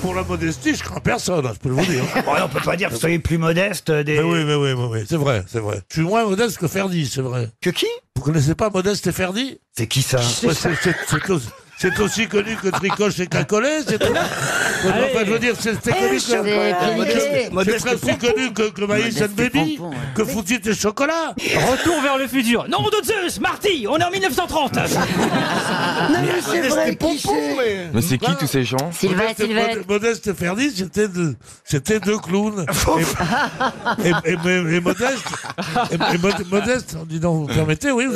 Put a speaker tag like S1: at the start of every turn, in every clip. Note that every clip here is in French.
S1: Pour la modestie, je crains personne, hein, je peux le vous dire.
S2: Bon, on peut pas dire que vous soyez plus modeste euh, des.
S1: Mais oui, mais oui, mais oui, c'est vrai, c'est vrai. Je suis moins modeste que Ferdi, c'est vrai.
S2: Que qui
S1: Vous connaissez pas Modeste et Ferdi
S2: C'est qui ça
S1: Ouais, c'est- c'est- c'est aussi- C'est aussi connu que Tricoche et Cacolet, c'est tout. Enfin, je veux dire, c'est c'est connu que...
S3: Modeste-
S1: C'est presque plus connu que, que Maïs and Baby,
S3: Pompon, ouais.
S1: que Foutu et Chocolat.
S4: Retour vers le futur. Non, de Zeus, Marty, on est en 1930.
S1: Ah,
S3: Non, mais c'est vrai, qui c'est
S5: Mais c'est qui tous ces gens
S3: Sylvain,
S1: Modeste et-
S3: Sylvain.
S1: Modeste et Ferdi, c'était deux, c'était deux clowns. Et, et- et- et Modeste, et, et Mod- Modeste, dis donc, vous permettez, oui. vous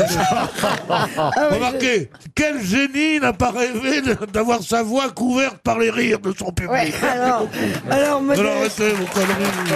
S3: Ah
S1: avez- Remarquez, quel génie n'a pas rêvé de- d'avoir sa voix couverte par les rires de son public.
S3: Ouais, alors, alors
S1: Non, non,
S3: modeste.
S1: arrêtez vos conneries.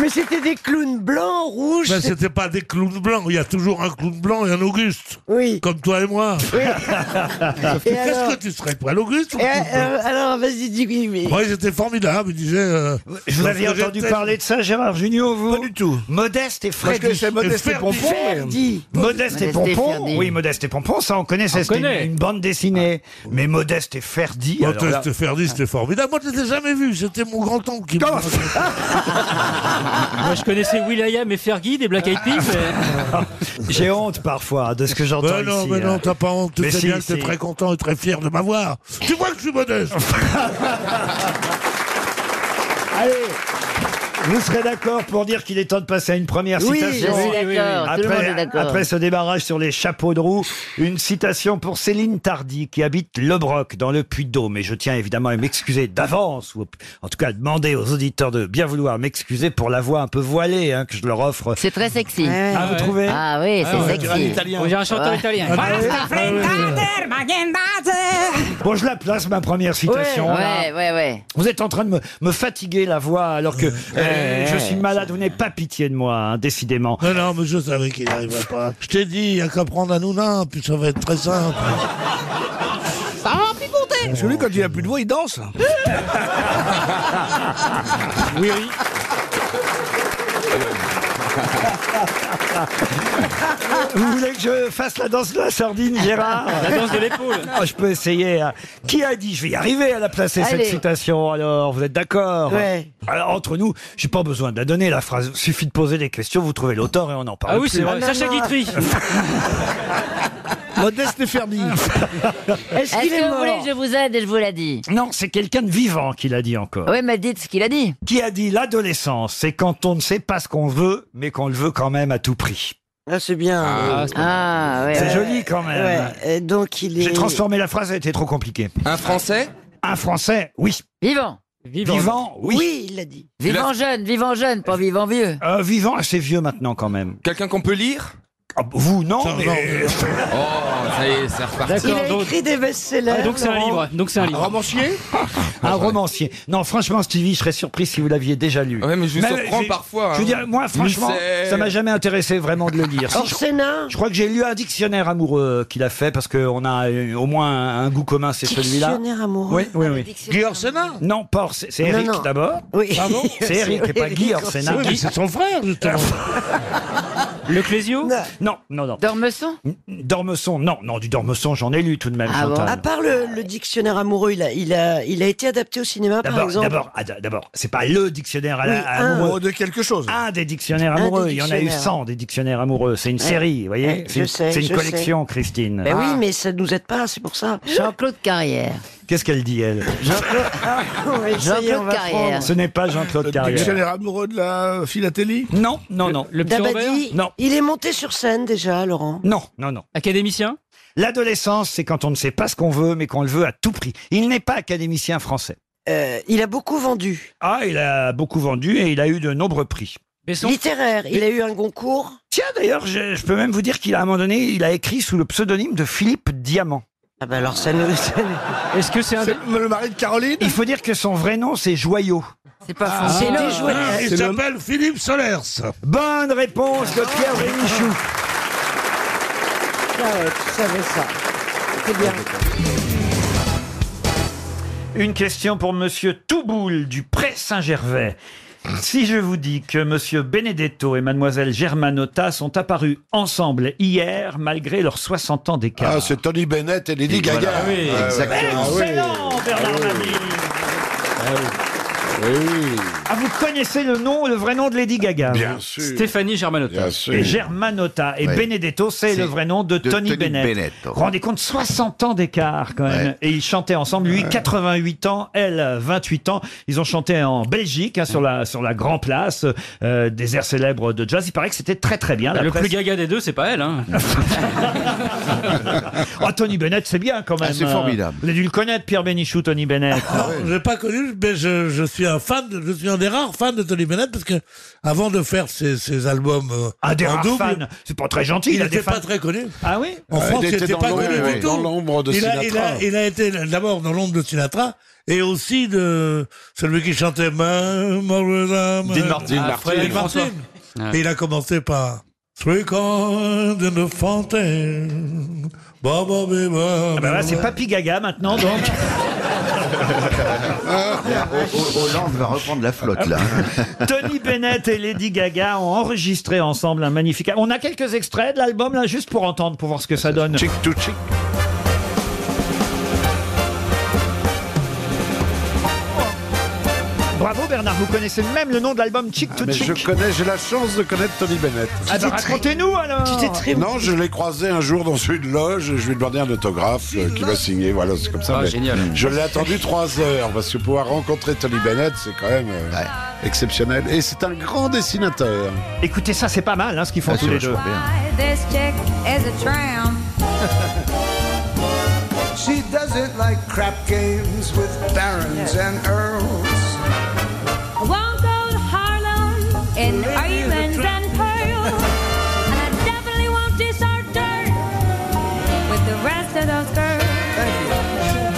S3: Mais c'était des clowns blancs, rouges.
S1: Ben, c'était pas des clowns blancs, il y a toujours un clown blanc et un Auguste,
S3: Oui.
S1: comme toi et moi.
S3: Et alors,
S1: Qu'est-ce que tu serais, toi, l'Auguste ou
S3: et,
S1: le
S2: Eh,
S1: clown blanc
S3: euh, alors vas-y, dis oui, mais.
S1: Moi, ils étaient formidables. Ils disaient. euh,
S2: Je vous
S1: parce
S2: aviez
S1: que
S2: entendu
S1: j'étais-
S2: parler de ça, Gérard Junior, vous
S1: Pas du tout.
S2: Modeste et
S6: Parce que
S2: Freddy.
S6: c'est modeste et
S1: Ferdi.
S6: pompon.
S3: Ferdi.
S2: Modeste et
S3: Modeste et
S2: Pompon,
S3: Ferdi.
S2: oui, Modeste et Pompon, ça on connaissait, c'était
S4: connaît.
S2: une, une bande dessinée.
S3: Ah.
S2: Mais Modeste et Ferdi, alors là-
S1: Modeste Ferdi, c'était formidable. Moi, je ne l'ai jamais vu. C'était mon grand-oncle qui me
S2: Comment
S4: Moi, je connaissais Will.i.am et Fergie des Black Eyed Peas. mais-
S2: j'ai honte parfois de ce que j'entends
S1: Ben non,
S2: ici.
S1: mais
S2: là.
S1: non, t'as pas honte. Tu
S2: Mais
S1: sais
S2: si,
S1: bien que t'es
S2: si.
S1: très content et très fier de m'avoir. Tu vois que je suis modeste.
S2: Allez, vous serez d'accord pour dire qu'il est temps de passer à une première
S3: Oui,
S2: citation.
S3: je suis
S2: Oui, oui,
S3: d'accord,
S2: oui.
S3: tout le monde
S2: Après-
S3: est d'accord.
S2: Après ce débarrage sur les chapeaux de roue, une citation pour Céline Tardy qui habite Lebroc dans le Puy-de-Dôme. Et je tiens évidemment à m'excuser d'avance, ou en tout cas à demander aux auditeurs de bien vouloir m'excuser pour la voix un peu voilée hein, que je leur offre.
S7: C'est très sexy.
S3: Ouais,
S2: Ah,
S3: ouais.
S2: vous trouvez
S7: Ah oui, c'est sexy.
S4: On dirait un chanteur
S1: Ah,
S4: italien.
S2: Bon, je la place, ma première citation. là.
S7: Ouais, ouais, ouais.
S2: Vous êtes en train de me, me fatiguer la voix alors que euh, je suis malade. Vous n'avez pas pitié de moi, hein, décidément.
S1: non, non, mais je savais qu'il n'arriverait pas. Je t'ai dit, il n'y a qu'à prendre un nounin, puis ça va être très simple.
S6: Parce que lui, quand il a plus de voix, il danse.
S4: Oui, oui.
S2: Vous voulez que je fasse la danse de la sardine, Gérard
S4: La danse de l'épaule.
S2: Ah, Je peux essayer. hein. Qui a dit Je vais y arriver à la placer,
S3: Allez.
S2: cette citation, alors. Vous êtes d'accord
S3: Ouais.
S2: Alors, entre nous, j'ai pas besoin de la donner, la phrase. Suffit de poser des questions, vous trouvez l'auteur et on en parle.
S4: Ah oui,
S2: plus.
S4: c'est vrai.
S3: non,
S4: Sacha
S3: non.
S4: Guitry.
S6: Modeste et Ferdi.
S3: Est-ce
S7: Est-ce
S3: qu'il est
S7: que vous
S3: mort
S7: voulez que je vous aide et je vous l'ai dit
S2: Non, c'est quelqu'un de vivant qui l'a dit encore.
S7: Oui, mais dites ce qu'il a dit.
S2: Qui a dit L'adolescence, c'est quand on ne sait pas ce qu'on veut, mais qu'on le veut quand même à tout prix.
S3: Ah, c'est bien.
S7: Ah, ouais.
S2: C'est
S7: ouais.
S2: joli quand
S3: ouais.
S2: même. Euh,
S3: Ouais, et donc il est.
S2: J'ai transformé la phrase, elle était trop compliquée.
S5: Un français
S2: Un Français, oui.
S7: Vivant.
S4: Vivant.
S2: Vivant, oui.
S3: Oui, il l'a dit.
S7: Vivant jeune, vivant jeune, pas vivant vieux.
S2: Euh, vivant, assez vieux maintenant quand même.
S5: Quelqu'un qu'on peut lire
S2: Ah, vous, non,
S1: Ça,
S2: mais-
S1: non.
S5: Oh, ça y est, c'est reparti.
S3: Il
S4: D'accord.
S3: a
S4: donc-
S3: écrit
S2: Eh
S3: des
S2: ben,
S3: best-sellers.
S4: Ah, donc c'est un
S3: Laurent.
S4: livre. Donc c'est un livre.
S6: Romancier
S2: un romancier. Non, franchement, Stevie, je serais surpris si vous l'aviez déjà lu.
S5: Ouais, mais je vous
S2: Même-
S5: surprends
S2: j'ai-
S5: parfois,
S2: Je veux
S5: hein.
S2: dire, moi, franchement,
S5: Musset.
S2: ça m'a jamais intéressé vraiment de le lire. Si, je,
S3: Orsena.
S2: je crois que j'ai lu un dictionnaire amoureux qu'il a fait parce qu'on a euh, au moins un, un goût commun, c'est celui-là.
S3: Dictionnaire amoureux. Ah,
S2: Oui, oui, oui.
S1: Guy Orsena
S2: Non, pas Ors- c'est
S3: Non,
S2: Eric
S3: non.
S2: d'abord.
S3: Oui.
S2: Pardon C'est Eric et pas Guy
S1: Ah
S2: Orsena.
S1: oui, mais c'est son frère, justement.
S4: Le Clésio.
S2: Non, non, non.
S7: Dormeçon
S2: Dormeçon, non, non, du Dormeçon, j'en ai lu tout de même.
S7: Ah bon
S2: Chantal.
S3: À part le, le dictionnaire amoureux, il a, il, a, il a été adapté au cinéma, par
S2: D'abord,
S3: exemple.
S2: d'abord, ah, d- d'abord, c'est pas le dictionnaire à la-
S3: Oui,
S2: à
S3: un.
S2: amoureux.
S6: Numéro de quelque chose.
S2: Un des dictionnaires
S3: des
S2: amoureux. Il y en a eu
S3: dictionnaires.
S2: 100 des dictionnaires amoureux. C'est une série, vous
S3: Eh,
S2: voyez C'est
S3: je
S2: une,
S3: sais,
S2: c'est une
S3: je
S2: collection, Christine.
S3: Ben oui, mais ça ne nous aide pas, c'est pour ça.
S7: Jean-Claude Carrière.
S2: Qu'est-ce qu'elle dit, elle
S3: Ouais, ça y est, on
S7: Jean-Claude
S3: va
S7: Carrière.
S2: Ce n'est pas Jean-Claude
S6: Le
S2: Carrière.
S6: dictionnaire amoureux de la philatélie
S2: Non, non, non.
S4: Le petit Robert.
S3: Dabadi,
S2: Non.
S3: il est monté sur scène déjà, Laurent.
S2: Non, non, non.
S4: Académicien.
S2: L'adolescence, c'est quand on ne sait pas ce qu'on veut, mais qu'on le veut à tout prix. Il n'est pas académicien français.
S3: Euh, il a beaucoup vendu.
S2: Ah, il a beaucoup vendu et il a eu de nombreux prix.
S4: Besson.
S3: Littéraire, il a eu un Goncourt.
S2: Tiens, d'ailleurs, je, je peux même vous dire qu'il a, à un moment donné, il a écrit sous le pseudonyme de Philippe Diamant.
S3: Ah ben alors ça nous... ça nous-
S4: Est-ce que c'est un.
S6: C'est le mari de Caroline
S2: Il faut dire que son vrai nom, c'est Joyau.
S7: C'est pas
S1: Ah,
S7: français.
S3: Des jouets.
S1: Il s'appelle Philippe Solers.
S2: Bonne réponse de Pierre Bénichou.
S3: Ah ouais, tu savais ça. C'est bien.
S2: Une question pour Monsieur Touboul du Pré Saint-Gervais Si je vous dis que Monsieur Benedetto et Mademoiselle Germanotta sont apparus ensemble hier malgré leurs 60 ans d'écart.
S8: Ah, c'est Tony Bennett et Lady Gaga.
S9: oui,
S8: Ah, ouais.
S9: exactement.
S2: Excellent, Bernard Mabille. Ah, vous connaissez le nom, le vrai nom de Lady Gaga
S8: Bien
S2: vous
S8: sûr.
S4: Stéphanie Germanotta.
S8: Bien sûr.
S2: Et Germanotta. Et
S8: Ouais.
S2: Benedetto, c'est
S8: C'est
S2: le vrai nom de,
S8: de
S2: Tony,
S8: Tony
S2: Bennett.
S8: Bennett.
S2: Vous vous rendez compte, 60 ans d'écart quand même.
S8: Ouais.
S2: Et ils chantaient ensemble, lui 88 ans, elle 28 ans. Ils ont chanté en Belgique, hein, sur, la, sur la Grand Place, euh, des airs célèbres de jazz. Il paraît que c'était très très bien. La
S4: Ah, Le
S2: presse-
S4: plus gaga des deux, c'est pas elle. Hein.
S2: Ah, Tony Bennett, c'est bien quand même.
S8: Ah, c'est
S2: euh,
S8: formidable.
S2: Vous avez dû le connaître, Pierre Bénichou, Tony Bennett.
S6: Ah
S1: Non, je l'ai pas connu, mais je, je suis un fan, de- je suis un des rares fans de Tony Bennett parce que avant de faire ses, ses albums euh,
S2: Un des
S1: en
S2: rares
S1: double,
S2: fans. C'est pas très gentil.
S1: il
S2: Il, a des
S1: n'était
S2: fans.
S1: pas très connu.
S2: Ah oui
S1: En
S8: Ouais,
S1: France,
S8: il
S1: il
S8: était
S1: n'était
S8: dans
S1: pas
S8: l'ombre,
S1: connu
S8: ouais,
S1: du tout.
S8: dans l'ombre de
S1: il a, il,
S8: Sinatra.
S1: a, il a été d'abord dans l'ombre de Sinatra et aussi de celui qui chantait Martin.
S9: Dean Martin.
S4: Ah, Frédéric
S1: Dean Martin.
S4: François. Ouais.
S1: Et il a commencé par Three coins in the fountain. Ba, ba, ba, ba,
S2: Ah bah là,
S1: ba,
S2: c'est
S1: ba.
S2: Papy Gaga maintenant, donc.
S8: Hollande va reprendre la flotte, là.
S2: Tony Bennett et Lady Gaga ont enregistré ensemble un magnifique. On a quelques extraits de l'album là, juste pour entendre, pour voir ce que ça donne.
S8: chick to chick.
S2: Bravo Bernard, vous connaissez même le nom de l'album Chick to
S8: Ah, Mais je
S2: Chick.
S8: connais, j'ai la chance de connaître Tony Bennett.
S2: Ah bah, racontez-nous
S10: C'était
S2: alors.
S10: très
S8: Non, je l'ai croisé un jour dans une loge, je lui ai demandé un autographe euh, qui m'a signé, voilà, c'est comme ça.
S4: Ah,
S8: mais
S4: génial.
S8: Je l'ai attendu trois heures, parce que pouvoir rencontrer Tony Bennett, c'est quand même euh, exceptionnel. Et c'est un grand dessinateur.
S2: Écoutez ça, c'est pas mal hein, ce qu'ils font
S8: Ah,
S2: tous
S8: c'est
S2: les deux.
S8: vachement bien.
S11: This chick is a tram.
S6: She doesn't like crap games with barons and earls.
S11: I won't go to Harlem in diamonds and pearls. And I definitely won't dish our dirt with the rest of those girls.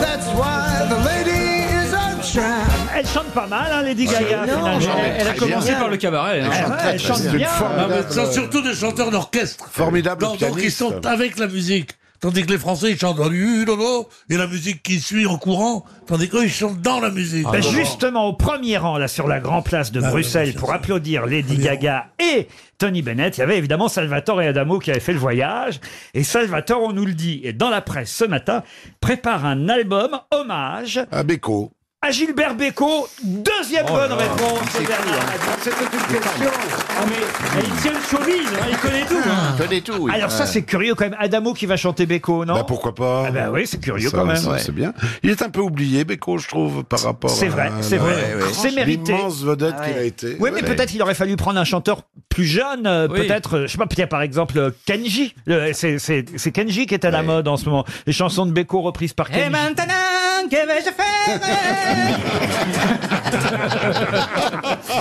S6: That's why the lady is a tramp.
S2: Elle chante pas mal, hein, Lady Gaga. finalement.
S4: Elle, elle a
S8: très
S4: commencé
S8: bien.
S4: par le cabaret. hein.
S2: Ouais, elle chante
S8: C'est une
S2: bien.
S1: Ah, mais
S8: formidable,
S1: ce sont surtout des chanteurs d'orchestre.
S8: formidable
S1: Donc, donc, ils
S8: pianiste.
S1: sont avec la musique. Tandis que les Français, ils chantent dans du lolo, et la musique qui suit en courant, tandis qu'eux, ils chantent dans la musique.
S8: Ah,
S2: Ben, justement, au premier rang, là, sur la Grand Place de
S1: Ah,
S2: Bruxelles,
S1: oui,
S2: pour
S1: c'est ça.
S2: applaudir Lady
S1: Premier
S2: Gaga et Tony Bennett, il y avait évidemment Salvatore et Adamo qui avaient fait le voyage. Et Salvatore, on nous le dit, et dans la presse ce matin, prépare un album hommage
S8: À Beko. Oh
S2: à Gilbert Bécaud. Deuxième bonne réponse.
S8: hein.
S2: Bernard.
S8: C'était une question.
S4: Ah, mais mais il tient le showbiz, hein, il connaît tout. hein.
S8: Tenez tout, oui.
S2: Alors ça, c'est curieux quand même. Adamo qui va chanter Beko, non
S8: Bah pourquoi pas
S2: Ah bah oui, c'est curieux
S8: Ça,
S2: quand même.
S8: ça, C'est bien. Il est un peu oublié, Beko, je trouve, par rapport
S2: C'est
S8: à
S2: vrai,
S8: la-
S2: c'est vrai.
S8: Eh Ouais, ouais.
S2: Ah, C'est mérité.
S8: L'immense vedette
S10: Ah ouais.
S8: qu'il a été.
S2: Oui, mais
S8: Ouais.
S2: peut-être il aurait fallu prendre un chanteur plus jeune, euh,
S4: Oui.
S2: peut-être, euh, je sais pas, peut-être par exemple euh, Kenji. Le- C'est c'est- c'est Kenji qui est à la
S8: Ouais.
S2: mode en ce moment. Les chansons de Beko reprises
S6: Eh
S2: par Kenji.
S12: Et maintenant, que vais-je faire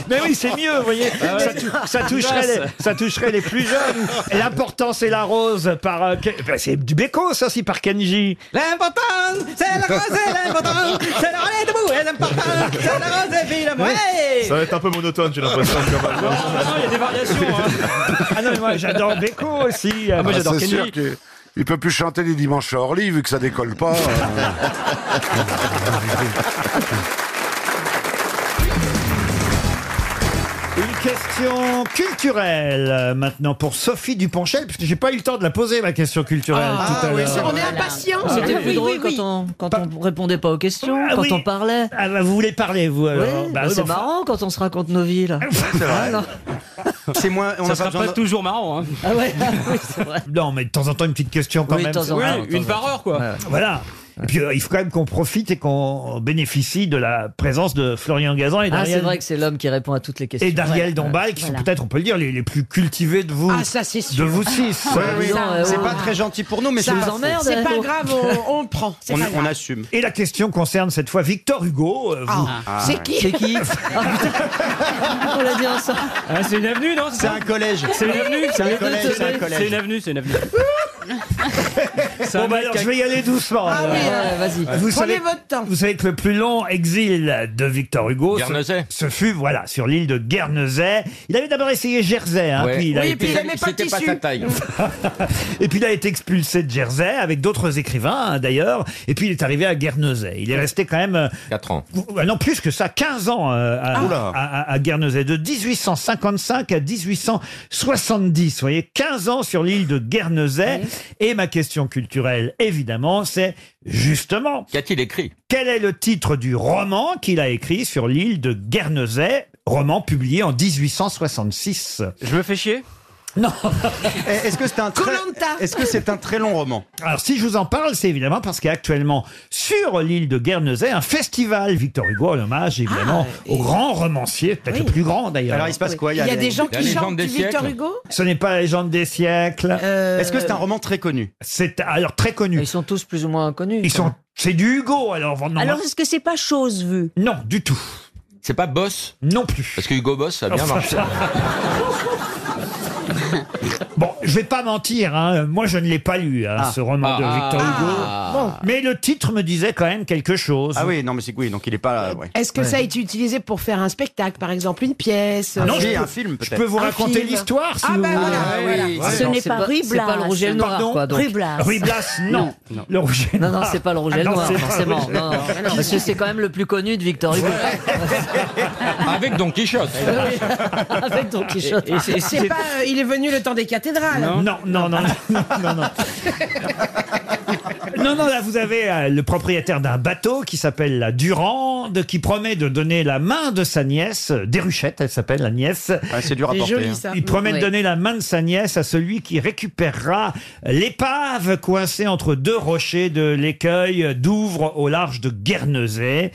S2: Mais oui, c'est mieux, vous voyez. ça, tou- ça toucherait les, ça toucherait les plus jeunes. L'important, c'est la rose par. euh, Ken- bah, c'est du Beko, ça, si par Kenji.
S12: L'important, c'est la rose, c'est l'important, c'est la rose debout, et l'important, c'est la rose et puis le vrai.
S6: Ça va être un peu monotone, j'ai l'impression. quand même.
S4: Non, non, non, il y a des variations. hein.
S2: Ah non, mais moi, j'adore Beko aussi.
S8: Ah,
S2: moi, j'adore
S8: c'est
S2: Kenji.
S8: sûr que- Il peut plus chanter les dimanches à Orly vu que ça décolle pas. Euh,
S2: Une question culturelle euh, maintenant pour Sophie Duponchel, puisque j'ai pas eu le temps de la poser ma question culturelle
S3: Ah,
S2: tout à l'heure.
S10: On est impatients.
S3: C'était
S10: Ah,
S3: plus
S10: oui,
S3: drôle
S10: oui,
S3: quand,
S10: oui.
S3: On, quand on répondait pas aux questions,
S2: Ah
S3: quand
S2: oui.
S3: on parlait.
S2: Ah bah, vous voulez parler vous alors
S3: Ouais, bah,
S2: Bah oui,
S3: c'est
S2: mais enfin-
S3: marrant quand on se raconte nos vies là. Ah, non.
S6: C'est moins, on
S4: Ça
S6: n'a
S4: sera
S6: pas besoin
S4: pas
S6: de...
S4: toujours marrant. hein.
S3: Ah ouais, oui, c'est vrai.
S2: Non mais de temps en temps une petite question quand
S3: Oui, de
S2: même.
S3: temps en
S2: c'est-
S3: temps.
S4: Oui,
S3: Ouais,
S4: une par heure, quoi.
S2: Voilà. Et puis euh, il faut quand même qu'on profite et qu'on bénéficie de la présence de Florian Gazan et
S3: Ah, c'est
S2: d'Ariel
S3: vrai que c'est l'homme qui répond à toutes les questions.
S2: et d'Ariel
S3: Ouais.
S2: Dombal qui sont
S3: Voilà.
S2: peut-être on peut le dire les, les plus cultivés de vous
S10: Ah, ça, c'est
S2: de
S10: sûr.
S2: vous six.
S3: oui. Non, euh,
S6: C'est
S3: ouais.
S6: pas très gentil pour nous, mais
S3: Ça
S6: c'est-
S3: vous emmerde
S10: C'est pas
S2: euh,
S3: Oh.
S10: grave, on, on le prend. C'est
S6: on,
S10: pas
S6: on
S10: grave.
S6: assume.
S2: Et la question concerne cette fois Victor Hugo. euh, vous-
S10: Ah, c'est qui
S3: C'est qui Ah, On l'a dit ensemble.
S4: Ah, c'est une avenue, non
S6: C'est un collège.
S4: C'est une avenue
S6: C'est un collège, c'est un
S4: C'est une
S6: collège.
S4: avenue, c'est une avenue.
S2: Bon, bah alors, je vais y aller doucement.
S6: Ah
S2: alors.
S6: oui, euh, vas-y.
S2: Vous
S6: Prenez
S2: savez,
S6: votre temps.
S2: Vous savez que le plus long exil de Victor Hugo, ce-
S13: Guernesey.
S2: Ce, fut, voilà, sur l'île de Guernesey. Il avait d'abord essayé Jersey, hein,
S13: Ouais.
S2: puis il a
S13: Oui,
S2: été-
S13: puis il aimait pas le C'était pas tissu. sa taille.
S2: et puis il a été expulsé de Jersey avec d'autres écrivains, hein, d'ailleurs. Et puis il est arrivé à Guernesey. Il est resté quand même... euh,
S13: 4 ans.
S2: Non, plus que ça, 15 ans euh, à,
S13: Oula.
S2: à- à- à Guernesey, de 1855 à 1870. Vous voyez, 15 ans sur l'île de Guernesey. Et ma question culturelle, évidemment, c'est justement.
S13: Qu'a-t-il écrit
S2: Quel est le titre du roman qu'il a écrit sur l'île de Guernesey Roman publié en 1866. Je me fais chier Non.
S4: Est-ce que c'est un très... Est-ce que c'est un très long roman
S2: Alors, si je vous en parle, c'est évidemment parce qu'il y a actuellement sur l'île de Guernesey un festival Victor Hugo, en
S4: Ah,
S2: hommage évidemment au grand romancier, peut-être le plus grand d'ailleurs.
S4: Alors, il se passe quoi Il y a Il y a des des- gens qui chantent du Victor Hugo Euh,
S2: Ce n'est pas la légende des siècles.
S4: Est-ce que c'est un roman très connu
S2: C'est alors très connu.
S14: Ils sont tous plus ou moins connus.
S2: Ils sont. C'est du Hugo alors. vraiment.
S11: Alors, est-ce que c'est pas chose vue
S2: Non, du tout.
S13: C'est pas Boss
S2: Non plus.
S13: Parce que Hugo Boss, ça a bien
S2: Enfin.
S13: marché.
S2: Bon, je vais pas mentir, hein, moi je ne l'ai pas lu, hein,
S4: Ah.
S2: ce roman de
S4: Ah.
S2: Victor Hugo.
S4: Ah.
S2: Mais le titre me disait quand même quelque chose.
S4: Ah oui, non, mais c'est oui, donc il est pas. euh, ouais.
S3: Est-ce que ça a été utilisé pour faire un spectacle, par exemple, une pièce
S4: Ah
S3: euh,
S4: non,
S3: je
S4: je
S3: peux-
S4: peux- un film,
S3: je
S4: peut-être.
S3: peux vous
S4: Un
S3: raconter
S4: film.
S3: l'histoire, si
S11: Ah
S3: vous
S11: bah
S3: voulez.
S11: voilà,
S3: Ah
S11: voilà.
S3: oui,
S11: Ce
S3: non,
S11: n'est
S3: c'est
S11: pas
S3: pas-
S11: Ruy
S3: c'est
S11: Blas.
S3: pas le rouge et le noir,
S11: Pardon
S3: quoi, donc.
S11: Ruy Blas.
S3: Ruy Blas,
S2: non. Le rouge et
S14: Non, non,
S2: noir.
S14: c'est pas le rouge et
S2: Ah
S14: le
S2: non,
S14: noir,
S2: c'est pas le
S14: forcément.
S2: rouge et le
S14: Ah non.
S2: noir.
S14: Parce que c'est quand même le plus connu de Victor Hugo.
S13: Avec Don Quichotte.
S14: Avec Don Quichotte.
S3: C'est pas, euh, il est venu le temps des cathédrales.
S2: non, non, non, non, non, non. Non, non, là, vous avez euh, le propriétaire d'un bateau qui s'appelle la Durande, qui promet de donner la main de sa nièce, euh, Déruchette, elle s'appelle la nièce.
S4: c'est dur à C'est porter, joli, hein. ça.
S2: Il promet
S4: Oui.
S2: de donner la main de sa nièce à celui qui récupérera l'épave coincée entre deux rochers de l'écueil d'Ouvre au large de Guernesey.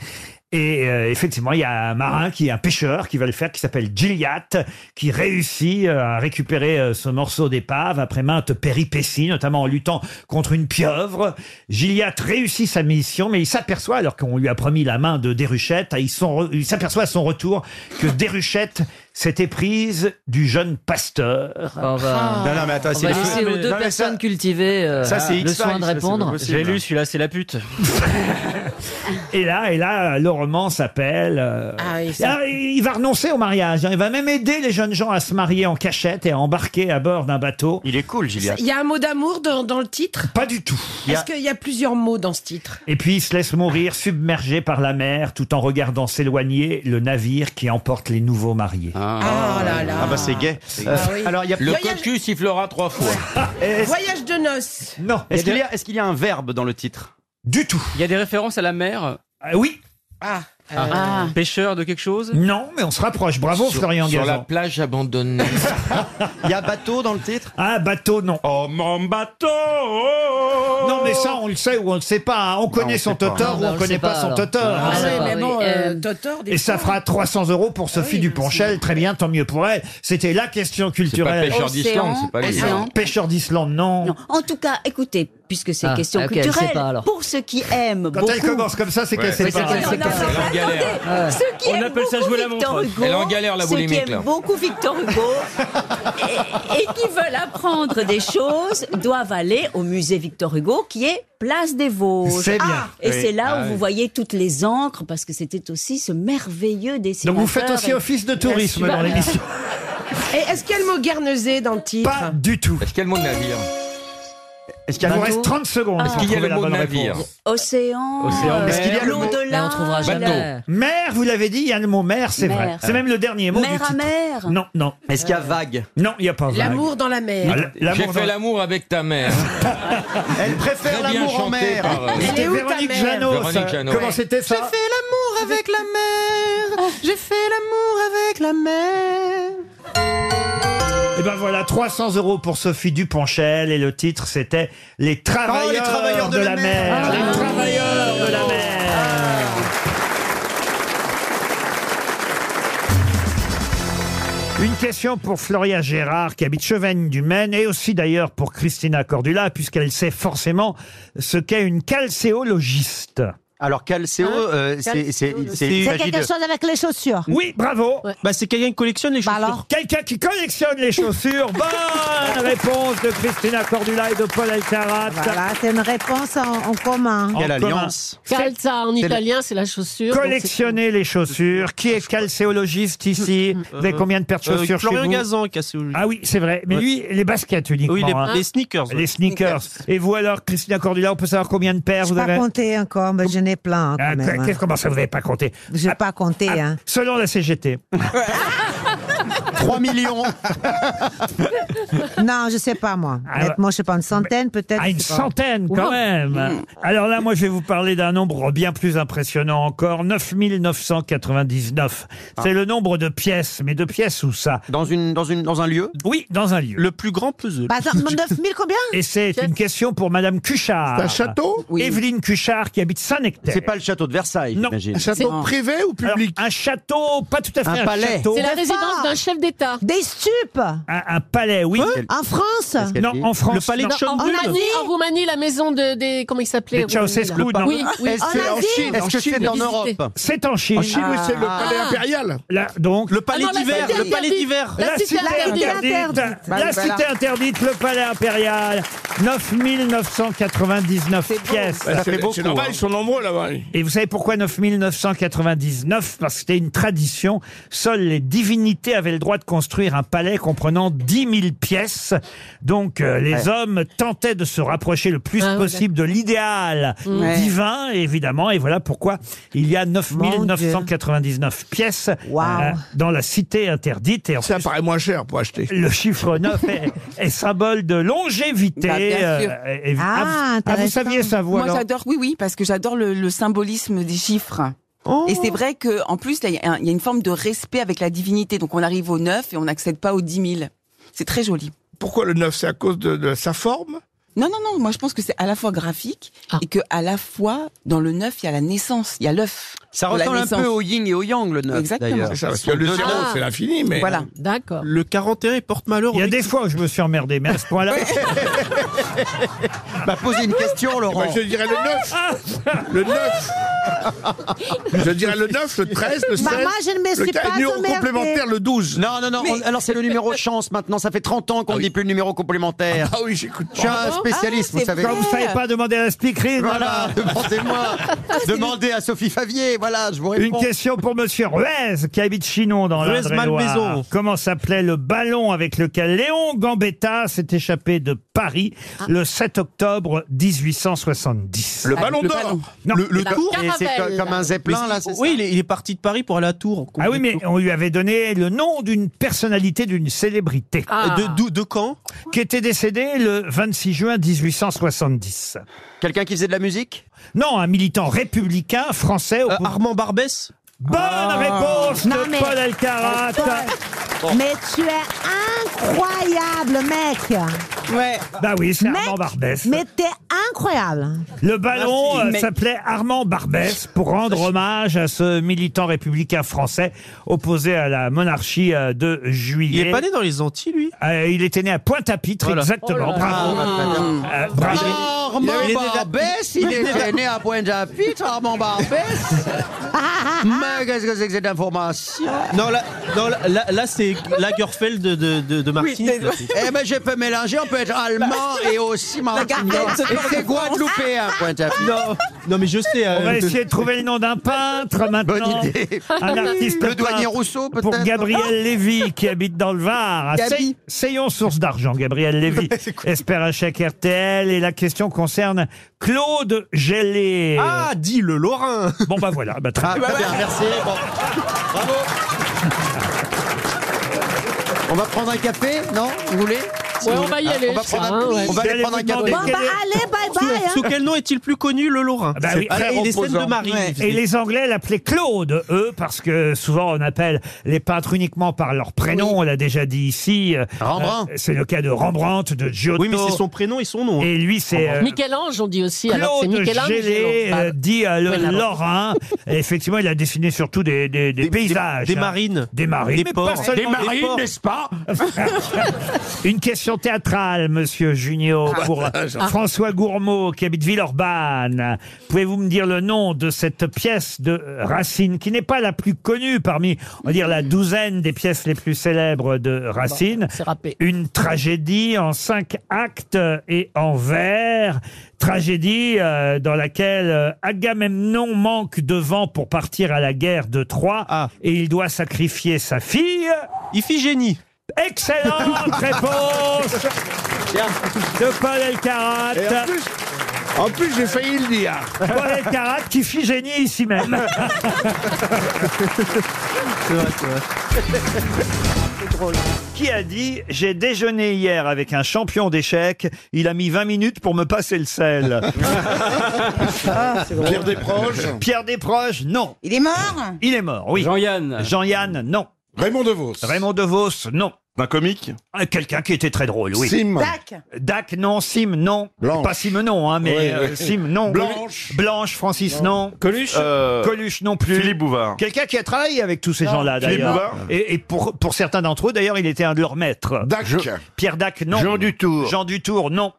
S2: Et euh, effectivement, il y a un marin qui est un pêcheur qui va le faire, qui s'appelle Gilliatt, qui réussit euh, à récupérer euh, ce morceau d'épave après maintes péripéties, notamment en luttant contre une pieuvre. Gilliatt réussit sa mission, mais il s'aperçoit, alors qu'on lui a promis la main de Déruchette, il s'en re- il s'aperçoit à son retour que Déruchette s'était prise du jeune pasteur.
S3: Ah.
S13: Ah.
S4: Non, non, mais attends,
S14: On
S4: c'est
S14: va
S4: les-
S14: laisser
S4: Non,
S14: aux
S4: mais-
S14: deux
S4: non, mais ça-
S14: personnes cultivées euh,
S4: Ça, c'est
S14: le
S4: X-Files,
S14: soin de
S4: ça, c'est pas
S14: répondre.
S4: possible. J'ai lu,
S15: celui-là, c'est la pute.
S2: Et là, et là, le roman s'appelle. euh,
S3: Ah
S2: et alors, il va renoncer au mariage. hein. Il va même aider les jeunes gens à se marier en cachette et à embarquer à bord d'un bateau.
S4: Il est cool, Gilliatt.
S3: Il y a un mot d'amour dans, dans le titre
S2: Pas du tout. Il y a-
S3: Est-ce qu'il y a plusieurs mots dans ce titre
S2: Et puis il se laisse mourir submergé par la mer tout en regardant s'éloigner le navire qui emporte les nouveaux mariés. Ah,
S3: là là. Ah bah, c'est
S4: gay.
S3: Euh, Ah oui. alors, il y a-
S13: Le
S3: Voyage-
S13: cocu sifflera trois fois.
S3: Voyage de noces.
S2: Ah, Non.
S4: Est-ce qu'il y, a- est-ce qu'il y a un verbe dans le titre
S2: Du tout.
S15: Il y a des références à la mer
S2: Oui.
S3: Ah.
S15: Ah. Pêcheur de quelque chose
S2: Non, mais on se rapproche. Bravo,
S13: Sur-
S2: Florian
S13: Sur la
S2: Gazan.
S13: plage abandonnée.
S2: Il y a bateau dans le titre Ah, bateau, non.
S13: Oh mon bateau
S2: Non, mais ça, on le sait ou on le sait pas. hein. On connaît
S13: on
S2: son
S13: sait pas.
S2: toteur
S13: Non,
S2: ou
S13: ben, on
S2: on
S13: le
S2: connaît
S13: sait
S2: pas,
S13: pas,
S2: son
S13: alors.
S2: toteur.
S3: Ah,
S2: hein.
S3: ouais, mais
S14: oui,
S3: bon,
S14: euh,
S3: euh, Totor, des
S2: Et ça
S3: fois. Ah
S2: fera 300 euros pour Sophie Duponchel. Très bien, tant mieux pour elle. C'était la question culturelle.
S13: pêcheur d'Islande, c'est pas lui. Océan.
S2: Pêcheur d'Islande, non.
S11: Non. En tout cas, écoutez, puisque c'est
S2: Ah,
S11: question
S2: ok, elle sait
S11: culturelle,
S2: pas, alors.
S11: pour ceux qui aiment
S2: Quand
S11: beaucoup...
S2: elle commence comme ça, c'est qu'elle
S11: Ouais.
S2: sait
S11: Oui,
S2: pas.
S11: qu'elle
S2: Non,
S11: sait
S2: non,
S11: pas.
S2: non,
S11: Elle est en
S2: attendez.
S11: galère. Ceux qui
S15: On
S11: aiment
S15: appelle ça
S11: beaucoup
S15: jouer la
S11: Victor
S15: montre.
S11: Hugo,
S15: Elle est en galère, la
S11: ceux qui
S15: boulimique,
S11: aiment
S15: là.
S11: beaucoup Victor Hugo et, et qui veulent apprendre des choses doivent aller au musée Victor Hugo qui est Place des Vosges.
S2: C'est bien.
S11: Ah, et
S2: Oui.
S11: c'est là
S2: Ah,
S11: où
S2: oui.
S11: vous voyez toutes les encres parce que c'était aussi ce merveilleux dessinateur.
S2: Donc vous faites aussi
S11: et-
S2: office de tourisme
S11: Bah,
S2: dans l'émission.
S3: Et est-ce qu'il y a le mot Guernesey dans le titre
S2: Pas du tout.
S13: Est-ce qu'il y a le mot navire
S2: Est-ce qu'il y a- Il vous
S11: Bateau
S2: reste 30 secondes.
S11: Ah.
S2: pour
S13: Est-ce qu'il y a
S2: trouver
S13: le
S2: la
S13: mot
S2: bonne
S13: navire
S2: réponse.
S14: Oh.
S11: Océan,
S2: Océan,
S11: euh,
S2: mer. Est-ce qu'il y a le mot-
S11: l'au-delà,
S2: Mais on trouvera jamais.
S11: la-
S2: Mer, vous l'avez dit, il y a le mot mer, c'est
S11: Mer.
S2: vrai.
S11: Ah.
S2: C'est même le dernier mot.
S11: Mer
S2: du
S11: à
S2: titre.
S11: mer.
S2: Non, non.
S4: Est-ce qu'il y a vague
S2: Non, il n'y a pas vague.
S3: L'amour dans la
S2: Ah,
S3: mer.
S2: l- l'amour
S13: J'ai
S2: dans-
S13: fait l'amour avec ta mère.
S4: Elle préfère
S13: Très bien
S4: l'amour en
S13: chanté
S4: mer.
S13: par, euh,
S3: Elle est où ta
S2: Véronique
S3: mère
S2: Jeannot,
S13: Véronique
S2: ça.
S13: Jeannot.
S2: Comment
S13: Ouais.
S2: c'était
S6: J'ai fait
S2: ça
S6: l'amour avec la mer. J'ai fait l'amour avec la mer.
S2: Et ben voilà, 300 euros pour Sophie Duponchel et le titre c'était Les
S14: Ah,
S2: travailleurs,
S6: travailleurs
S2: de, la mer. Les travailleurs de la mer. Une question pour Floria Gérard qui habite Chevagne du Maine et aussi d'ailleurs pour Christina Cordula puisqu'elle sait forcément ce qu'est une calcéologiste.
S4: Alors calcéo,
S16: Hein
S4: euh, c'est- c'est
S16: Calcéo, le-
S4: c'est- il
S16: C'est
S4: s'agit
S16: quelque
S4: de-
S16: chose avec les chaussures.
S2: Oui, bravo.
S4: Bah, c'est quelqu'un qui collectionne les chaussures.
S2: Quelqu'un qui collectionne les chaussures. Bonne réponse de Christina Cordula et de Paul Alcarat.
S16: Voilà, c'est une réponse en, en commun.
S2: Quelle En commun. alliance.
S17: Calza en
S2: C'est la-
S17: italien, c'est la chaussure. donc
S2: Collectionner les chaussures. Qui est calcéologiste ici Vous avez combien de paires de
S4: Euh,
S2: chaussures chez
S4: Florian
S2: vous
S4: Gazan, calcéologiste.
S2: Ah oui, c'est vrai. Mais
S4: Ouais.
S2: lui, les baskets uniquement.
S4: Oui, les-
S2: hein.
S4: les sneakers, ouais.
S2: Les sneakers. Et vous alors, Christina Cordula, on peut savoir combien de paires vous
S16: Pas
S2: avez
S16: compté encore, mais je n'ai plein hein, quand
S2: Ah,
S16: même. hein.
S2: qu'est-ce- Comment ça, vous n'avez pas compté Ah,
S16: J'ai pas compté, hein.
S2: Selon la CGT.
S16: 3 millions Non, je sais pas, moi.
S2: Ah,
S16: Honnêtement, je sais pas, une centaine peut-être.
S2: À Ah, une
S16: je sais pas.
S2: centaine quand
S16: Ouh.
S2: même. Alors là, moi, je vais vous parler d'un nombre bien plus impressionnant encore, 9999. C'est le nombre de pièces, mais de pièces où ça
S4: Ah. Dans, une, dans, une, dans un lieu
S2: Oui, dans un lieu.
S4: Le plus grand puzzle.
S16: Bah, attends, 9000 combien
S2: Et c'est une question pour Madame Cuchard.
S4: C'est un château Oui.
S2: Evelyne Cuchard qui habite Saint-Nectaire.
S4: C'est pas le château de Versailles,
S2: Non.
S4: j'imagine.
S2: ou public Un château, pas tout à fait
S4: Un
S2: un,
S4: palais.
S2: château.
S17: C'est la résidence d'un chef d'État.
S16: Des stupes
S2: Un, un palais, oui.
S1: Hein
S16: En France
S2: Qu'est-ce qu'elle dit Non, en France, Le palais non. de
S17: en,
S2: Chambrun.
S17: Roumanie, en Roumanie, la maison de, des. Comment il s'appelait
S2: Des Ceausescu,
S17: Roumanie, là.
S2: non
S17: Oui, oui.
S2: Est-ce que- en Chine, en Chine,
S17: de
S2: en
S17: visiter.
S2: Europe. C'est en Chine.
S1: En Chine, oui, c'est le palais impérial.
S2: Là, donc. Le
S17: palais Ah non, Ah. la d'hiver, cité le palais interdite. d'hiver. La
S2: La
S17: cité
S2: cité
S17: interdite.
S2: interdite.
S17: Bah,
S2: La
S17: voilà.
S2: cité interdite, le palais impérial. 9999 pièces.
S1: Bah, c'est- C'est
S4: hein.
S1: normal, ils sont nombreux là-bas.
S2: Et vous savez pourquoi 9999 Parce que c'était une tradition. Seules les divinités avaient le droit de construire un palais comprenant 10 000 pièces. Donc euh, les
S4: Ouais.
S2: hommes tentaient de se rapprocher le plus
S4: Ah oui,
S2: possible de l'idéal
S4: Ouais.
S2: divin, évidemment. Et voilà pourquoi il y a 9999 pièces euh, dans la cité interdite. Et Ça paraît moins cher pour acheter. Le chiffre 9 est, est symbole de longévité.
S3: Bah, bien sûr.
S2: euh, et- ah, vous- ah, vous saviez ça, vous
S3: Moi,
S2: alors
S3: j'adore, oui, oui, parce que j'adore le, le symbolisme des chiffres.
S2: Oh.
S3: Et c'est vrai que en plus, là, il y, a un- il y a une forme de respect avec la divinité. Donc, on arrive au 9 et on n'accède pas aux 10 000. C'est très joli.
S1: Pourquoi le 9 C'est à cause de, de sa forme
S3: Non, non, non. Moi, je pense que c'est à la fois graphique
S17: Ah.
S3: et que à la fois, dans le 9, il y a la naissance, il y a l'œuf.
S4: Ça
S3: de la
S4: ressemble un
S3: naissance.
S4: peu au yin et au yang, le 9.
S3: Exactement.
S4: d'ailleurs.
S3: C'est ça, parce
S4: Ils sont
S3: que le
S4: deux
S3: zéro,
S4: noms.
S3: c'est l'infini, mais- Voilà. D'accord.
S4: Le 41 porte malheur.
S2: Il y a des fois où je me suis emmerdé, mais à ce point-là.
S4: Bah, posez une question, Laurent.
S1: Eh ben, je dirais le 9 Le 9 Je dirais le 9, le 13, le 16.
S16: Maman, je ne me
S1: le
S16: suis
S1: quinze,
S16: pas
S1: numéro
S16: emmerdée.
S1: complémentaire, le 12.
S4: Non, non, non. on- alors, c'est le numéro chance maintenant. Ça fait 30 ans qu'on ne dit plus le numéro complémentaire.
S1: Ah oui, j'écoute
S4: Je suis un spécialiste,
S2: Ah,
S4: vous savez.
S2: Quand vous savez pas demander à la speakerine.
S4: Voilà, demandez-moi.
S1: Ah,
S4: Demandez à Sophie Favier. Voilà, je vous
S2: Une
S4: réponds.
S2: question pour Monsieur Ruez, qui habite Chinon dans
S4: Ruez
S2: l'Indre-et-Loire.
S4: Malmaison.
S2: Comment s'appelait le ballon avec lequel Léon Gambetta s'est échappé de Paris
S4: Ah.
S2: le 7 octobre 1870
S4: Le ballon d'or.
S2: Non.
S4: Le- le La tour caravelle. Et c'est co- comme un zeppelin, là, c'est
S2: Oui, il est, parti de Paris pour aller à Tours. Ah oui, mais on lui avait donné le nom d'une personnalité, d'une célébrité.
S4: Ah. De-
S2: de quand Qui était décédé le 26 juin 1870.
S4: Quelqu'un qui faisait de la musique
S2: Non, un militant républicain français.
S4: Euh,
S2: Armand Barbès Bonne
S4: Ah.
S2: réponse
S16: Non,
S2: de
S16: mais-
S2: Paul Alcarat
S16: Paul, Mais tu es incroyable, mec
S3: Ouais.
S2: Bah oui, c'est
S16: Mec,
S2: Armand Barbès.
S16: Mais t'es incroyable
S2: Le ballon
S16: Merci,
S2: euh,
S16: mec.
S2: s'appelait Armand Barbès pour rendre hommage à ce militant républicain français opposé à la monarchie euh, de juillet.
S4: Il est pas né dans les Antilles, lui
S2: Euh, il était né à Pointe-à-Pitre,
S4: Voilà.
S2: exactement.
S4: Oh là là.
S2: bravo.
S4: Ah,
S2: Euh, bravo.
S4: Armand Barbès, il était né à Pointe-à-Pitre, Armand Barbès. Mais qu'est-ce que c'est que cette information
S6: Non, là, non, là, là- là, c'est Lagerfeld de, de, de, de Martine.
S4: Oui, c'est- eh ben, je peux mélanger, on peut être allemand et aussi martiniquais. Et c'est guadeloupéen, Pointe-à-Pitre.
S6: Non, non, mais je sais. euh,
S2: On va essayer de trouver le nom d'un peintre maintenant.
S4: Bonne idée.
S2: Un artiste
S4: Le douanier
S2: peintre
S4: Rousseau, peut-être. Ah
S2: Pour Gabriel Lévy, qui habite dans le Var. Ah, à
S4: Gabi.
S2: Sey- Seyon, source d'argent, Gabriel Lévy. Espère un chèque RTL. Et la question concerne Claude Gelé.
S6: Ah,
S2: dit le Lorrain. Bon, bah voilà. Bah, très
S4: Ah,
S2: bien.
S4: très bien, merci. Bon. Bravo. On va prendre un café, non Vous voulez Si
S17: Ouais,
S4: vous
S17: on
S4: voulez.
S17: va y
S4: Ah,
S17: aller.
S4: On va prendre un, on va aller prendre un café.
S16: Bon, bah allez, bye
S6: Sous,
S16: bye
S6: sous quel nom est-il plus connu, le Lorrain
S2: Ah bah oui,
S6: Ah,
S2: très
S6: Il est scène
S2: reposant.
S6: de Marie.
S2: Et les Anglais l'appelaient Claude, eux, parce que souvent on appelle les peintres uniquement par leur prénom, on l'a déjà dit ici. Euh,
S6: Rembrandt.
S2: euh, c'est le cas de Rembrandt, de Giotto.
S6: Oui, mais c'est son prénom et son nom. hein.
S2: Et lui, c'est euh,
S17: Michel-Ange, on dit aussi. alors c'est
S2: Claude
S17: Michel-Ange.
S2: Gélé, euh, dit euh, le
S17: Oui, pardon.
S2: Lorrain. Et effectivement, il a dessiné surtout des, des- des paysages.
S6: des
S2: hein.
S6: marines.
S2: Des marines.
S6: Des
S2: mais
S6: ports.
S2: pas seulement
S6: Des marines,
S2: ports.
S6: n'est-ce
S2: Une question question théâtrale, monsieur Junio,
S18: Ah,
S2: pour
S18: bah, j'en-
S2: François Gourmaud, qui habite Villeurbanne. Pouvez-vous me dire le nom de cette pièce de Racine, qui n'est pas la plus connue parmi, on va dire, la douzaine des pièces les plus célèbres de Racine Une tragédie en cinq actes et en vers. Tragédie euh, dans laquelle euh, Agamemnon manque de vent pour partir à la guerre de Troie
S18: Ah.
S2: et il doit sacrifier sa fille. Iphigénie. Excellente réponse de Paul Elkarat.
S19: Et en plus- en plus, j'ai failli le dire.
S2: Paul Elkarat qui fit génie ici même. Qui a dit J'ai déjeuné hier avec un champion d'échecs, il a mis 20 minutes pour me passer le sel. Ah,
S8: Pierre Desproges
S2: Pierre Desproges, non. Il est mort Il est mort, oui. Jean-Yann Jean-Yann, non. Raymond DeVos Raymond DeVos, non. Un comique Quelqu'un qui était très drôle, oui.
S8: Sim. Dac.
S2: Dac, non. Sim, non. Pas Sim, non, hein, mais
S8: Oui,
S2: euh,
S8: oui.
S2: Sim, non.
S8: Blanche.
S2: Blanche, Francis, non.
S8: Non.
S2: Coluche
S8: Euh,
S2: Coluche, non plus.
S8: Philippe Bouvard.
S2: Quelqu'un qui a travaillé avec tous ces
S8: Non.
S2: gens-là,
S8: Philippe
S2: d'ailleurs.
S8: Bouvard.
S2: Et, et pour, pour certains d'entre eux, d'ailleurs, il était un de leurs maîtres.
S8: Dac. Je-
S2: Pierre Dac, non. Jean Dutour. Jean Dutour, non.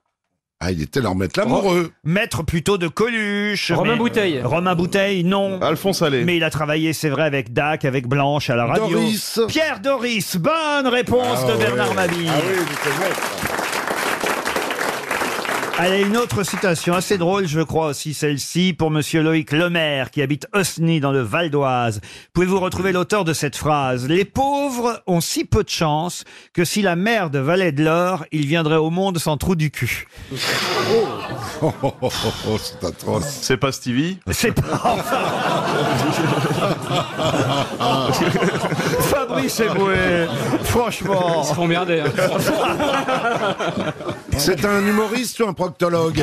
S8: Ah, il était leur maître l'amoureux.
S2: Maître plutôt de Coluche.
S8: Romain
S2: mais- euh,
S8: Bouteille.
S2: Romain Bouteille, non.
S8: Alphonse Allais.
S2: Mais il a travaillé, c'est vrai, avec Dac, avec Blanche à la radio.
S8: Doris.
S2: Pierre Doris, bonne réponse
S8: Ah
S2: de Bernard
S8: ouais.
S2: Mabille.
S8: Ah oui, il était maître.
S2: Allez, une autre citation assez drôle, je crois aussi celle-ci, pour Monsieur Loïc Lemaire, qui habite Osny, dans le Val d'Oise. Pouvez-vous retrouver l'auteur de cette phrase Les pauvres ont si peu de chance que si la mère de Valais de l'Or, il viendrait au monde sans trou du cul.
S8: Oh, oh, oh, oh, c'est atroce.
S6: C'est pas Stevie
S2: C'est pas.
S6: Ah.
S2: Fabrice Eboué, franchement.
S4: Ils se font merder.
S6: hein.
S8: C'est un humoriste ou un proctologue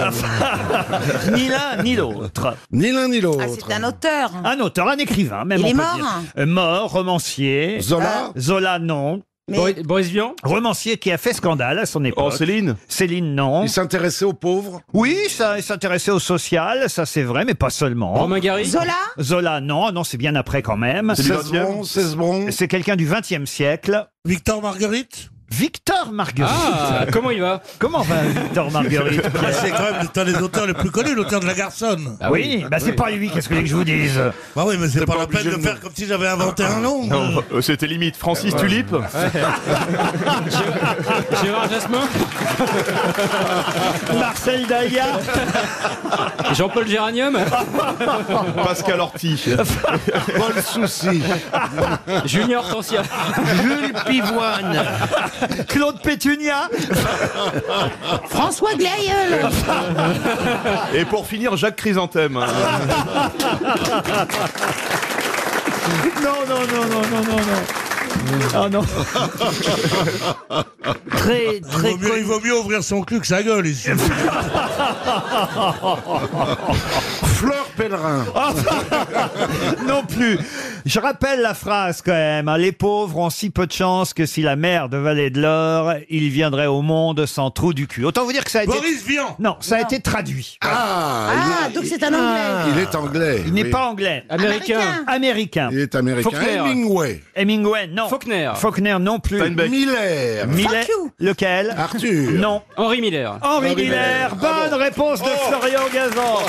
S2: Ni l'un ni l'autre.
S8: Ni l'un ni l'autre.
S3: Ah, un auteur.
S2: Un auteur, un écrivain, même.
S3: Il
S2: on
S3: est
S2: peut
S3: mort
S2: dire. Euh, Mort, romancier. Euh,
S8: Zola
S2: Zola, non. Boris Vian Romancier qui a fait scandale à son époque.
S6: Oh, Céline
S2: Céline, non.
S8: Il s'intéressait aux pauvres
S2: Oui, ça il s'intéressait au social, ça c'est vrai, mais pas seulement.
S6: Romain Gary Zola
S2: Zola, non, Ah non, c'est bien après quand même.
S8: C'est du 20e? Cesbron, Cesbron.
S2: C'est quelqu'un du XXe siècle.
S1: Victor Marguerite
S2: Victor Marguerite.
S4: Ah, comment il va
S2: Comment va Victor Marguerite
S1: Ah, C'est quand même un des auteurs les plus connus, l'auteur de La Garçonne.
S2: Ah oui, bah c'est pas lui, qu'est-ce que vous voulez que je vous dise
S1: Bah oui, mais c'est
S6: T'es
S1: pas,
S6: pas
S1: la peine
S6: obligé
S1: de
S6: de
S1: faire
S6: nous-
S1: comme si j'avais inventé un nom.
S6: Non, euh, C'était limite. Francis Tulipe
S4: Gérard Jasmin
S2: Marcel Daya
S4: Jean-Paul Géranium
S6: Pascal Orti.
S8: Pas le souci.
S4: Junior Hortensia
S2: Jules Pivoine Claude Pétunia
S3: François Glaïeul.
S6: Et pour finir, Jacques Chrysanthème. hein.
S2: Non, non, non, non, non, non, non. Ah non.
S20: Très, très
S1: il, vaut mieux, il vaut mieux ouvrir son cul que sa gueule ici.
S8: Fleur Pellerin.
S2: non plus. Je rappelle la phrase quand même. hein. Les pauvres ont si peu de chance que si la mère de Vallée de l'Or, il viendrait au monde sans trou du cul. Autant vous dire que ça a été.
S1: Boris Vian
S2: Non, ça a été traduit.
S8: Ah,
S3: Ah,
S8: il,
S3: donc c'est un anglais.
S8: il est anglais.
S2: Il n'est
S8: oui.
S2: pas anglais.
S3: Américain.
S2: Américain.
S8: Il est américain.
S4: Faulkner.
S8: Hemingway.
S2: Hemingway, non.
S4: Faulkner
S2: Faulkner, non plus.
S6: Steinbeck.
S8: Miller.
S2: Millet,
S3: Fuck you.
S2: lequel
S8: Arthur.
S2: Non.
S4: Henri Miller
S2: Henri
S8: Henri
S2: Miller.
S8: Miller. Ah Oh.
S2: Bonne réponse de Florian Gazan.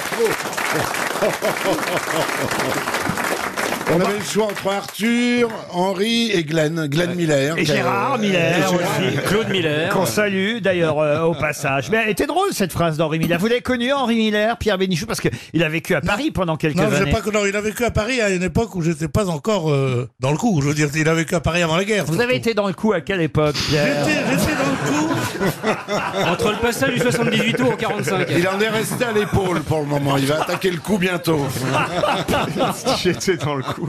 S8: On avait le choix entre Arthur, Henri et Glenn. Glenn Miller.
S2: Et
S8: qui a-
S2: euh, Gérard Miller aussi.
S4: Claude Miller
S2: Qu'on salue d'ailleurs euh, au passage. Mais elle était drôle cette phrase d'Henri Miller. Vous l'avez connu Henri Miller, Pierre Bénichou, parce qu'il a vécu à Paris pendant quelques
S1: Non, j'ai
S2: années.
S1: pas que- non, il a vécu à Paris à une époque où j'étais pas encore euh, dans le coup. Je veux dire, il a vécu à Paris avant la guerre.
S2: Vous avez été dans le coup à quelle époque, Pierre
S1: J'étais j'étais dans le coup.
S4: Entre le passage du 78 tours au 45
S8: Il en est resté à l'épaule pour le moment. Il va attaquer le coup bientôt.
S6: J'étais dans le coup.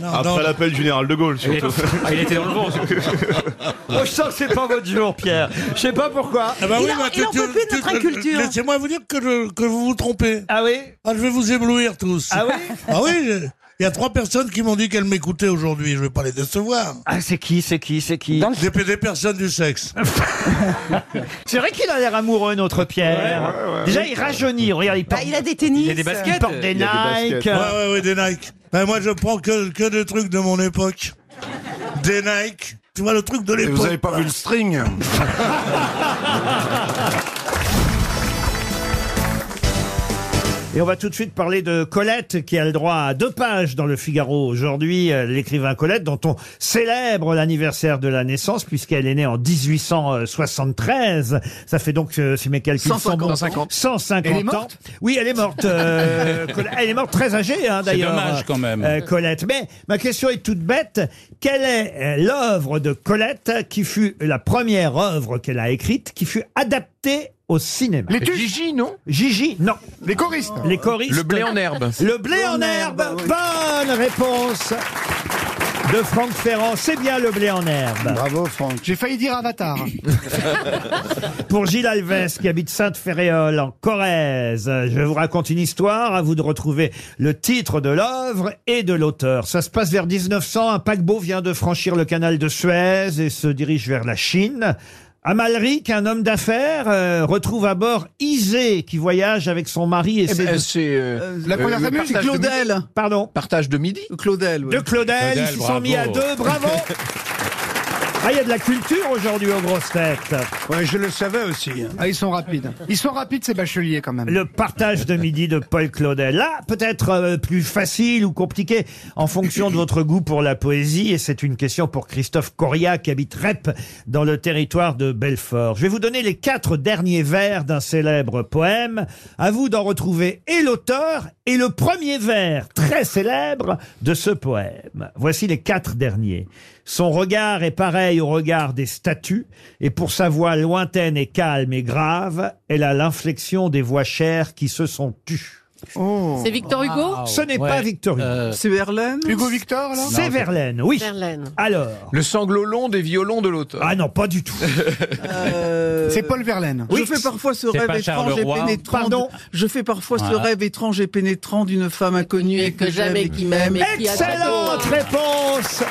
S1: Non, non,
S6: Après l'appel du général de Gaulle,
S4: il, est-
S6: surtout.
S4: ah, il était dans le vent
S2: Oh, je sens que c'est pas votre jour, Pierre. Je sais pas pourquoi.
S1: Ah bah
S3: Il
S1: oui,
S3: en-
S1: bah,
S3: il en peut plus de notre inculture.
S1: Laissez-moi vous dire que, je- que vous vous trompez.
S2: Ah oui
S1: Ah, je vais vous éblouir tous.
S2: Ah oui
S1: Ah oui, je- il y a trois personnes qui m'ont dit qu'elles m'écoutaient aujourd'hui. Je vais pas les décevoir.
S2: Ah, c'est qui, c'est qui, c'est qui
S1: Des, des personnes du sexe.
S2: C'est vrai qu'il a l'air amoureux, notre Pierre. Déjà, il rajeunit. Regarde, il
S3: Bah,
S2: porte,
S3: il a des tennis.
S4: Il y a des baskets
S2: il porte des
S6: Il a des
S2: Nike.
S6: baskets.
S1: Ouais, Bah, ouais, ouais, des Nike. Ben, moi, je prends que, que des trucs de mon époque. Des Nike,
S8: Tu vois le truc de
S1: Et
S8: l'époque.
S1: vous avez pas vu le string
S2: Et on va tout de suite parler de Colette, qui a le droit à deux pages dans le Figaro aujourd'hui. Euh, L'écrivain Colette, dont on célèbre l'anniversaire de la naissance, puisqu'elle est née en 1873. Ça fait donc, euh, si mes calculs sont
S4: 150,
S2: bons,
S4: 150.
S2: 150
S4: Elle est
S2: ans.
S4: morte
S2: Oui, elle est morte. euh, Colette. elle est morte très âgée, hein,
S4: C'est
S2: d'ailleurs.
S4: dommage, quand même.
S2: euh, Colette. Mais ma question est toute bête. Quelle est euh, l'œuvre de Colette qui fut la première œuvre qu'elle a écrite, qui fut adaptée au cinéma Les Gigi, non Gigi, non. Les choristes Les choristes.
S4: Le blé en herbe.
S2: Le blé en herbe. Bah Bonne réponse de Franck Ferrand. C'est bien le blé en herbe. Bravo, Franck.
S4: J'ai failli dire Avatar.
S2: Pour Gilles Alves, qui habite Sainte-Féréole, en Corrèze, je vous raconte une histoire. À vous de retrouver le titre de l'œuvre et de l'auteur. Ça se passe vers 1900. Un paquebot vient de franchir le canal de Suez et se dirige vers la Chine. À Malric, un homme d'affaires euh, retrouve à bord Isée, qui voyage avec son mari
S4: Eh
S2: et ses
S4: ben,
S2: deux-
S4: c'est, euh, Euh, la euh, première le famille, c'est partage de Claudel.
S2: Claudel. Pardon
S4: Partage de midi Claudel.
S2: De Claudel,
S4: Claudel,
S2: ils se
S4: bravo.
S2: sont mis à deux, bravo Ah, il y a de la culture aujourd'hui aux grosses têtes.
S4: Ouais, je le savais aussi.
S21: hein.
S4: Ah, ils sont rapides. Ils sont rapides, ces bacheliers, quand même.
S2: Le partage de midi de Paul Claudel. Là, peut-être euh, plus facile ou compliqué en fonction de votre goût pour la poésie. Et c'est une question pour Christophe Coria qui habite Rep dans le territoire de Belfort. Je vais vous donner les quatre derniers vers d'un célèbre poème. À vous d'en retrouver et l'auteur et le premier vers très célèbre de ce poème. Voici les quatre derniers. Son regard est pareil au regard des statues, et pour sa voix lointaine et calme et grave, elle a l'inflexion des voix chères qui se sont tues.
S22: C'est Victor Hugo
S2: Ce n'est pas Victor Hugo.
S22: C'est Verlaine Hugo Victor, là
S2: C'est Verlaine, oui.
S22: Verlaine.
S2: Alors.
S4: Le sanglot long des violons de l'auteur.
S2: Ah non, pas du tout.
S4: Euh, C'est Paul Verlaine.
S21: je fais parfois ce
S4: C'est
S21: rêve
S4: pas
S21: étrange et
S4: Charleroi.
S21: pénétrant.
S4: Pardon
S21: je fais parfois ce
S4: Voilà.
S21: rêve étrange et pénétrant d'une femme inconnue et que j'aime et qui m'aime. et qui adore.
S2: Excellente réponse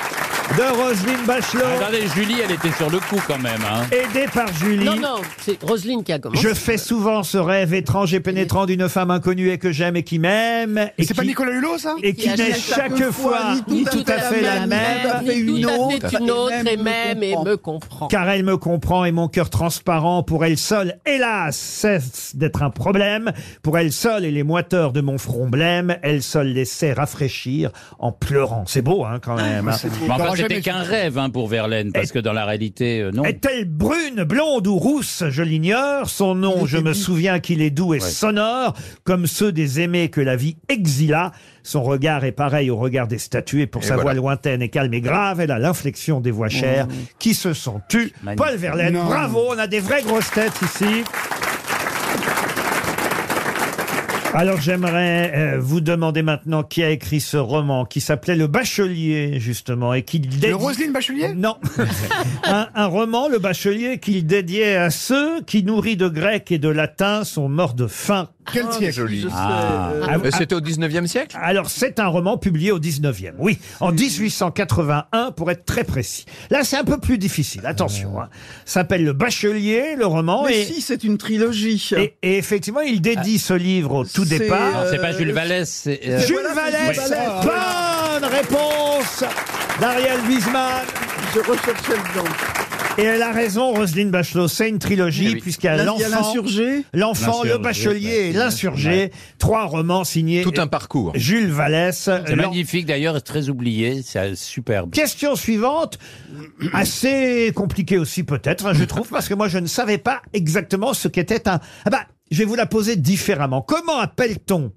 S2: de Roselyne Bachelot.
S4: Regardez, Ah, Julie, elle était sur le coup quand même. Hein.
S2: Aidée par Julie.
S13: Non, non, c'est Roselyne qui a commencé.
S2: Je fais souvent ce rêve étrange et pénétrant d'une femme inconnue et que j'aime et qui m'aime. Et
S4: c'est pas Nicolas
S2: Hulot, ça Et qui
S4: Qui
S2: n'est
S4: à
S2: chaque fois ni tout à fait la même.
S13: ni
S21: une
S13: tout à
S21: autre,
S13: fait une
S21: et
S13: autre,
S21: même
S13: et
S21: me
S13: même, et
S21: comprend.
S13: me comprend.
S2: Car elle me comprend et mon cœur transparent pour elle seule, hélas, cesse d'être un problème. Pour elle seule et les moiteurs de mon front blême, elle seule les sait rafraîchir en pleurant. C'est beau, hein, quand même. hein.
S4: Mais enfin, c'était qu'un rêve hein, pour Verlaine, parce que dans la réalité, euh, non.
S2: Est-elle brune, blonde ou rousse Je l'ignore. Son nom, je me souviens qu'il est doux et sonore, comme ceux des aimés que la vie exila. Son regard est pareil au regard des statues, et pour
S4: Et
S2: sa voix
S4: voilà.
S2: lointaine et calme et grave, elle a l'inflexion des voix chères qui se sont tues.
S4: Magnifique.
S2: Paul Verlaine,
S4: Non.
S2: bravo, on a des vraies grosses têtes ici. Alors j'aimerais euh, vous demander maintenant qui a écrit ce roman qui s'appelait Le Bachelier justement et qui
S4: Le Roselyne
S2: Bachelier Non. un, un roman Le Bachelier qu'il dédiait à ceux qui nourris de grec et de latin sont morts de faim.
S4: Quel siècle joli.
S2: Ah,
S4: au 19e siècle
S2: alors, c'est un roman publié au 19e, oui, en 1881 pour être très précis. Là, c'est un peu plus difficile, attention. hein. S'appelle Le Bachelier, le roman.
S21: Mais
S2: et,
S21: si, c'est une trilogie. Ah.
S2: et- et effectivement, il dédie ce livre au tout
S21: C'est,
S2: départ.
S21: euh, Non, c'est pas Jules
S4: Vallès, c'est. euh,
S2: Jules
S21: Voilà,
S2: Vallès,
S21: c'est Jules Vallès.
S2: bonne réponse d'Ariel Wiesmann.
S21: Je recherchais dedans.
S2: Et elle a raison, Roselyne Bachelot, c'est une trilogie, puisqu'il y a
S21: Là, il y a
S2: l'enfant,
S21: l'insurgé.
S2: l'enfant, le
S4: L'insurgé, ouais.
S2: bachelier et l'insurgé, trois romans signés.
S4: Tout un parcours.
S2: Jules Vallès.
S4: C'est
S2: L'en-
S4: magnifique d'ailleurs, très oublié, c'est superbe.
S2: Question suivante, assez compliquée aussi peut-être, hein, je trouve, parce que moi je ne savais pas exactement ce qu'était un... Ah bah, je vais vous la poser différemment. Comment appelle-t-on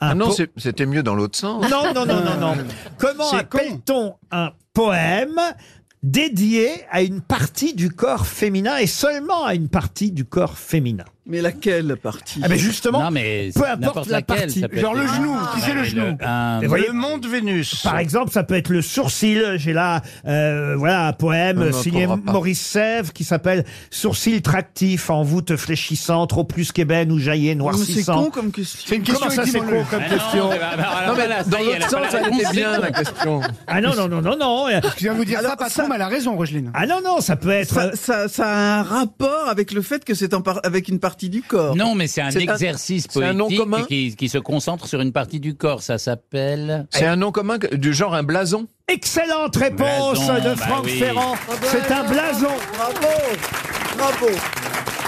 S2: un...
S4: Ah non,
S2: po-
S4: c'est- c'était mieux dans l'autre sens.
S2: non, non, non, non, non. Comment
S4: C'est
S2: appelle-t-on un poème dédié à une partie du corps féminin et seulement à une partie du corps féminin
S21: Mais laquelle partie
S2: Ah ben justement,
S4: Non, mais
S2: peu
S4: c'est
S2: importe
S4: n'importe
S2: la
S4: laquelle,
S2: partie.
S4: ça peut Genre être- le genou,
S2: Ah,
S4: qui c'est le
S2: Ouais,
S4: genou un-
S2: Et voyez,
S4: Le monde Vénus.
S2: Par exemple, ça peut être le sourcil. J'ai là, euh, voilà, un poème
S4: On n'en
S2: signé
S4: trouvera pas.
S2: Maurice Sèvres qui s'appelle Sourcil tractif en voûte fléchissant, trop plus qu'ébène ou jaillet
S21: Mais C'est
S2: noircissant.
S21: con comme question.
S2: C'est une question Comment ça, c'est con étymologique. comme
S4: Ah
S2: question
S4: mais bah, bah, alors
S2: Non, mais
S4: voilà, ça
S2: dans
S4: y est, elle
S2: l'autre
S4: a pas
S2: sens,
S4: la
S2: elle était
S4: réponse.
S2: bien, la question. Ah non, non, non, non, non.
S4: Je viens vous dire ça, patron, mais elle a raison, Roselyne.
S2: Ah non, non, ça peut être.
S21: Ça, ça- ça a un rapport avec le fait que c'est en par- avec une
S23: partie du corps.
S13: Non, mais c'est un
S23: C'est un-
S13: exercice
S23: c'est
S13: politique
S23: un nom commun
S13: qui, qui se concentre sur une partie du corps. Ça s'appelle.
S23: C'est un
S13: nom commun du genre un blason
S2: Excellente réponse
S13: Blason,
S2: de
S13: bah
S2: Franck
S13: oui.
S2: Ferrand.
S24: Ah ben
S2: C'est un blason.
S23: Bravo Bravo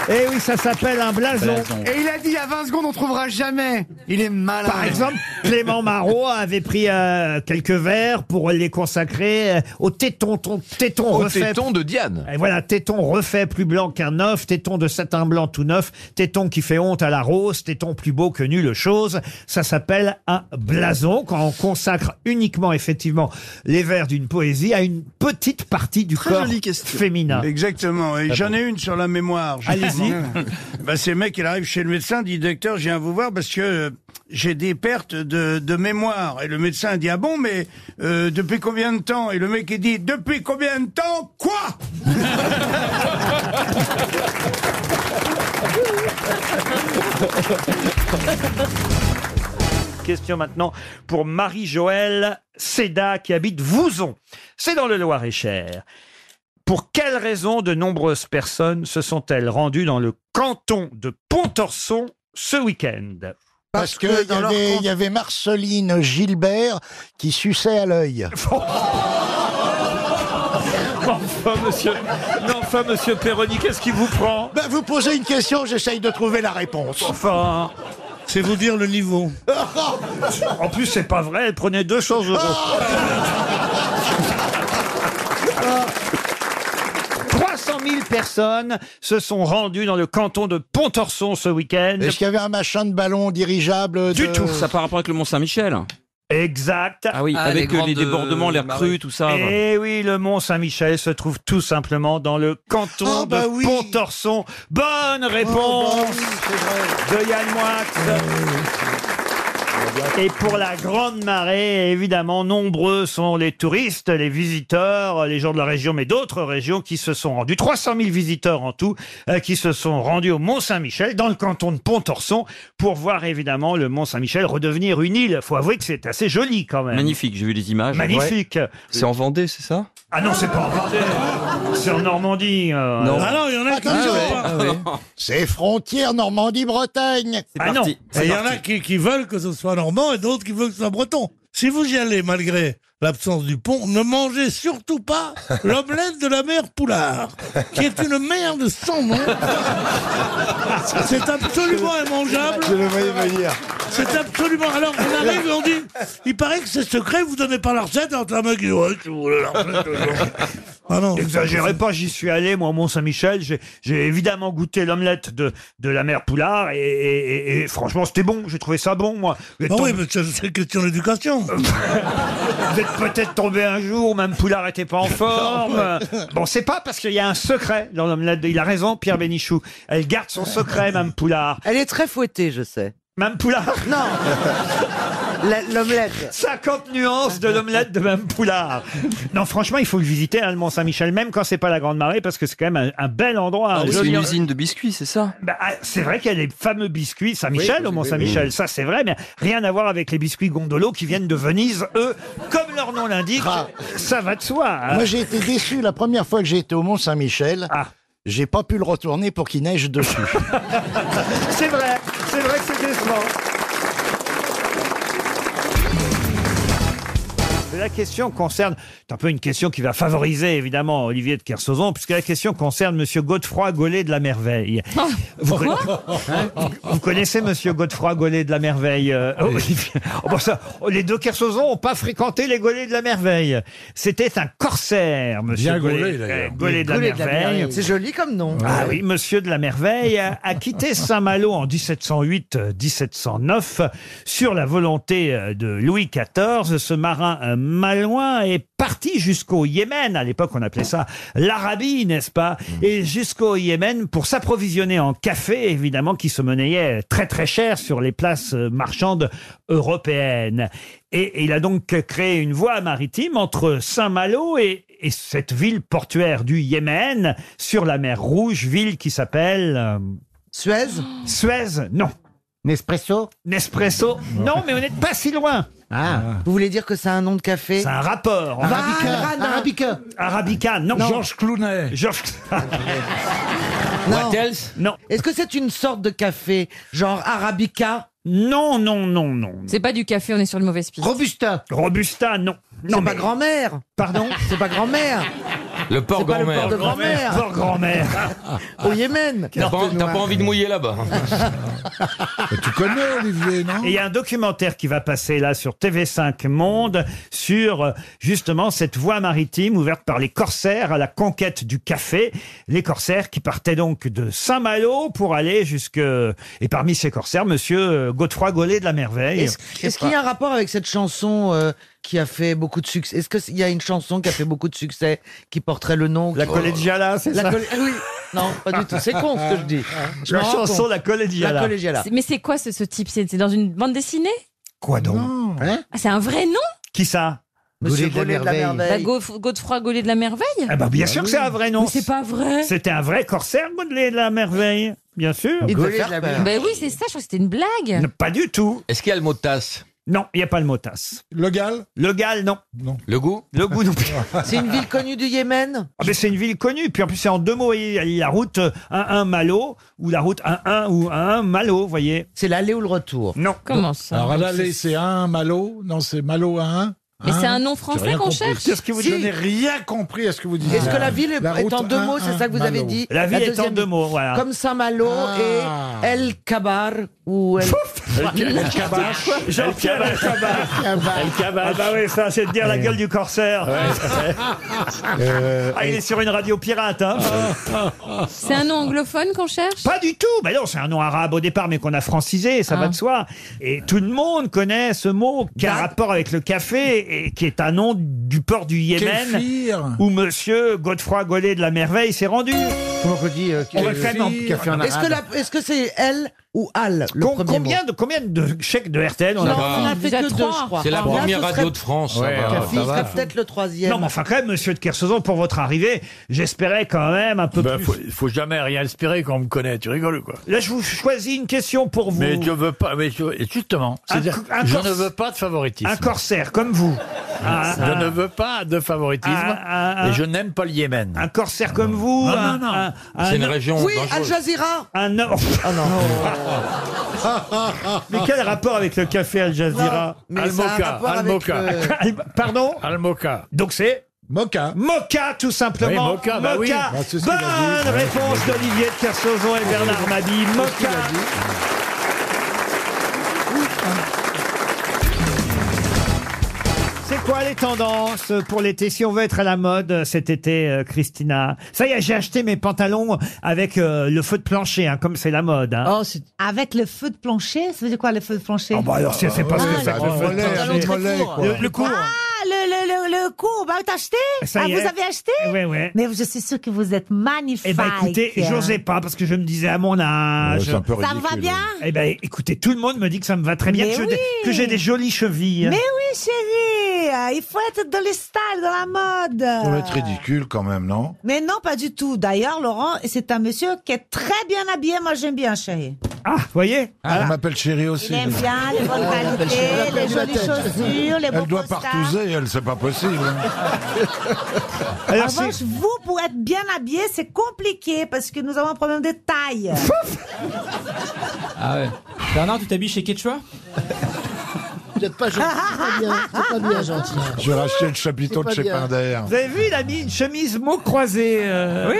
S2: Et Eh oui, ça s'appelle un blason.
S24: Blason. Et il a dit il y a 20 secondes, on trouvera jamais. Il est malin.
S2: Par exemple, Clément Marot avait pris euh, quelques verres pour les consacrer euh, au téton, ton- téton
S10: Au
S2: refait.
S10: téton de Diane.
S2: Et voilà, téton refait plus blanc qu'un œuf, téton de satin blanc tout neuf, téton qui fait honte à la rose, téton plus beau que nulle chose. Ça s'appelle un blason quand on consacre uniquement, effectivement, les vers d'une poésie à une petite partie du
S24: Très
S2: corps
S24: jolie question.
S2: féminin.
S24: Exactement. Et
S2: Ah
S24: j'en
S2: bon.
S24: ai une sur la mémoire.
S2: Allez-y.
S24: bah, c'est le mec, il arrive chez le médecin, dit docteur, je viens vous voir parce que euh, j'ai des pertes de, de mémoire. Et le médecin dit ah bon, mais euh, depuis combien de temps Et le mec il dit depuis combien de temps Quoi
S2: Question maintenant pour Marie-Joëlle Seda qui habite Vouzon. C'est dans le Loir-et-Cher. Pour quelles raisons de nombreuses personnes se sont-elles rendues dans le canton de Pontorson ce week-end
S4: Parce que il y, avait, il y avait Marceline Gilbert qui suçait à l'œil.
S25: Enfin, monsieur. Non, enfin, monsieur Perroni, qu'est-ce qui vous prend
S4: Ben, vous posez une question, j'essaye de trouver la réponse.
S2: Enfin,
S1: c'est vous dire le niveau.
S2: En plus, c'est pas vrai, elle prenait 200 euros. Ah. 300 000 personnes se sont rendues dans le canton de Pontorson ce week-end.
S4: Est-ce qu'il y avait un machin de ballon dirigeable
S2: Du
S4: de-
S2: tout.
S26: Ça par rapport avec le Mont-Saint-Michel
S2: Exact.
S26: Ah oui,
S4: Ah,
S26: avec
S4: les
S26: euh, les,
S4: grandes,
S26: débordements, l'air
S4: euh,
S26: cru, tout ça. voilà.
S2: Et Eh oui, le Mont Saint-Michel se trouve tout simplement dans le canton
S4: Ah, bah
S2: de
S4: oui. Oh, bah
S2: Pontorson. Bonne réponse de Yann Moix. Et pour la Grande Marée, évidemment, nombreux sont les touristes, les visiteurs, les gens de la région, mais d'autres régions qui se sont rendus. 300 000 visiteurs en tout, euh, qui se sont rendus au Mont-Saint-Michel, dans le canton de Pontorson, pour voir évidemment le Mont-Saint-Michel redevenir une île. Faut avouer que c'est assez joli quand même.
S26: Euh, Magnifique, j'ai vu les images.
S2: Magnifique.
S26: C'est en Vendée, c'est ça
S2: Ah non, c'est pas en Vendée. C'est en Normandie. euh.
S26: Non.
S1: Ah non, il y en a qui
S4: Attention.
S1: veulent pas.
S4: C'est frontière Normandie-Bretagne.
S2: Ah non.
S1: Et Il y en a qui, qui veulent que ce soit normand et d'autres qui veulent que ce soit breton. Si vous y allez, malgré l'absence du pont, ne mangez surtout pas l'omelette de la mère Poulard, qui est une merde sans nom. C'est absolument immangeable.
S27: Je le voyais venir.
S1: C'est absolument. Alors, on arrive et on dit il paraît que c'est secret, vous donnez pas la recette. Alors, un mec qui dit ouais, si vous voulez la recette. Ah non.
S2: Exagérez pas, j'y suis allé, moi, au Mont-Saint-Michel. J'ai j'ai évidemment goûté l'omelette de, de la mère Poulard et, et- et- et franchement, c'était bon. J'ai trouvé ça bon, moi. Vous êtes
S1: Bah oui,
S2: tombé-
S1: mais c'est c'est question d'éducation.
S2: vous êtes peut-être tombé un jour, même Poulard n'était pas en
S1: Ah
S2: forme. Bon, c'est pas parce qu'il y a un secret dans l'omelette. de- Il a raison, Pierre Bénichou. Elle garde son secret, même Poulard.
S23: Elle est très fouettée, je sais.
S2: Même Poulard
S23: Non L'omelette.
S2: 50 nuances de l'omelette de Mme Poulard. Non, franchement, il faut le visiter, hein, le Mont-Saint-Michel, même quand c'est pas la Grande Marée, parce que c'est quand même un, un bel endroit. un
S26: Ah, C'est
S2: joli-
S26: une usine de biscuits, c'est ça
S2: Bah, ah, c'est vrai qu'il y a les fameux biscuits Saint-Michel au Mont-Saint-Michel, ça c'est vrai, mais rien à voir avec les biscuits Gondolo qui viennent de Venise. Eux, comme leur nom l'indique, ça va de soi. hein.
S4: Ah.
S2: Ah.
S4: Moi, j'ai été déçu la première fois que j'ai été au Mont-Saint-Michel. J'ai pas pu le retourner pour qu'il neige dessus.
S2: C'est vrai, c'est vrai que c'est décevant. La question concerne, c'est un peu une question qui va favoriser évidemment Olivier de Kersauzon, puisque la question concerne Monsieur Godefroy Gollet de la Merveille.
S4: Oh,
S2: vous, conna-
S4: Hein
S2: Vous- vous connaissez Monsieur Godefroy Gollet de la Merveille euh, Olivier Oh, bon, ça, oh, Les deux Kersauzon n'ont pas fréquenté les Gollets de la Merveille. C'était un corsaire, Monsieur
S1: Bien gaulé,
S2: Gollet,
S1: d'ailleurs.
S2: euh, Gollet de la Merveille.
S23: C'est joli comme nom.
S2: Ah oui, Monsieur de la Merveille a, a quitté Saint-Malo en 1708-1709 sur la volonté euh, de Louis XIV. Ce marin euh, malouin est parti jusqu'au Yémen. À l'époque, on appelait ça l'Arabie, n'est-ce pas Et jusqu'au Yémen pour s'approvisionner en café, évidemment, qui se monnayait très très cher sur les places euh, marchandes européennes. Et il a donc créé une voie maritime entre Saint-Malo et, et cette ville portuaire du Yémen sur la mer Rouge, ville qui s'appelle... Suez Suez, non. Nespresso Nespresso, non, mais on n'est pas si loin.
S23: Ah. Vous voulez dire que c'est un nom de café
S2: C'est un
S10: Ah.
S2: rapport.
S23: Arabica.
S2: Arabica, non. Georges Clounet. Georges...
S10: Non. Est-ce que c'est une sorte de café, genre arabica
S2: Non, non, non, non.
S3: C'est pas du café, on est sur une mauvaise piste.
S10: Robusta.
S2: Robusta, non.
S10: C'est pas grand-mère.
S2: Pardon
S10: C'est pas grand-mère.
S13: Le port
S10: C'est pas le
S13: grand-mère.
S10: port de grand-mère.
S2: Port grand-mère.
S10: Au Yémen.
S13: T'as pas, t'as pas envie de mouiller là-bas.
S2: Bah, tu connais Olivier, non Et il y a un documentaire qui va passer là sur TV5 Monde sur euh, justement cette voie maritime ouverte par les corsaires à la conquête du café. Les corsaires qui partaient donc de Saint-Malo pour aller jusque... Et parmi ces corsaires, monsieur euh, Godefroy Gaulet de la Merveille.
S10: Est-ce est-ce qu'il y a un rapport avec cette chanson euh, qui a fait beaucoup de succès Est-ce qu'il y a une chanson qui a fait beaucoup de succès qui porterait le nom La Ah
S2: Collegiala, c'est ça
S3: ah
S10: Oui. Non, pas du tout. C'est con ce que je dis. Je
S2: La
S10: me rends
S2: chanson
S10: compte.
S2: La Collegiala.
S10: La Collegiala.
S3: C'est- Mais c'est quoi ce, ce type C'est c'est dans une bande dessinée
S2: Quoi donc Hein
S3: Ah, C'est un vrai nom
S2: Qui ça
S10: Monsieur Gaulet de la Merveille.
S3: Bah, Gauf- Godefroy Gaulet de la Merveille
S2: Ah bah, bien sûr que c'est un vrai nom.
S3: Mais c'est pas vrai
S2: C'était un vrai corsaire, Baudelaire de la merveille, bien sûr.
S3: Il Bah oui, c'est ça, je crois que c'était une blague.
S2: Non, Pas du tout.
S13: Est-ce qu'il y a le mot de tasse
S2: Non, il n'y a pas le mot tasse. Le Gal Le Gal, non. non.
S13: Le goût
S2: Le goût, non.
S10: C'est une ville connue du Yémen
S2: Ah, mais c'est une ville connue. Puis en plus, c'est en deux mots. Il y a la route 1-1 Malo ou la route 1-1 ou 1-1 Malo, vous voyez.
S10: C'est l'aller ou le retour
S2: Non.
S3: Comment ça
S8: Alors là, les- c'est un Malo. Non, c'est Malo à un. hein
S3: Mais c'est un nom français qu'on cherche
S8: Qu'est-ce que vous
S10: Si.
S8: Je n'ai rien compris à ce que vous dites. Ah.
S10: Est-ce que la ville est, est
S8: route
S10: en deux
S8: un,
S10: mots C'est ça que vous
S8: un,
S10: avez
S8: Malo.
S10: dit
S2: La ville est en
S10: deuxième-
S2: deux mots, voilà.
S10: Comme Saint-Malo
S8: Ah.
S10: et El Kabar ou El.
S2: El Kabar. Jean-Pierre El Kabar. Ah bah oui, ça, c'est de dire la gueule du corsaire.
S10: Euh,
S2: ah, il est sur une radio pirate, hein.
S3: C'est un nom anglophone qu'on cherche
S2: Pas du tout. Bah non, c'est un nom arabe au départ, mais qu'on a francisé, ça
S3: Ah.
S2: va de soi. Et tout le monde connaît ce mot qui a
S3: Bah.
S2: rapport avec le café et qui est un nom du port du Yémen
S8: Kéfir.
S2: où Monsieur Godefroy Gaulet de la Merveille s'est rendu.
S10: Comment on dit euh,
S2: On va le faire en café en
S10: Est-ce que
S2: arabe.
S10: la- est-ce que c'est El ou Al le
S2: Com-
S10: premier
S2: combien,
S10: mot
S2: de, combien de chèques de RTL on
S10: Non,
S2: a
S10: on a fait
S3: Déjà
S10: que deux,
S3: trois.
S10: je crois.
S13: C'est la
S10: Là,
S13: première
S10: ce serait-
S13: radio de France. ça
S8: Ouais,
S13: va,
S10: Café,
S13: ça
S10: il
S13: va.
S10: serait peut-être le troisième.
S2: Non, mais enfin, quand même, monsieur de Kersauzon, pour votre arrivée, j'espérais quand même un peu
S4: Ben,
S2: plus.
S4: faut, faut jamais rien espérer quand on me connaît. Tu rigoles ou quoi
S2: Là, je vous choisis une question pour vous.
S4: Mais je veux pas. Mais je- et justement,
S2: Un
S4: c'est-à-dire,
S2: cou- un
S4: je
S2: cors-
S4: ne veux pas de favoritisme. Ah,
S2: Un corsaire, comme vous. Un-
S4: je
S2: un-
S4: ne veux pas de favoritisme
S2: Ah, ah, ah.
S4: et je n'aime pas le Yémen.
S2: Un corsaire comme vous
S4: Non,
S2: un-
S4: non, non.
S2: un-
S4: C'est une
S2: un-
S4: région Ah
S10: Oui, Al Jazeera.
S2: Un Oh. or- Mais quel rapport avec le café Al Jazeera
S4: Ah. Mais ça a un Al-Moka, rapport avec Al-Moka. le-
S2: Al- euh, Pardon
S4: Al-Moka.
S2: Donc c'est
S8: Moka.
S2: Moka, tout simplement.
S4: Oui, Moka, bah oui. Ah, c'est ce qu'il a dit.
S2: Bonne
S4: Ouais,
S2: réponse
S4: c'est
S2: d'Olivier de Kersauzon et Bernard Mabille. Moka. C'est quoi les tendances pour l'été Si on veut être à la mode euh, cet été, euh, Christina. Ça y est, j'ai acheté mes pantalons avec euh, le feu de plancher, hein, comme c'est la mode. hein.
S16: Avec le feu de plancher Ça veut dire quoi le feu de plancher
S2: Oh, bah alors, c'est- c'est pas ce que c'est que le feu de plancher. Le- le cours.
S16: Ah, le, le, le, le cours bah, T'as acheté
S2: Ça
S16: Ah,
S2: y
S16: vous
S2: est. Eh
S16: avez acheté
S2: Ouais, ouais.
S16: Mais je suis sûre que vous êtes magnifique.
S2: Eh ben écoutez, j'osais pas parce que je me disais à mon âge.
S16: Ouais, c'est un peu Ça vous ridicule. va bien
S2: Eh ben écoutez, tout le monde me dit que ça me va très bien,
S16: Mais
S2: que, j'ai
S16: oui.
S2: des- que j'ai des jolies chevilles.
S16: Mais oui, chérie euh, Il faut être dans les styles, dans la
S8: Ça va
S16: mode
S8: être ridicule quand même, non
S16: Mais non, pas du tout. D'ailleurs, Laurent, c'est un monsieur qui est très bien habillé. Moi, j'aime bien, chérie.
S2: Ah, vous voyez
S8: Elle m'appelle chérie aussi.
S16: Il aime bien les bonnes
S8: Elle m'appelle
S16: qualités,
S8: chérie. Elle a
S16: les
S8: perdu la
S16: jolies
S8: tête.
S16: chaussures, les beaux
S8: Elle doit
S16: costards.
S8: partouser, elle, c'est pas possible. hein.
S16: En revanche, vous, pour être bien habillé, c'est compliqué parce que nous avons un problème de taille.
S28: Ah ouais. Bernard, tu t'habilles chez Quechua
S10: Vous n'êtes pas gentil, c'est pas bien, c'est pas bien gentil.
S8: Je vais racheter le chapiteau de
S10: C'est
S8: chez
S10: pas bien.
S8: Pinder.
S2: Vous avez vu, il a mis une chemise euh, mots croisés. Oui.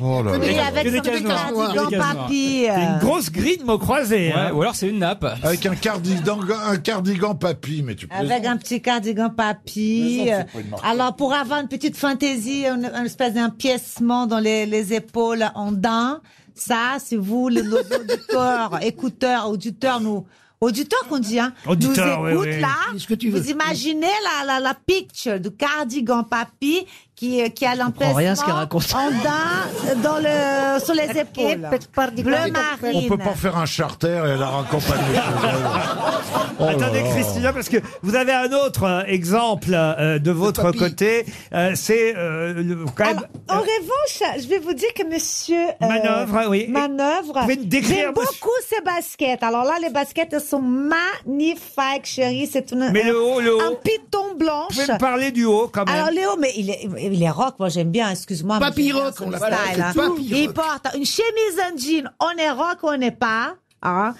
S8: Oh là là.
S16: Mais avec
S2: Que des
S16: son
S2: cases
S16: truc
S2: noires.
S16: là,
S2: Que
S16: dis
S2: des
S16: donc,
S2: cases noires.
S16: papy.
S2: C'est une
S16: euh,
S2: grosse grille de mots croisés. hein.
S8: alors c'est une nappe. Avec un cardigan, un cardigan papy, mais tu
S16: Avec un petit cardigan papy.
S8: Mais non,
S16: euh,
S8: c'est pas une marque.
S16: Alors, pour avoir une petite fantaisie, une, une espèce d'empiècement dans les, les épaules en dents, ça, si vous, le nos auditeurs, écouteurs, auditeurs, nous, auditeurs qu'on dit, hein,
S2: Auditeurs,
S16: nous
S2: oui,
S16: écoutent
S2: oui.
S16: là, vous imaginez la, la, la picture du cardigan papy qui, euh, qui a l'empiècement
S10: rien à ce qu'elle raconte.
S16: en dents euh, dans le, sur les épaules. Bleu marine.
S8: On peut pas faire un charter et la raccompagner.
S2: Attendez, Christina, parce que vous avez un autre euh, exemple euh, de votre côté. Euh, c'est euh, le- quand
S16: Ah,
S2: même.
S16: En revanche, je vais vous dire que monsieur euh,
S2: Euh, Manœuvre, oui.
S16: Manœuvre.
S2: Vous pouvez nous décrire,
S16: J'aime beaucoup ces baskets. Alors là, les baskets elles sont magnifiques, chérie. C'est une
S2: Mais
S16: un-
S2: le haut, le haut.
S16: un piton
S2: Vous
S16: blanche.
S2: pouvez me parler du haut quand même.
S16: Alors Léo, mais il est, et les rocks, moi j'aime bien, excuse-moi. mais
S29: Papy
S16: j'aime bien
S29: rock,
S16: ce
S29: on
S16: style,
S29: l'appelle,
S16: hein.
S29: c'est tout. Papy
S16: Il
S29: rock.
S16: porte une chemise en jean, on est rock, on n'est pas, hein,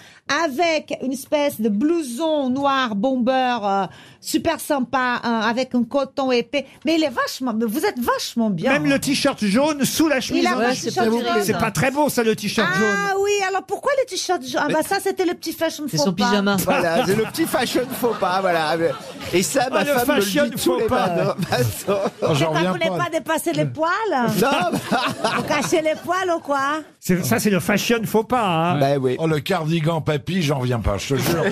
S16: avec une espèce de blouson noir bomber euh, super sympa, hein, avec un coton épais. Mais il est vachement, mais vous êtes vachement bien. hein.
S2: Même le t-shirt jaune sous la chemise.
S16: Il a un Ouais, t-shirt c'est pas beau. jaune.
S2: C'est pas très beau ça le t-shirt jaune.
S16: Ah oui, alors pourquoi les t-shirts jaunes Ah bah ça c'était le petit fashion faux pas.
S30: Voilà, c'est le petit fashion faux pas, voilà. Et ça, ma
S16: Ah, le
S30: femme me
S16: fashion
S30: le dit tous
S16: faux
S30: les
S16: pas.
S30: matins. Bah,
S16: C'est pas que vous n'avez pas dépassé les poils
S30: Non.
S16: Vous cachez les poils ou quoi
S2: C'est- Ça, c'est le fashion faux pas. Hein.
S8: Oh, le cardigan papy, j'en viens pas, je te jure.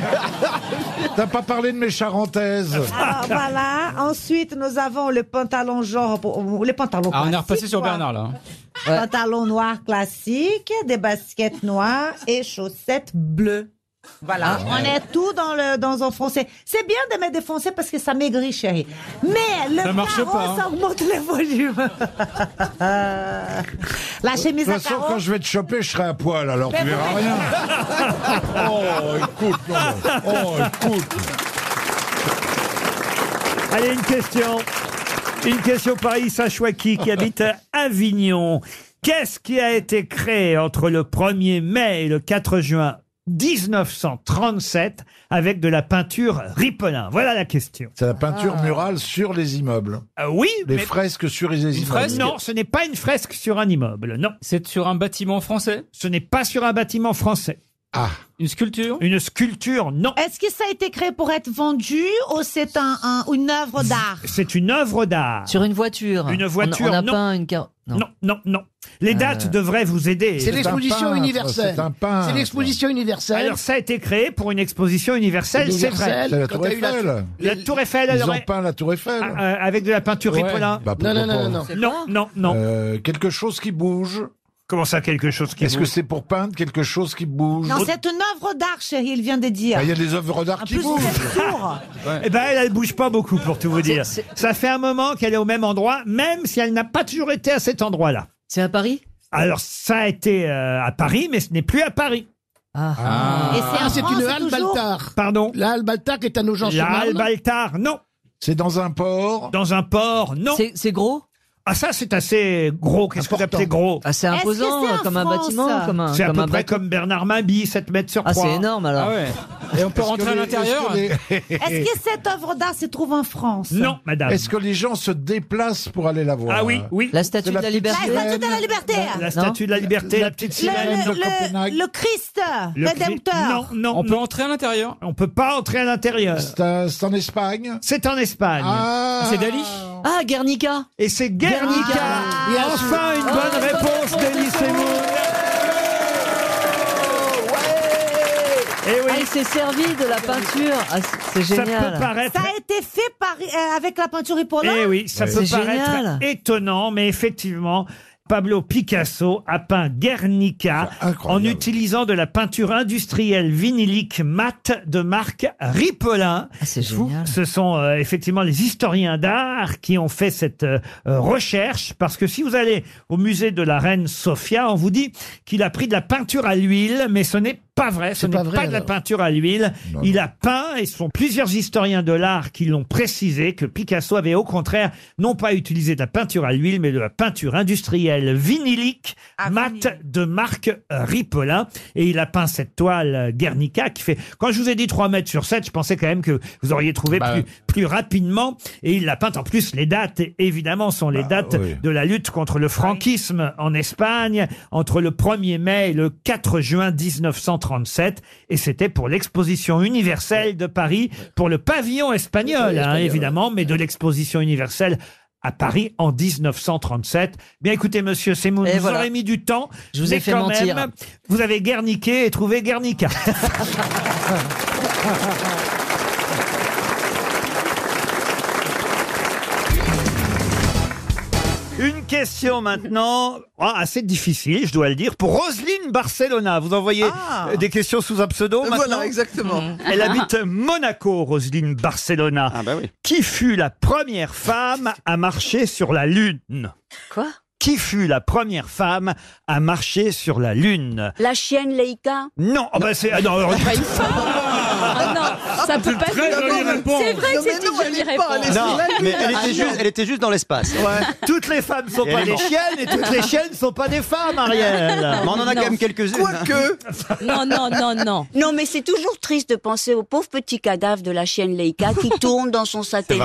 S8: T'as pas parlé de mes charentaises.
S16: Alors, Ah, voilà. Ensuite, nous avons le pantalon genre, pour- les pantalons
S31: Ah, on est
S16: classiques,
S31: repassé sur
S16: quoi.
S31: Bernard là. hein.
S16: Pantalon noir classique, des baskets noires et chaussettes bleues. Voilà, on est tout dans le dans un foncé. C'est bien de mettre des foncés parce que ça maigrit, chérie. Mais le
S29: Ça marche
S16: carreau,
S29: pas, hein.
S16: ça augmente les volumes. La
S8: De
S16: chemise
S8: toute
S16: à
S8: façon,
S16: carreaux.
S8: quand je vais te choper, je serai à poil, alors tu
S16: Mais
S8: verras
S16: vous-
S8: rien. Oh, écoute, non, mais- oh, écoute.
S2: Allez, une question. Une question par Issa Chouaki qui habite à Avignon. Qu'est-ce qui a été créé entre le 1er mai et le 4 juin 1937 avec de la peinture Ripolin Voilà la question. Ah
S8: C'est la peinture murale sur les immeubles.
S2: oui,
S8: Les
S2: mais-
S8: fresques sur les immeubles.
S2: Non, ce n'est pas une fresque sur un immeuble, non. C'est sur un bâtiment français Ce n'est pas sur un bâtiment français. Ah. Une sculpture Une sculpture, non.
S16: Est-ce que ça a été créé pour être vendu ou c'est un, un- une œuvre d'art
S2: C'est une œuvre d'art.
S16: Sur une voiture
S2: Une
S16: On-
S2: voiture,
S16: on a
S2: non.
S16: peint
S7: une
S2: non. non, non, Les
S16: Euh.
S2: dates devraient vous aider.
S29: C'est l'exposition universelle.
S2: C'est un peintre.
S29: C'est l'exposition universelle.
S2: Alors ça a été créé pour une exposition universelle, c'est vrai.
S29: Universelle, C'est la quand Tour t'as eu la- Eiffel.
S2: La Tour Eiffel,
S8: Ils
S2: alors,
S8: ont peint la tour Eiffel.
S2: Ah, euh, avec de la peinture
S8: Ouais.
S2: Ripolin.
S8: Bah, pourquoi Non, non, pas. non, non.
S2: non, non, non.
S8: Euh, quelque chose qui bouge.
S2: Comment ça, quelque chose qui
S8: Est-ce que
S2: bouge
S8: c'est pour peindre quelque chose qui bouge
S16: Non, c'est une œuvre d'art, chérie, il vient de dire.
S8: Ah, Il y a des œuvres d'art qui
S16: plus, vous
S8: bougent.
S16: êtes sourd.
S2: Eh ben, elle, elle bouge pas beaucoup pour tout vous dire.
S16: C'est-
S2: Ça fait un moment qu'elle est au même endroit, même si elle n'a pas toujours été à cet endroit-là. C'est à Paris Alors, ça a été euh, à Paris, mais ce n'est plus à Paris.
S29: Ah. Et c'est en Ah, c'est France, une halle toujours Baltard.
S2: Pardon
S29: La halle Baltar qui est à nos gens
S2: La halle Baltard, non.
S8: C'est dans un port
S2: Dans un port, non. C'est gros Ah ça, c'est assez gros. Qu'est-ce que vous appelez gros ah, C'est
S7: Est-ce que imposant, c'est en comme un France bâtiment, comme un-
S2: C'est à
S7: comme
S2: peu
S7: un
S2: près
S7: bâtiment.
S2: comme Bernard Mabie, 7 mètres sur 3.
S7: Ah, c'est énorme, alors. Ah ouais.
S2: Et on peut
S8: rentrer à l'intérieur
S16: Est-ce que cette œuvre d'art se trouve en France
S2: Non, madame.
S8: Est-ce que les gens se déplacent pour aller la voir
S2: Ah oui, oui.
S16: La
S8: statue C'est la de la petite liberté.
S16: La statue de la liberté.
S2: La statue de la liberté, la petite sirène
S16: Le,
S2: de
S16: le- le, le Christ,
S2: Le Christ-
S16: rédempteur.
S2: Non, non. On peut entrer à l'intérieur On peut pas entrer à l'intérieur. C'est
S8: en Espagne
S2: C'est en Espagne.
S8: Ah. C'est Dali
S2: Ah, Guernica. Et c'est Guernica.
S16: Ah.
S2: Et enfin, une bonne réponse d'Elie Semoun. Eh
S7: Ah, il s'est servi de la peinture. Ah, c'est- c'est génial.
S16: Ça a été fait par, euh, avec la peinture épaulante
S2: Eh oui, ça peut
S7: C'est
S2: paraître
S7: génial.
S2: étonnant, mais effectivement, Pablo Picasso a peint Guernica en utilisant de la peinture industrielle vinylique mate de marque Ripolin.
S7: Ah,
S2: Vous, Ce sont euh, effectivement les historiens d'art qui ont fait cette euh, euh, recherche parce que si vous allez au musée de la reine Sofia, on vous dit qu'il a pris de la peinture à l'huile, mais ce n'est pas vrai, ce n'est pas, de la peinture à l'huile. Il a peint, et ce sont plusieurs historiens de l'art qui l'ont précisé, que Picasso avait au contraire non pas utilisé de la peinture à l'huile, mais de la peinture industrielle vinylique, mat de marque euh, Ripolin. Et il a peint cette toile euh, Guernica qui fait, quand je vous ai dit 3 mètres sur 7, je pensais quand même que vous auriez trouvé plus, plus rapidement. Et il l'a peinte en plus, les dates, évidemment, sont les dates
S8: oui.
S2: de la lutte contre le franquisme en Espagne entre le 1er mai et le 4 juin 1937. Et c'était pour l'exposition universelle de Paris, pour le pavillon espagnol, hein, évidemment, mais de l'exposition universelle à Paris en 1937. Bien écoutez, monsieur Semoun,
S7: Et
S2: vous
S7: voilà.
S2: aurez mis du temps.
S7: Je vous ai
S2: mais
S7: fait
S2: quand
S7: mentir.
S2: même, vous avez guerniqué et trouvé Guernica. Une question maintenant, ah, assez difficile, je dois le dire, pour Roselyne Barcelona. Vous envoyez
S3: Ah.
S2: euh, des questions sous un pseudo
S30: Voilà,
S2: maintenant Mmh.
S30: exactement. Mhm.
S2: Elle habite Monaco, Roselyne Barcelona. Qui fut la première femme à marcher sur la Lune
S32: Quoi
S2: Qui fut la première femme à marcher sur la Lune
S32: La chienne Leica
S2: Non, oh bah c'est... ah non, alors-
S32: Ah non
S3: Ça peut pas
S1: très jolie réponse.
S3: C'est vrai que
S1: Non, mais
S3: c'est une
S1: non, elle
S3: jolie
S1: est pas,
S3: réponse.
S1: elle est
S4: Non, mais elle
S6: Ah,
S4: était, juste, elle était juste dans l'espace.
S2: Toutes les femmes sont
S4: Et elle
S2: pas
S4: est
S2: des
S4: morte.
S2: chiennes et toutes les chiennes sont pas des femmes, Ariel.
S4: Mais on en a quand même quelques-unes. hein.
S11: Non, non, non, non. Non, mais c'est toujours triste de penser au pauvre petit cadavre de la chienne Leica qui tourne dans son satellite.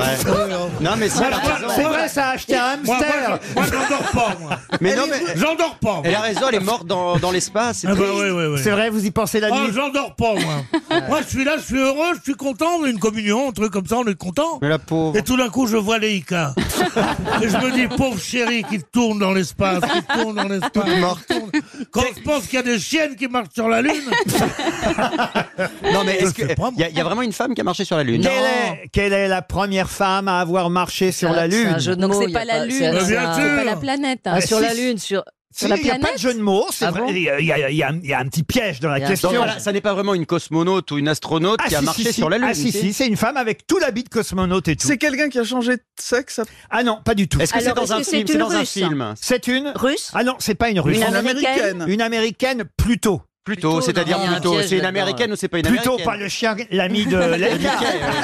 S4: Non, mais ça, elle a
S11: Moi,
S4: raison.
S11: c'est vrai,
S2: ça a acheté un
S11: Moi, moi,
S4: hamster.
S1: Moi, j'endors pas, moi.
S4: Mais non, mais.
S1: J'endors pas. moi.
S4: Elle a raison, elle est morte dans, dans l'espace. c'est
S1: Ah bah
S4: triste.
S1: ouais, ouais, ouais. C'est vrai, vous y pensez la Oh, j'endors pas, moi. moi, je suis là, je suis heureux, je suis content, une communion, un truc comme ça, on est content.
S4: Mais la pauvre.
S1: Et tout d'un coup, je vois Leica. Et je me dis, pauvre chérie, qui tourne dans l'espace, qui tourne dans l'espace. qui tourne. Quand je pense qu'il y a des chiennes qui marchent sur la Lune.
S4: Non, mais est-ce que. Il y, a- il y a vraiment une femme qui a marché sur la Lune.
S2: Quelle est, quelle est la première femme à avoir marché sur la Lune
S3: Donc c'est pas la lune, c'est
S2: Mais bien
S3: pas
S2: sûr.
S3: la planète.
S4: hein.
S2: Ah, sur la
S3: Lune, sur,
S2: Si, il n'y a pas de jeu de mots, c'est
S4: Ah
S2: vrai. Il y, a- il y a- il y a un- il y a un petit piège dans la
S4: Donc
S2: question.
S4: voilà, ça n'est pas vraiment une cosmonaute ou une astronaute
S2: Ah,
S4: qui a
S2: si,
S4: marché
S2: si, si.
S4: sur la Lune.
S2: Ah si, si, c'est une femme avec tout l'habit de cosmonaute et tout.
S10: C'est quelqu'un qui a changé de sexe
S2: Ah non, pas du tout.
S4: Est-ce que Alors, c'est dans est-ce un que c'est film C'est une dans un Russe film.
S2: C'est une Russe Ah non, c'est pas une Russe.
S4: Une Une Américaine Américaine
S2: Une Américaine plutôt.
S4: Plutôt, Plutôt, c'est-à-dire non, il y a un plutôt. piège C'est une là-dedans, Américaine ouais. ou c'est pas une
S2: Plutôt
S4: Américaine
S2: pas le chien, l'ami de Leica.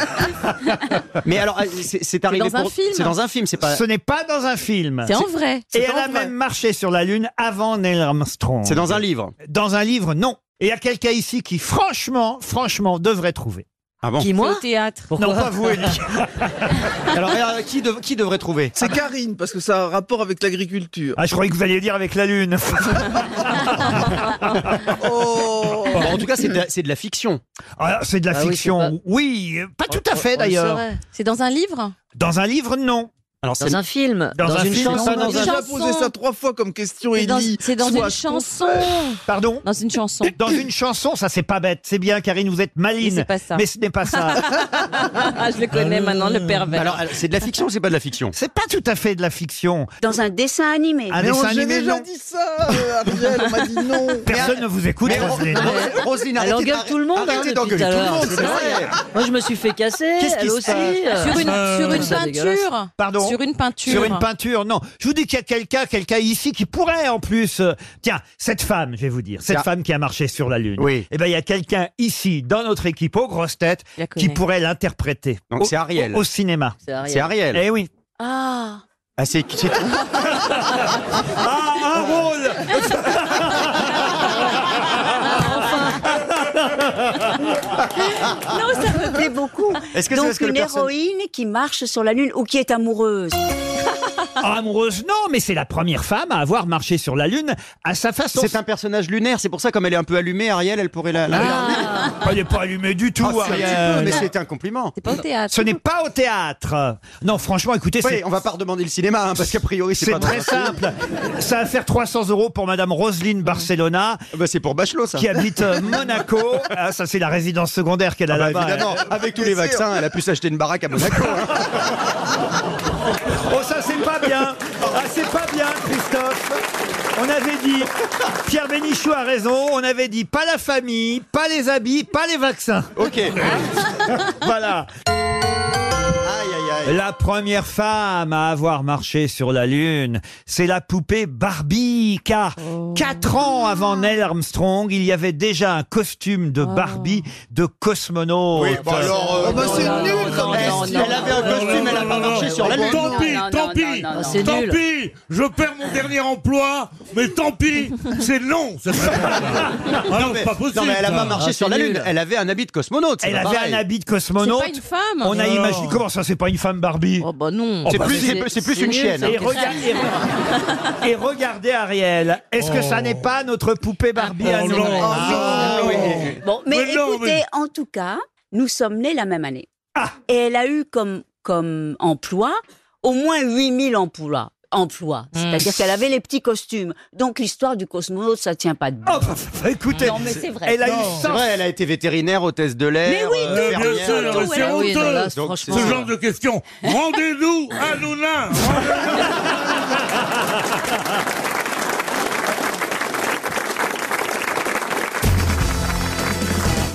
S4: Mais alors, euh, c'est- c'est arrivé
S2: dans un
S4: pour-
S2: film.
S4: C'est dans un film, c'est pas.
S2: Ce n'est pas dans un film.
S4: C'est en vrai.
S2: Et
S4: C'est
S2: elle
S4: en
S2: a
S4: vrai.
S2: même marché sur la Lune avant Neil Armstrong.
S4: C'est dans un livre.
S2: Dans un livre, non. Et il y a quelqu'un ici qui, franchement, franchement, devrait trouver.
S4: Ah bon
S2: Qui, moi C'est au
S10: théâtre.
S2: Non, pas vous, Elie.
S10: Alors,
S4: qui, devrait trouver
S10: C'est Karine, parce que ça a un rapport avec l'agriculture.
S2: Ah, je croyais que vous alliez dire avec la Lune.
S10: Oh.
S4: Bon, en tout cas, c'est de, la- c'est de la fiction.
S2: Ah, c'est de la
S4: Ah oui,
S2: fiction.
S4: c'est pas-
S2: Oui, euh, pas tout à fait
S4: on le
S2: d'ailleurs.
S4: saurait.
S3: C'est dans un livre
S2: Dans un livre, non.
S4: Alors,
S2: c'est- Dans, un film, pas dans
S10: J'ai
S2: un-
S10: déjà posé ça trois fois comme question,
S3: C'est dans-
S10: Ellie.
S3: c'est dans
S10: Soit
S3: une
S10: je
S3: chanson.
S10: confesse.
S2: Pardon
S3: Dans une chanson.
S2: Dans une chanson, ça c'est pas bête. C'est bien, Karine, vous êtes maline.
S3: Mais c'est pas ça.
S2: Mais ce n'est pas ça.
S3: ah, je le connais maintenant, le pervers.
S4: Alors, alors, c'est de la fiction ou c'est pas de la fiction
S2: C'est pas tout à fait de la fiction.
S11: Dans un dessin animé.
S2: Un dessin
S10: J'ai
S2: animé,
S10: déjà
S2: non.
S10: dit ça, euh, Ariel, on m'a dit non.
S2: Personne ne vous écoute,
S10: Mais on-
S2: Roselyne.
S10: Ouais.
S4: Roselyne,
S10: Elle
S4: arrêtez
S10: engueule
S4: d'arr-
S10: tout le monde, hein,
S4: arrêtez
S10: depuis tout
S4: d'engueuler
S10: à
S4: tout le
S10: l'heure,
S4: monde,
S10: c'est
S4: c'est
S10: vrai.
S4: vrai.
S33: Moi, je me suis fait casser.
S2: Qu'est-ce qui
S33: elle
S2: se
S33: aussi.
S2: passe
S3: Sur une,
S2: Euh,
S3: sur une
S2: c'est
S3: peinture.
S2: Pardon
S3: Sur une peinture.
S2: Sur une peinture, non. Je vous dis qu'il y a quelqu'un, quelqu'un ici qui pourrait en plus. euh, tiens, cette femme, je vais vous dire, cette
S4: Tiens.
S2: femme qui a marché sur la lune.
S4: Oui.
S2: Eh ben, il y a quelqu'un ici dans notre équipe aux grosses têtes qui
S4: connaît.
S2: pourrait l'interpréter.
S4: Donc
S2: Au-
S4: c'est Ariel.
S2: Au, au cinéma.
S4: C'est Ariel. C'est Ariel.
S2: Eh oui.
S11: Ah
S4: Ah, c'est. c'est-
S2: Ah, un rôle.
S11: Non, ça me plaît beaucoup.
S4: Est-ce que c'est
S11: Donc
S4: parce que
S11: une
S4: le perso-
S11: héroïne qui marche sur la lune ou qui est amoureuse.
S2: Ah, amoureuse, non, mais c'est la première femme à avoir marché sur la lune à sa façon.
S4: C'est un personnage lunaire, c'est pour ça, comme elle est un peu allumée, Ariel, elle pourrait la. la-
S2: Ah. Bah, Elle n'est pas allumée du tout,
S4: Ah, c'est un petit peu,
S2: Ariel.
S4: mais c'est un compliment.
S3: C'est pas au théâtre.
S2: Ce n'est pas au théâtre. Non, franchement, écoutez,
S4: Oui,
S2: c'est-
S4: on va pas redemander le cinéma, hein, parce qu'a priori, c'est
S2: c'est
S4: pas
S2: très
S4: dans-
S2: simple. Ça va faire 300 euros pour Madame Roselyne Barcelona.
S4: Ah bah, c'est pour Bachelot, ça.
S2: Qui habite euh, Monaco. Ah, ça, c'est la résidence secondaire qu'elle a
S4: Ah bah,
S2: là-bas. Euh,
S4: évidemment, avec tous les vaccins, elle a pu s'acheter une baraque à Monaco. hein.
S2: Oh, ça, c'est pas bien. Ah, c'est pas bien, Christophe. On avait dit, Pierre Bénichou a raison, on avait dit pas la famille, pas les habits, pas les vaccins.
S4: Ok.
S11: Hein
S2: voilà.
S4: Aïe, aïe, aïe.
S2: La première femme à avoir marché sur la Lune, c'est la poupée Barbie, car
S4: Oh.
S2: quatre ans avant Neil Armstrong, il y avait déjà un costume de Barbie de cosmonaute.
S4: Oui, bah alors, euh, Ah Oh. bah c'est non, nul, non, comme non, question. non, Elle avait un non, costume, non, elle a pas non, marché non, sur la non, Lune.
S1: Tant
S4: non,
S1: pis,
S4: non,
S1: tant
S4: non,
S1: pis,
S4: non, non, c'est
S1: tant
S4: nul.
S1: pis. Je perds mon dernier emploi, mais tant pis. C'est long. cette réponse. Ah non,
S4: mais-
S1: c'est pas possible. Ah,
S4: non, mais elle a
S1: ça.
S4: pas marché sur la Lune, elle avait un habit de cosmonaute. c'est
S2: Elle
S4: pas
S2: avait
S4: pareil.
S2: un habit de cosmonaute.
S3: C'est pas une femme.
S2: On a
S3: Non.
S2: imaginé. Comment ça, c'est pas une femme Barbie
S3: Oh bah non.
S2: Oh, bah, c'est-
S4: c'est plus une
S3: nul,
S4: chienne,
S3: c'est
S4: hein.
S3: une
S2: Et regarde-
S3: chienne.
S2: et re- Et regardez Ariel. Est-ce que
S4: Oh.
S2: ça n'est pas notre poupée Barbie à
S1: Oh
S2: nous
S1: non,
S2: Ah,
S1: non,
S2: oui.
S1: non.
S11: Bon, Oh, mais,
S1: Mais non,
S11: écoutez, en tout cas, nous sommes nés la même année. Et elle a eu comme, comme emploi au moins 8000 emplois. emplois. C'est-à-dire qu'elle avait les petits costumes. Donc l'histoire du cosmonaute, ça tient pas de
S2: Oh, bah, bah, écoutez,
S11: Non, mais c'est vrai.
S2: elle a
S4: Non,
S2: eu
S4: C'est
S2: 100
S4: vrai, elle a été vétérinaire, hôtesse de l'air.
S11: Mais oui,
S4: euh,
S1: Mais bien
S4: fermière.
S1: sûr, mais c'est
S11: Ah oui, non, là,
S1: honteux.
S11: franchement.
S1: Ce genre de questions. Rendez-nous à Noulin.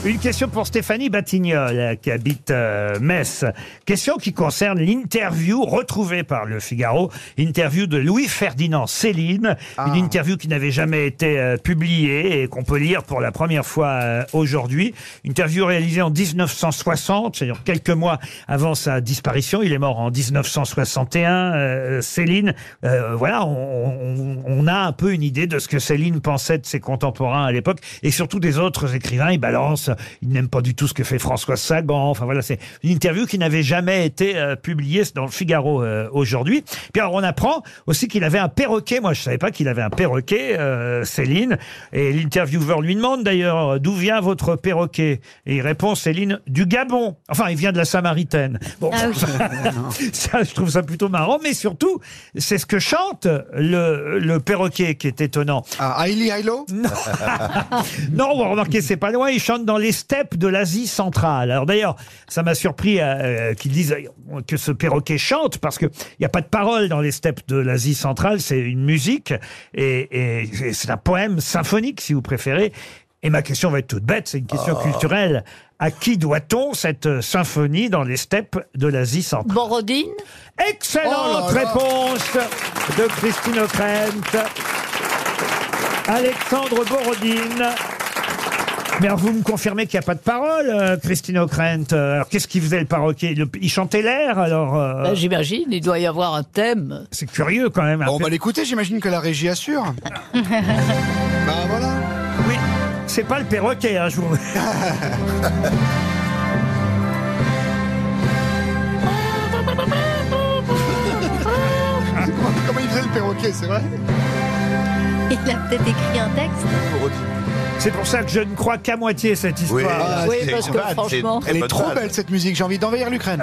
S2: Une question pour Stéphanie Batignol, euh, qui habite euh, Metz. Question qui concerne l'interview retrouvée par le Figaro, interview de Louis-Ferdinand Céline, une interview qui n'avait jamais été euh, publiée et qu'on peut lire pour la première fois euh, aujourd'hui. Interview réalisée en 1960, c'est-à-dire quelques mois avant sa disparition. Il est mort en 1961, euh, Céline. Euh, voilà, on, on- on a un peu une idée de ce que Céline pensait de ses contemporains à l'époque et surtout des autres écrivains. Il balance, il n'aime pas du tout ce que fait François Sagan. Enfin voilà, c'est une interview qui n'avait jamais été euh, publiée c'est dans le Figaro euh, aujourd'hui. Puis alors on apprend aussi qu'il avait un perroquet. Moi je savais pas qu'il avait un perroquet, euh, Céline. Et l'intervieweur lui demande d'ailleurs euh, d'où vient votre perroquet. Et il répond Céline du Gabon. Enfin il vient de la Samaritaine. Bon,
S34: Ah oui.
S2: ça, je trouve ça plutôt marrant, mais surtout, c'est ce que chante le, le perroquet qui est étonnant. Ah, Hailey Hailo Non, non on va remarquer, c'est pas loin, il chante dans les steppes de l'Asie centrale. Alors d'ailleurs, ça m'a surpris euh, qu'ils disent que ce perroquet chante, parce qu'il n'y a pas de parole dans les steppes de l'Asie centrale, c'est une musique, et- et c'est un poème symphonique, si vous préférez. Et ma question va être toute bête, c'est une question
S35: Ah.
S2: culturelle. À qui doit-on cette euh, symphonie dans les steppes de l'Asie centrale
S35: Borodine
S2: Excellente
S35: Oh là là.
S2: réponse de Christine O'Krent. Alexandre Borodine. Mais alors, vous me confirmez qu'il n'y a pas de parole, euh, Christine O'Krent. Euh, Alors, qu'est-ce qu'il faisait le paroquet Le- Il chantait l'air, alors euh,
S35: Ben, J'imagine, il doit y avoir un thème.
S2: C'est curieux quand même.
S35: on va l'écouter, j'imagine que la régie assure.
S36: Bah,
S2: C'est pas le perroquet, hein, je vous...
S34: Comment il faisait le perroquet, c'est vrai
S32: Il a peut-être écrit un texte.
S2: C'est pour ça que je ne crois qu'à moitié cette
S34: Oui,
S4: Ah,
S2: histoire.
S34: oui, parce que franchement,
S36: Elle est trop belle cette musique, j'ai envie d'envahir l'Ukraine.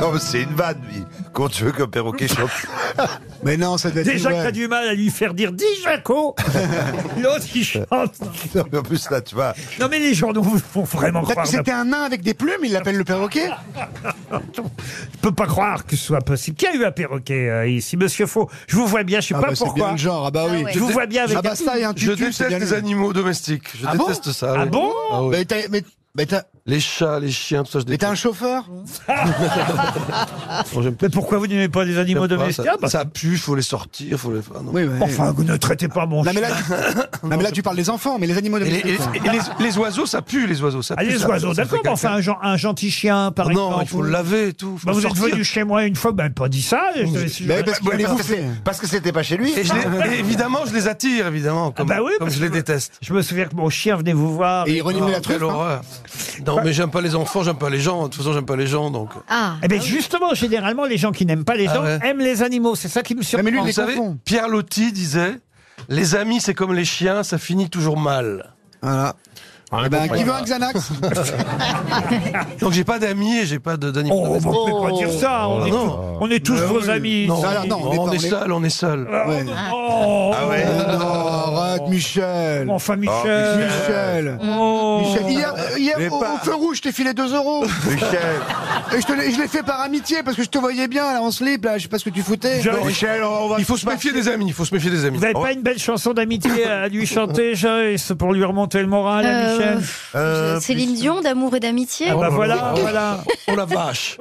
S21: Non, mais c'est une vanne, lui. Quand tu veux qu'un perroquet chante.
S36: Mais non, ça doit
S2: Déjà que t'as du mal à lui faire dire « Dis Jaco !» Oh, L'autre qui chante.
S21: Non, mais en plus, là, tu vois.
S2: Non, mais les gens nous font vraiment
S36: T'as-
S2: croire...
S36: C'était un nain avec des plumes, il l'appelle le perroquet
S2: Je peux pas croire que ce soit possible. Qui a eu un perroquet euh, ici Monsieur Faux, je vous vois bien, je sais
S36: Ah
S2: pas
S36: bah, c'est
S2: pourquoi.
S36: bien le genre, ah bah oui. Ah ouais.
S2: Je vous vois bien avec
S36: Ah bah ça et un
S21: Je
S36: tutu, c'est bien
S21: déteste les
S36: lui.
S21: animaux domestiques. Je
S36: Ah bon
S21: déteste ça.
S36: Ah
S21: oui.
S36: bon
S21: Ah oui.
S36: Mais t'as- mais- mais t'as-
S21: Les chats, les chiens, tout ça, je
S36: mais
S21: déteste. Ah. Oh,
S36: t'as un chauffeur
S2: Mais pourquoi vous n'aimez pas les animaux
S21: J'aime pas,
S2: domestiques
S21: ça-
S2: Ah bah,
S21: Ça pue, faut les sortir, faut les. Ah, non.
S2: Enfin, vous ne traitez pas mon
S36: Non mais là,
S2: chien.
S36: tu, non, mais là, tu parles des enfants, mais les animaux
S21: Et les,
S36: domestiques.
S21: et
S36: hein.
S21: les- et les- les oiseaux, ça pue, les oiseaux. Ça
S2: Ah,
S21: pue,
S2: les
S21: ça-
S2: oiseaux,
S21: ça fait
S2: d'accord, mais enfin, un, gen- un gentil chien, par
S21: Oh Non,
S2: exemple.
S21: il faut le laver et tout, faut
S2: Bah,
S21: le
S2: vous êtes
S21: sortir.
S2: venu chez moi une fois, ben, pas dit ça. je- je-
S21: parce que c'était pas chez lui. Et je les- et évidemment, je les attire, évidemment, comme,
S2: bah oui,
S21: comme
S2: parce
S21: je les déteste.
S2: Je me souviens que mon chien venait vous voir.
S36: Et il reniflait
S21: Ah,
S36: la truffe,
S21: Quelle
S36: hein.
S21: horreur. Non, mais j'aime pas les enfants, j'aime pas les gens. De toute façon, j'aime pas les gens, donc.
S2: Ah. Eh ben, justement, généralement, les gens qui n'aiment pas les
S21: Ah
S2: gens
S21: ouais.
S2: aiment les animaux. C'est ça qui me surprend.
S21: Vous savez, Pierre Lotti disait Les amis, c'est comme les chiens, ça finit toujours mal.
S36: Voilà.
S21: Eh
S36: ben, qui veut un Xanax
S21: Donc j'ai pas d'amis et j'ai pas de- d'animaux.
S36: Oh,
S21: domestiques.
S36: vous pouvez pas dire ça, on est
S21: non.
S36: tous- on est tous
S21: Ah
S36: vos
S21: oui.
S36: amis.
S21: Non,
S36: Ça, non, on est
S21: on,
S36: pas-
S21: est
S36: on est-
S21: seul, on est seul.
S36: Ouais.
S2: Ah
S36: ouais Non, arrête, Oh, Michel
S2: Enfin,
S36: Michel Michel, Oh. Michel, Hier, hier,
S2: Mais
S36: au,
S2: euh, pas-
S36: au feu rouge, je t'ai filé 2 euros
S2: Michel.
S36: Et je, te l'ai- je l'ai fait par amitié, parce que je te voyais bien, là, en slip, là, je sais pas ce que tu foutais
S21: Bon, Michel, on va- il faut se méfier des amis, il faut se méfier des amis.
S2: Vous n'avez pas une belle chanson d'amitié à lui chanter, Joyce, pour lui remonter le moral, à
S32: Euh,
S2: Michel
S32: Céline Dion, d'amour et d'amitié.
S2: Ah bah voilà,
S21: Oh.
S2: voilà.
S21: Oh la vache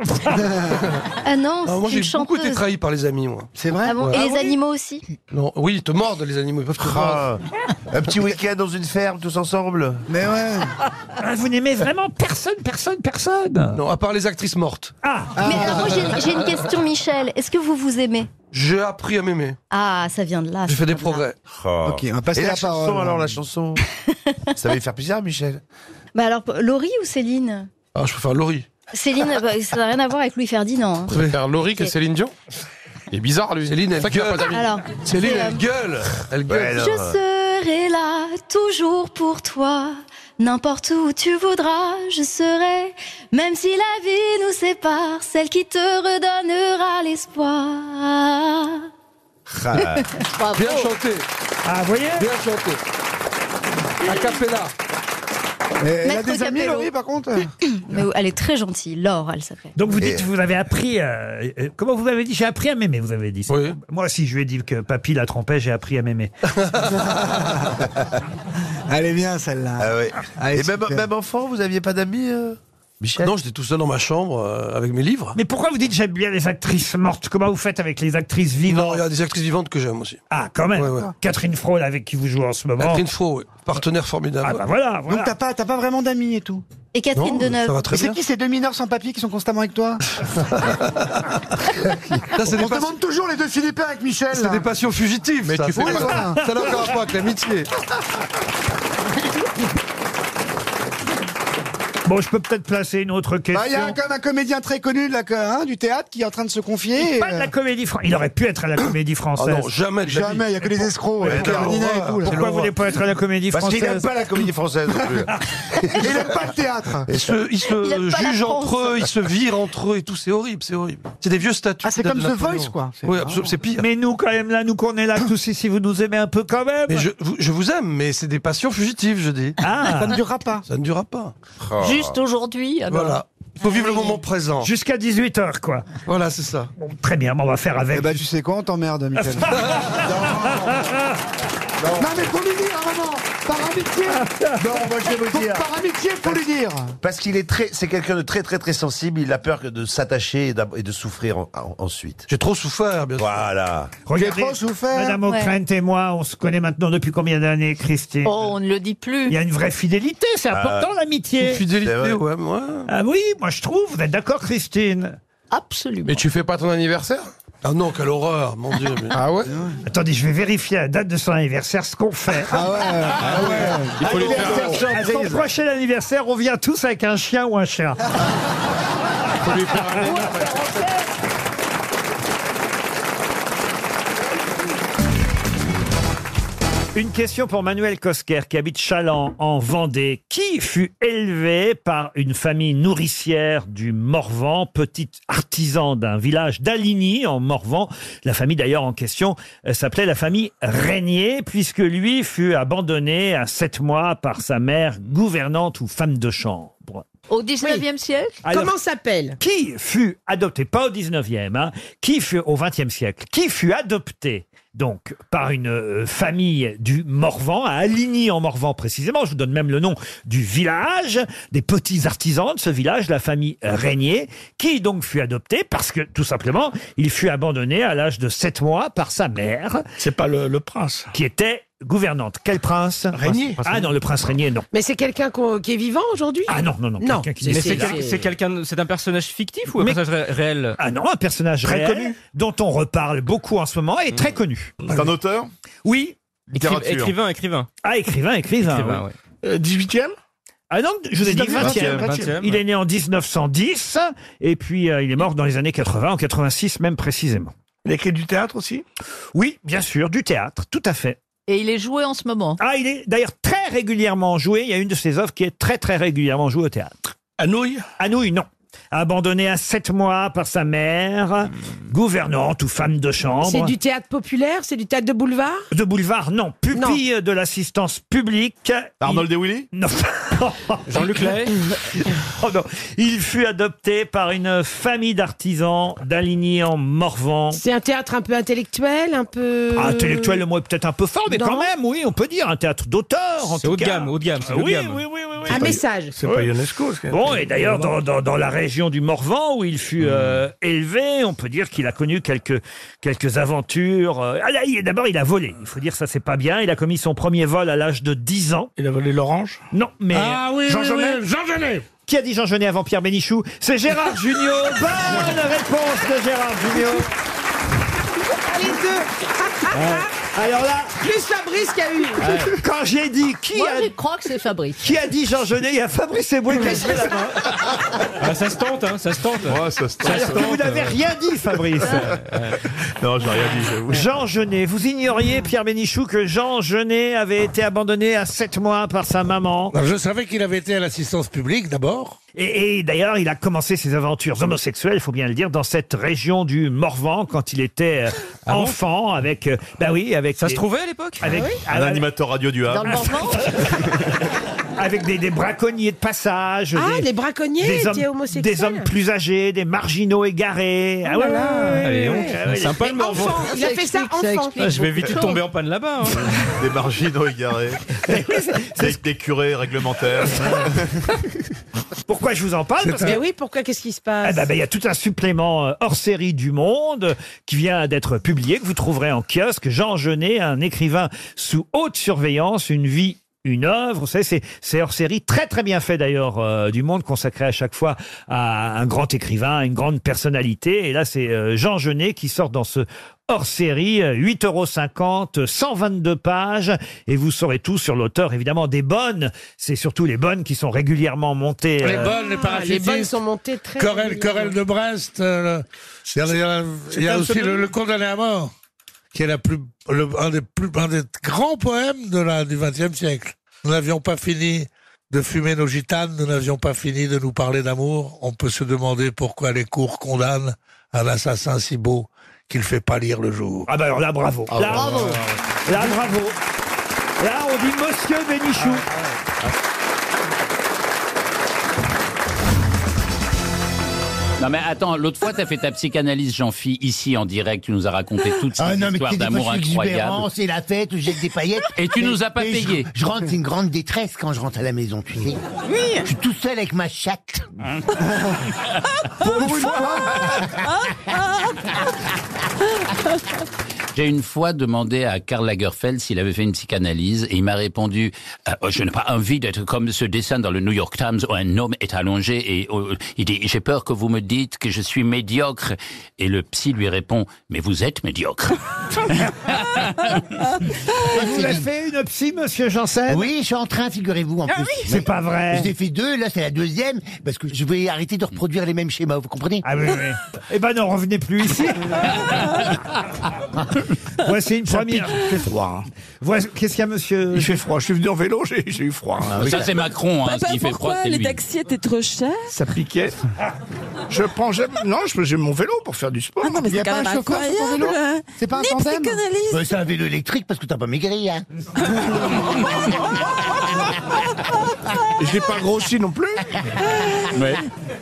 S32: Ah non,
S21: Ah, Moi
S32: c'est une
S21: j'ai beaucoup
S32: chanteuse.
S21: été trahi par les amis, moi.
S36: C'est vrai
S32: Ah bon,
S21: Ouais.
S32: et
S21: Ah
S32: les
S21: oui
S32: animaux aussi.
S21: Non, oui, ils te mordent les animaux, ils peuvent te
S36: Ah.
S21: mordre.
S37: Un petit week-end dans une ferme, tous ensemble.
S36: Mais ouais
S2: Ah, Vous n'aimez vraiment personne, personne,
S36: Ah.
S2: personne
S21: Non, à part les actrices mortes.
S2: Ah
S32: Mais alors, moi, j'ai j'ai une question, Michel. Est-ce que vous vous aimez
S21: J'ai appris à m'aimer.
S32: Ah, ça vient de là.
S21: J'ai
S32: ça
S21: fait des
S32: vient de là.
S21: progrès.
S36: Ok, on va passer
S37: Et la,
S36: la
S37: chanson,
S36: parole.
S37: alors, la chanson. Ça va lui faire plaisir, Michel.
S32: Bah alors, Laurie ou Céline
S21: Ah, je préfère Laurie.
S32: Céline, bah, ça n'a rien à voir avec Louis Ferdinand. hein.
S21: Je préfère Laurie
S32: que Céline
S21: Dion Il est bizarre, lui. Céline, elle
S37: C'est ça qu'il a
S21: gueule.
S32: pas d'amis. Alors,
S21: Céline,
S32: c'est, euh,
S21: elle gueule. Elle gueule.
S32: Je
S2: euh,
S32: serai là toujours pour toi, n'importe où tu voudras, je serai, même si la vie nous sépare, celle qui te redonnera l'espoir.
S4: Ah.
S21: Bien chanté.
S2: Ah, vous voyez
S21: Bien chanté. A cappella.
S36: Mais elle a
S32: Maître
S36: des amis,
S32: Capello.
S36: Laurie, par contre
S32: Mais elle est très gentille, Laure, elle s'appelle.
S2: Donc vous dites, vous avez appris. euh, euh, comment vous avez dit J'ai appris à m'aimer, vous avez dit. ça. Moi aussi, je lui ai dit que papy la trompait, j'ai appris à m'aimer.
S37: Elle est bien celle-là.
S21: Ah
S37: Et même, même enfant, vous aviez pas d'amis euh
S21: Non, j'étais tout seul dans ma chambre euh, avec mes livres.
S2: Mais pourquoi vous dites j'aime bien les actrices mortes Comment vous faites avec les actrices vivantes
S21: Non, il y a des actrices vivantes que j'aime aussi.
S2: Ah, quand même.
S21: Ouais, ouais.
S2: Catherine Frôle avec qui vous jouez en ce moment.
S21: Catherine Faux, partenaire formidable.
S2: Ah bah voilà,
S21: voilà.
S2: voilà.
S34: Donc t'as pas, t'as pas vraiment d'amis et tout.
S32: Et
S21: Catherine Non, Deneuve. ça va très
S34: Et c'est
S21: bien.
S34: qui ces deux mineurs sans papier qui sont constamment avec toi
S37: Ça, c'est
S34: On
S37: des
S34: se demande toujours les deux Philippins avec Michel.
S37: C'est
S34: là.
S37: des passions fugitives. Mais
S34: tu fais quoi
S37: Ça n'a aucun rapport avec l'amitié.
S2: Bon, je peux peut-être placer une autre
S34: Bah, Il
S2: question.
S34: y a quand même un comédien très connu de la, co- hein, du théâtre qui est en train de se confier. euh.
S2: Pas de la comédie française. Il aurait pu être à la comédie française.
S37: Ah non, jamais de la vie.
S34: Jamais, il y a que des escrocs.
S37: Mais
S34: ouais.
S37: quelle
S34: Carolina et
S37: horreur.
S34: tout, là.
S2: Pourquoi vous voulez pas être à la comédie
S37: Parce qu'il n'aime
S2: française
S37: pas la comédie française. non plus.
S6: Ah
S34: Il aime pas le théâtre.
S21: Ils se, ils se
S34: Il aime pas la
S21: jugent
S34: France.
S21: entre eux, ils se virent entre eux et tout, c'est horrible, c'est horrible. C'est des vieux statuts.
S34: Ah, c'est
S21: qui datent
S34: comme
S21: de
S34: The
S21: Napoléon.
S34: Voice, quoi. C'est
S21: Oui,
S34: marrant.
S21: absolument, c'est pire.
S2: Mais nous, quand même, là, nous qu'on est là tous ici, vous nous aimez un peu quand même.
S21: Mais je, vous- je vous aime, mais c'est des passions fugitives, je dis.
S2: Ah.
S34: Ça ne durera pas.
S21: Ça ne durera pas.
S3: Oh.
S38: Juste aujourd'hui, alors.
S21: Voilà. Il faut vivre le moment présent.
S2: Jusqu'à 18h, quoi.
S21: Voilà, c'est ça.
S2: Bon, très bien, mais on va faire avec.
S34: Eh ben, tu sais quoi, on t'emmerde, Michel. non, Non, mais faut lui dire, maman. Par amitié.
S37: Non, moi, je vais vous
S34: Faut-
S37: dire.
S34: Par amitié, faut lui dire.
S37: Parce qu'il est très, c'est quelqu'un de très très très sensible. Il a peur que de s'attacher et, d'ab- et de souffrir en- en- ensuite.
S21: J'ai trop souffert, bien sûr.
S37: Voilà.
S2: Regardez,
S34: trop souffert.
S2: Madame
S34: Ouais.
S2: O'Krent et moi, on se connaît maintenant depuis combien d'années, Christine
S35: Oh, on ne le dit plus.
S2: Il y a une vraie fidélité, c'est
S21: Ah.
S2: important l'amitié.
S21: Bah, Une fidélité,
S37: C'est vrai.
S21: ouais, moi.
S2: Ah oui, moi je trouve, vous êtes d'accord, Christine
S35: Absolument.
S21: Mais tu fais pas ton anniversaire Ah non, quelle horreur, mon Dieu. mais-
S35: Ah ouais
S2: Attendez, je vais vérifier la date de son anniversaire, ce qu'on fait.
S34: Ah ouais, ah ouais.
S2: Il
S34: faut lui faire
S2: À son prochain anniversaire, on vient tous avec un chien ou un chat. Une question pour Manuel Cosquer qui habite Chaland en Vendée. Qui fut élevé par une famille nourricière du Morvan, petit artisan d'un village d'Aligny en Morvan. La famille d'ailleurs en question euh, s'appelait la famille Régnier puisque lui fut abandonné à sept mois par sa mère gouvernante ou femme de chambre.
S38: Au 19e siècle
S2: Alors-
S38: Comment s'appelle
S2: Qui fut adopté, pas au 19e, hein, qui fut au 20e siècle, qui fut adopté donc par une euh, famille du Morvan, à Aligny en Morvan précisément, je vous donne même le nom du village, des petits artisans de ce village, la famille Régnier, qui donc fut adopté parce que tout simplement, il fut abandonné à l'âge de 7 mois par sa mère. C'est pas le, prince. Qui était gouvernante. Quel prince
S10: Régnier.
S2: Ah non, le prince Régnier, non.
S10: Mais c'est quelqu'un qu'on- qui est vivant aujourd'hui
S2: Ah non, non, non.
S10: Non.
S2: quelqu'un qui
S10: Mais
S2: n'était
S10: c'est
S2: là.
S10: quel-
S39: C'est quelqu'un, c'est un personnage fictif ou un
S2: Mais-
S39: personnage ré- réel
S2: Ah non, un personnage
S39: Très
S2: réel
S39: connu.
S2: dont on reparle beaucoup en ce moment et très connu.
S39: C'est un
S2: auteur Oui.
S39: Écrivain, écrivain, écrivain.
S2: Ah, écrivain, écrivain.
S39: Écrivain,
S2: oui. 18e ah non, je vous ai dit
S39: 19e,
S2: 20e.
S39: 20e,
S2: Il est né en 1910 et puis euh, il est mort dans les années 80, en 86 même précisément. Il a écrit du théâtre aussi Oui, bien sûr, du théâtre, tout à fait.
S35: Et il est joué en ce moment.
S2: Ah, il est d'ailleurs très régulièrement joué. Il y a une de ses œuvres qui est très très régulièrement jouée au théâtre. Anouilh Anouilh, non. Abandonné à sept mois par sa mère, gouvernante ou femme de chambre.
S10: C'est du théâtre populaire C'est du théâtre de boulevard
S2: De boulevard, non. Pupille de l'assistance publique. Arnold
S37: et Willy
S2: Non.
S39: Jean-Luc Lahaye
S2: Oh non. Il fut adopté par une famille d'artisans d'Aligny en Morvan.
S10: C'est un théâtre un peu intellectuel, un peu...
S2: Ah, Intellectuel, le mot est peut-être un peu fort, mais
S10: Euh, Non.
S2: quand même, oui, on peut dire un théâtre d'auteur. en
S39: C'est
S2: tout
S39: haut de
S2: cas.
S39: gamme, haut de gamme, c'est
S2: Ah
S39: haut de
S2: oui,
S39: gamme.
S2: oui, oui, oui, oui.
S10: Un message.
S2: Oui.
S37: UNESCO, ce qu'il y a.
S2: Bon, et d'ailleurs, dans, dans- dans la région du Morvan, où il fut
S1: Mmh.
S2: euh, élevé, on peut dire qu'il a connu quelques, quelques aventures. Euh, ah là, il- D'abord, il a volé. Il faut dire ça, c'est pas bien. Il a commis son premier vol à l'âge de 10 ans. Il a volé l'orange Non, mais...
S1: Ah oui,
S2: Jean
S1: oui,
S2: Genet
S1: oui, Jean Genet
S2: Qui a dit Jean Genet avant Pierre Bénichou C'est Gérard Junior. Bonne réponse de Gérard Junior.
S10: Les deux
S2: Alors là...
S10: Plus Fabrice qui a eu
S2: Quand j'ai dit qui
S35: Moi,
S2: a...
S35: je crois que c'est Fabrice.
S2: Qui a dit Jean Genet Il y a Fabrice Eboué qui a levé la main.
S39: Ah, ça se tente, hein, ça se tente. ça se
S2: Alors que vous n'avez
S39: euh.
S2: rien dit, Fabrice.
S37: Non, j'ai rien dit, j'avoue.
S2: Jean Genet, vous ignoriez, Pierre Bénichou, que Jean Genet avait été abandonné à 7 mois par sa maman.
S1: Alors, Je savais qu'il avait été à l'assistance publique d'abord.
S2: Et, et d'ailleurs, il a commencé ses aventures homosexuelles, il faut bien le dire, dans cette région du Morvan quand il était euh,
S40: Ah
S2: enfant avec. euh, bah oui, avec.
S39: Ça se
S2: des-
S21: Ah
S39: trouvait à l'époque
S2: Avec,
S39: Ah oui
S2: avec-
S37: radio du
S35: Dans le moment
S2: avec des, des braconniers de passage.
S21: Ah,
S2: des,
S21: les braconniers
S2: des
S21: étaient
S2: hommes-
S21: homosexuels. Oh
S2: Des hommes plus âgés, des marginaux égarés. Ah, voilà.
S40: Allez, donc, sympa le
S21: Mais
S40: Morvan.
S21: enfant, il a fait ça enfant.
S40: Ah, Je vais vite tomber en panne là-bas.
S4: hein.
S41: Des marginaux égarés. des, des curés réglementaires.
S2: Pourquoi je vous en parle
S21: Parce
S2: Parce
S21: que
S2: que-
S21: oui, pourquoi Qu'est-ce qui se
S2: Ah
S21: passe
S2: bah, bah, Il y a tout un supplément euh, hors série du Monde euh, qui vient d'être publié, que vous trouverez en kiosque. Jean Genet, un écrivain sous haute surveillance, une vie une œuvre, vous savez, c'est- c'est hors série, très très bien fait d'ailleurs euh, du monde, consacré à chaque fois à un grand écrivain, à une grande personnalité. Et là, c'est euh, Jean Genet qui sort dans ce hors série, euh, 8,50 euros, 122 pages, et vous saurez tout sur l'auteur, évidemment, des bonnes. C'est surtout les bonnes qui sont régulièrement montées.
S1: Les
S2: euh,
S1: bonnes, les
S21: les
S1: parachutistes.
S21: bonnes sont montées très.
S1: Corel, Corel de Brest. euh, le- il y a, il y a
S21: un
S1: aussi le,
S21: pseudonyme.
S1: le condamné à mort, qui est la plus, le- un, des plus, un des grands poèmes de la, du XXe siècle. Nous n'avions pas fini de fumer nos gitanes, nous n'avions pas fini de nous parler d'amour. On peut se demander pourquoi les cours condamnent un assassin si beau qu'il fait pâlir le jour.
S2: Ah bah alors là, bravo.
S6: Oh,
S2: Là, Là, bravo. Là, on dit Monsieur Bénichou.
S6: Ah,
S13: Non mais attends, l'autre fois t'as fait ta psychanalyse Jean-Phi ici en direct, tu nous as raconté toute
S4: Ah
S13: cette histoire d'amour incroyable.
S4: oh, C'est la fête, je jette des paillettes.
S13: Et tu nous as pas
S4: Et je-
S13: payé.
S4: Je, rentre, c'est une grande détresse quand je rentre à la maison, tu sais. Je suis tout seul avec ma chatte. Pour une fois.
S13: J'ai une fois demandé à Karl Lagerfeld s'il avait fait une psychanalyse et il m'a répondu euh, Oh, je n'ai pas envie d'être comme ce dessin dans le New York Times où un homme est allongé et euh, il dit j'ai peur que vous me dites que je suis médiocre et le psy lui répond mais vous êtes médiocre.
S2: Ah, Vous avez fait une psy, monsieur Janssen Ah
S4: Oui, je suis en train, figurez-vous, en plus.
S2: C'est
S4: Oui.
S2: pas vrai.
S4: J'ai fait deux, là c'est la deuxième, parce que je vais arrêter de reproduire les mêmes schémas, vous comprenez
S2: Ah oui, oui. Eh ben, ne revenez plus ici. Voici une première.
S6: Il fait froid. hein.
S2: Voici- Qu'est-ce qu'il y a, monsieur
S6: Il fait froid. Je suis venu en vélo, j'ai j'ai eu froid.
S13: Ah Ça, c'est Macron, hein, ce qui fait froid, c'est lui.
S3: taxis étaient trop chers
S6: Ça piquait. Je prends jamais... Non, je- j'ai mon vélo pour faire du sport.
S4: non, mais
S6: il y a pas un chauffeur sur ton vélo
S4: C'est pas un tandem Bah, C'est un vélo électrique parce que t'as pas maigri, hein
S6: J'ai pas grossi non plus.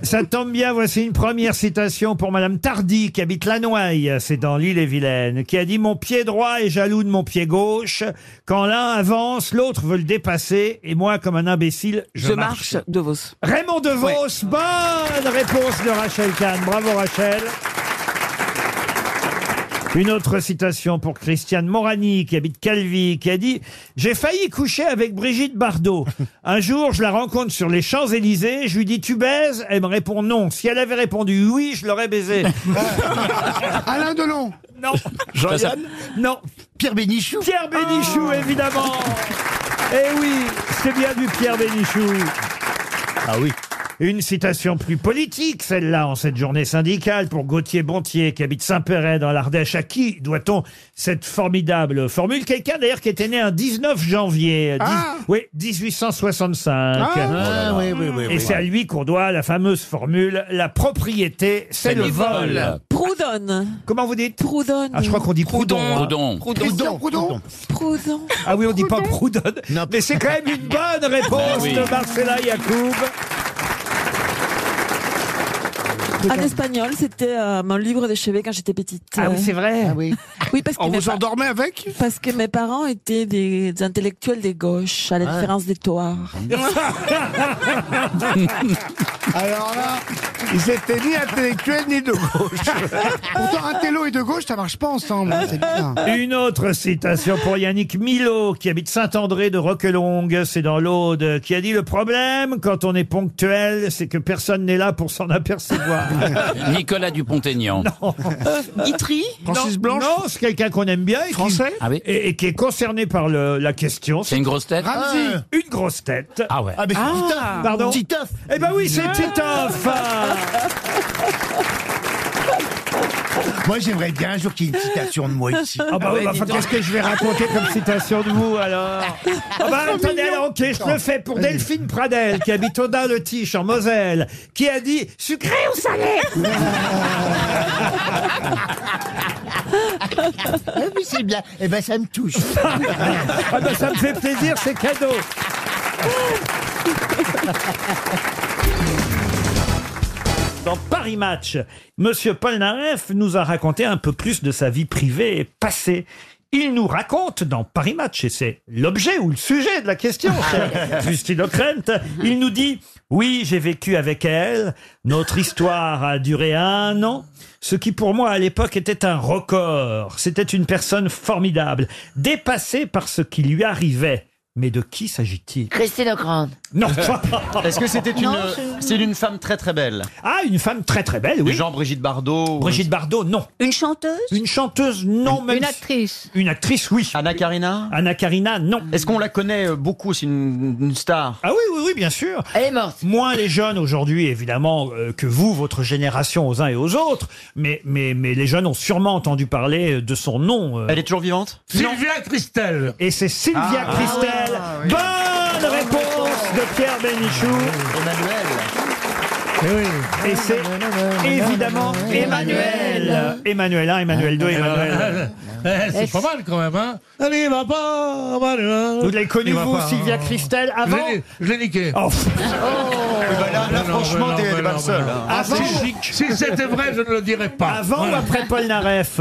S2: Ça tombe bien, voici une première citation pour Madame Tardy, qui habite Lanoaille, c'est dans l'île et Vilaine, qui a dit Mon pied droit est jaloux de mon pied gauche. Quand l'un avance, l'autre veut le dépasser, et moi, comme un imbécile, je,
S3: Je marche.
S2: De Vos. Raymond De Vos, bonne réponse de Rachel Kahn. Bravo Rachel. Une autre citation pour Christiane Morani, qui habite Calvi, qui a dit « J'ai failli coucher avec Brigitte Bardot. Un jour, je la rencontre sur les Champs-Élysées, je lui dis « Tu baises ?» Elle me répond « Non ». Si elle avait répondu « Oui », je l'aurais baisé.
S4: Alain Delon
S2: Non.
S4: Jean-Yann
S2: Non.
S4: Pierre Bénichou Oh.
S2: Pierre Bénichou, évidemment Eh oui, c'est bien du Pierre Bénichou Ah oui une citation plus politique, celle-là, en cette journée syndicale, pour Gauthier Bontier, qui habite Saint-Péret, dans l'Ardèche. À qui doit-on cette formidable formule Quelqu'un, d'ailleurs, qui était né un 19 janvier. euh, dix-
S4: Ah
S2: Oui, 1865.
S4: Ah, oui, oui, oui,
S2: Et
S4: oui.
S2: c'est à lui qu'on doit la fameuse formule « La propriété, c'est le vol ».
S3: Proudhon.
S2: Euh, Comment vous dites
S3: Proudhon.
S2: Ah, je crois qu'on dit Proudhon. hein.
S3: Proudhon. Proudhon. Proudhon. Proudhon.
S2: Ah oui, on dit pas Proudhon. Mais c'est quand même une bonne réponse
S3: Ben oui.
S2: de Marcella Yacoub.
S3: En espagnol, c'était euh, mon livre de chevet quand j'étais petite.
S2: Ah oui,
S3: Euh,
S2: c'est vrai.
S3: oui. parce que
S6: On
S3: mes
S6: vous
S3: pa-
S6: endormait avec
S3: Parce que mes parents étaient des intellectuels de gauche, à la
S6: Ah.
S3: différence de toi.
S6: Alors là, ils étaient ni intellectuels ni de gauche.
S4: Pourtant, un télo et de gauche, ça marche pas ensemble, hein, c'est bien.
S2: Une autre citation pour Yannick Milo, qui habite Saint-André de Roquelongue, c'est dans l'Aude, qui a dit Le problème, quand on est ponctuel, c'est que personne n'est là pour s'en apercevoir.
S13: Nicolas Dupont-Aignan.
S3: Guitry
S2: Francis Blanche Non, c'est quelqu'un qu'on aime bien. Et Français qui, et, et qui est concerné par le- la question. C'est
S13: Ah une grosse tête
S2: Ramsey Une grosse tête.
S13: Ah ouais.
S4: Ah, mais c'est Titoff.
S2: Pardon
S4: Titoff.
S2: Eh ben oui, c'est
S4: Ah.
S2: Titoff
S4: Moi, j'aimerais bien un jour qu'il y ait une citation de moi ici.
S2: Ah bah oui, bah, enfin, qu'est-ce que je vais raconter comme citation de vous alors Ah bah
S4: Trop
S2: attendez,
S4: mignon.
S2: alors, ok, je le fais pour Delphine Pradel, qui habite Audin le Tiche en Moselle, qui a dit sucré ou salé
S4: Ah oui, c'est bien. Eh ben, ça me touche.
S2: Ah bah ça me fait plaisir, c'est cadeau Dans Paris Match, Monsieur Polnareff nous a raconté un peu plus de sa vie privée et passée. Il nous raconte dans Paris Match, et c'est l'objet ou le sujet de la question, cher Justine O'Krent, il nous dit « Oui, j'ai vécu avec elle, notre histoire a duré un an, ce qui pour moi à l'époque était un record. C'était une personne formidable, dépassée par ce qui lui arrivait. Mais de qui s'agit-il »
S4: Christine O'Crande.
S2: Non.
S29: Est-ce que c'était une,
S2: Non, je-
S29: c'est une femme très très belle
S2: Ah, une femme très très belle, oui.
S29: Genre Brigitte Bardot. euh,
S2: Brigitte Bardot, non.
S11: Une chanteuse
S2: Une chanteuse, non.
S29: Une
S2: actrice Une actrice, oui.
S29: Anna Karina
S2: Anna Karina, non.
S29: Est-ce qu'on la connaît euh, beaucoup C'est une, une star.
S2: Ah oui, oui, oui, bien sûr. Elle est morte. Moins les jeunes aujourd'hui, évidemment, euh, que vous, votre génération, aux uns et aux autres. Mais, mais, mais les jeunes ont sûrement entendu parler euh, de son nom. Elle
S29: est toujours vivante
S2: Sylvia Christel. Et c'est Sylvia
S29: Ah.
S2: Christel.
S29: Ah oui.
S2: Bonne réponse de Pierre Bénichou. Eh Et c'est évidemment Emmanuel. Emmanuel 1, Emmanuel 2, Emmanuel.
S1: Eh, c'est pas mal quand même, hein Allez, il va pas, Emmanuel.
S2: Vous l'avez connu,
S1: Il va
S2: vous,
S1: pas,
S2: Sylvia
S1: hein.
S2: Christel, avant
S1: Je l'ai- Je l'ai niqué.
S2: Oh,
S6: Eh bah ben
S1: là,
S29: franchement, t'es- t'es pas le seul, hein.
S1: Ah,
S2: Avant-
S1: c'est chic. Si c'était vrai, je ne le dirais pas.
S2: Avant ou après euh Polnareff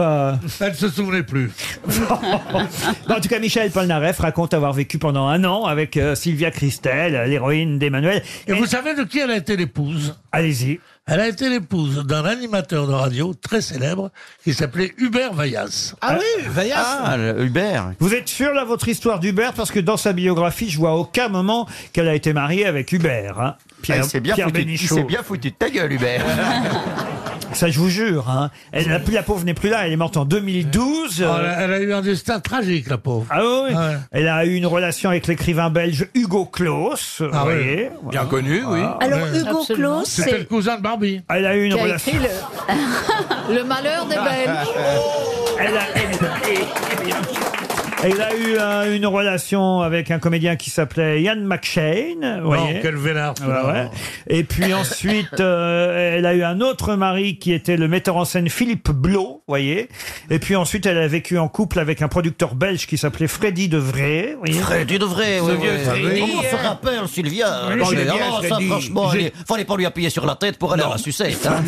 S1: Elle se souvenait plus.
S2: Bon, en tout cas, Michel Polnareff raconte avoir vécu pendant un an avec euh, Sylvia Christel, euh, l'héroïne d'Emmanuel.
S1: Et vous savez de qui elle a été l'épouse
S2: Allez-y.
S1: Elle a été l'épouse d'un animateur de radio très célèbre qui s'appelait Hubert Vaillas.
S2: Ah oui, Vaillas.
S29: Ah, le- Hubert.
S2: Vous êtes sûr, là, votre histoire d'Hubert Parce que dans sa biographie, je vois à aucun moment qu'elle a été mariée avec Hubert. hein.
S29: Ah, il s'est bien,
S2: Pierre
S29: foutu- il
S2: Bénichou.
S29: s'est bien foutu de ta gueule, Hubert.
S2: Ça, je vous jure. hein. Elle, la, la pauvre n'est plus là. Elle est morte en 2012.
S1: Oh, elle a-
S2: eu un destin tragique, la pauvre. Euh, Ah oui, oui.
S1: Ouais.
S2: Elle a eu une relation avec l'écrivain belge Hugo Claus.
S1: Ah
S2: vous
S1: oui.
S2: voyez, Ah,
S1: Bien connu, oui.
S11: Alors, Hugo Absolument. Claus,
S1: C'était
S11: c'est-
S1: le cousin de Barbie.
S2: Elle Ah, a eu une
S35: Qui a
S2: relation. Ah,
S35: écrit le... le malheur des
S32: Ben.
S35: Belges.
S2: Elle a... Elle a eu euh, une relation avec un comédien qui s'appelait Ian McShane. vous
S1: Non,
S2: voyez.
S1: quel vénard,
S2: Ouais, ouais. Et puis ensuite, euh, elle a eu un autre mari qui était le metteur en scène Philippe Blot, vous voyez. Et puis ensuite, elle a vécu en couple avec un producteur belge qui s'appelait Freddy De Vrij. vous voyez.
S6: Freddy de vrai,
S2: Ce
S6: oui,
S2: vieux
S6: oui.
S2: Freddy,
S6: Comment se
S2: euh,
S6: rappelle Sylvia
S2: Oui,
S6: Non,
S2: c'est
S6: mais
S2: bien,
S6: alors, ça,
S2: Freddy.
S6: franchement,
S2: J'ai-
S6: il fallait pas lui appuyer sur la tête pour aller à la sucette. hein.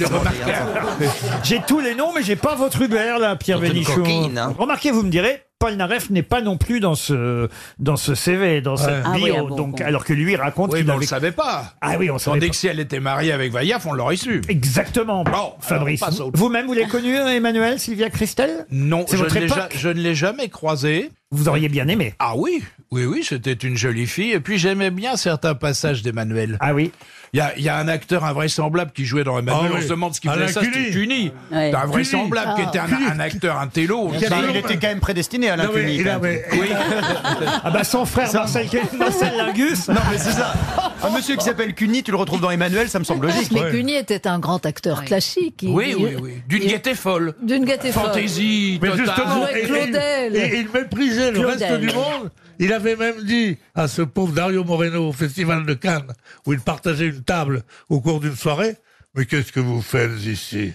S2: J'ai tous les noms, mais j'ai pas votre Hubert, là, Pierre
S6: C'est une
S2: Bénichou.
S6: coquine, hein.
S2: Remarquez, vous me direz, Paul Naref n'est pas non plus dans ce, dans ce CV, dans cette
S30: Ah oui,
S2: bio,
S30: ah bon,
S2: donc,
S30: bon.
S2: alors que lui raconte
S30: Oui,
S2: qu'il
S30: mais on
S2: avait-
S30: le savait pas.
S2: Ah oui, on le savait
S30: Tandis
S2: pas.
S30: que si elle était mariée avec Vaillaf, on l'aurait su.
S2: Exactement,
S30: Bon,
S2: Fabrice.
S30: alors, on passe à autre
S2: Vous-même, vous l'avez connu, Emmanuel, Sylvia Christel
S30: Non,
S2: C'est
S30: je
S2: votre
S30: ne, l'ai
S2: époque.
S30: ja- je ne l'ai jamais croisée.
S2: Vous auriez bien aimé.
S30: Ah oui, oui, oui, c'était une jolie fille. Et puis j'aimais bien certains passages d'Emmanuel.
S2: Ah oui.
S30: Il y a, il y a un acteur invraisemblable qui jouait dans Emmanuel.
S1: Ah
S30: Bah, on
S1: oui.
S30: se demande ce qu'il
S1: Alain
S30: faisait ça. C'était
S1: Cuny.
S30: Cuny.
S1: Ouais.
S30: C'est invraisemblable
S1: Cuny.
S30: qui était un,
S1: Ah.
S30: un acteur, un télo.
S1: Qui a
S30: Enfin,
S1: toujours-
S29: quand même prédestiné à
S1: Non, mais il avait-
S2: Ah bah son frère Marcel, Marcel Lingus.
S29: Non mais c'est ça. Un monsieur qui s'appelle Cuny, tu le retrouves dans Emmanuel, ça me semble logique.
S35: Mais Ah, Cuny était un grand acteur classique. Il-
S30: Oui,
S35: il-
S30: oui, oui. D'une
S35: il-
S30: gaieté folle.
S35: D'une gaieté folle.
S30: Fantaisie,
S1: Mais
S30: totale.
S1: justement,
S35: Avec
S1: et- et-
S35: Claudel.
S1: et- et il méprisait le
S35: Claudel.
S1: reste du monde. Il avait même dit à ce pauvre Dario Moreno au Festival de Cannes, où il partageait une table au cours d'une soirée, mais qu'est-ce que vous faites ici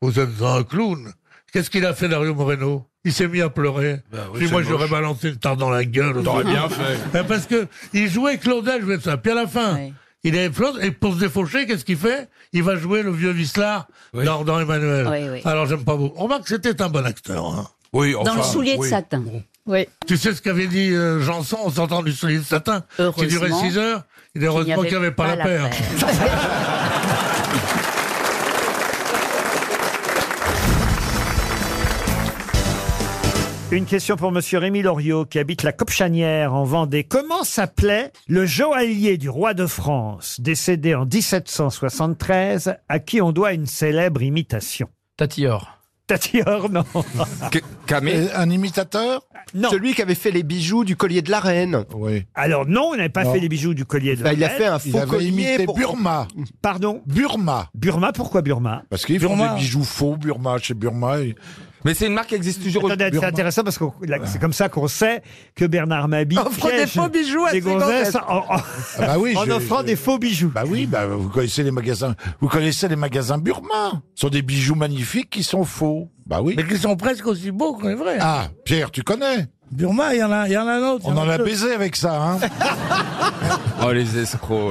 S1: Vous êtes un clown. Qu'est-ce qu'il a fait Dario Moreno Il s'est mis à pleurer.
S30: Bah oui,
S1: Puis
S30: c'est
S1: moi,
S30: moche.
S1: j'aurais balancé une tarte dans la gueule.
S30: T'aurais bien fait.
S1: Euh, Parce que il jouait Claudel, je vais ça. Puis à la fin, il est Claude, et pour se défaucher, qu'est-ce qu'il fait Il va jouer le vieux Vislard dans, dans Emmanuel.
S11: Oui, oui.
S1: Alors j'aime pas beaucoup. Remarque, c'était un bon acteur. hein.
S11: Dans le soulier de satin. Oui.
S1: Tu sais ce qu'avait dit euh, Janson en sortant du soulier de satin Qui durait
S11: Heureusement
S1: 6 heures. Il est heureusement qu'il n'y avait pas la paire.
S2: Une question pour Monsieur Rémi Loriot qui habite la Copchanière en Vendée. Comment s'appelait le joaillier du roi de France, décédé en 1773, à qui on doit une célèbre imitation Tatior. Tatior, non.
S8: Euh,
S2: Un imitateur Non.
S8: Celui qui avait fait les bijoux du collier de la reine. Oui.
S2: Alors non, on n'avait pas
S8: Non.
S2: fait les bijoux du collier de
S8: Bah,
S2: la
S8: il a
S2: reine.
S8: fait un faux Il avait collier imité pour-
S2: Burma. Pardon
S8: Burma.
S2: Burma, pourquoi Burma
S8: Parce qu'ils font
S2: Burma.
S8: des bijoux faux, Burma, chez Burma. Mais c'est une marque qui existe toujours
S2: Attendez, c'est intéressant parce que c'est comme ça qu'on sait que Bernard Mabie
S8: Offre des
S2: piège
S8: faux bijoux à
S2: des
S8: ses
S2: gonzesses
S8: gonzesses.
S2: en, en-
S8: Ah bah oui,
S2: en
S8: je-
S2: offrant
S8: je-
S2: des faux bijoux.
S8: Bah oui, bah vous connaissez les magasins. Vous connaissez les magasins Burma. Ce sont des bijoux magnifiques qui sont faux. Bah oui.
S1: Mais qui sont presque aussi beaux que les vrais.
S8: Ah, Pierre, tu connais
S1: Burma, il y en a, il y en a un autre. il y
S8: On
S1: a
S8: en a
S1: deux.
S8: baisé avec ça, hein
S4: Oh, les escrocs,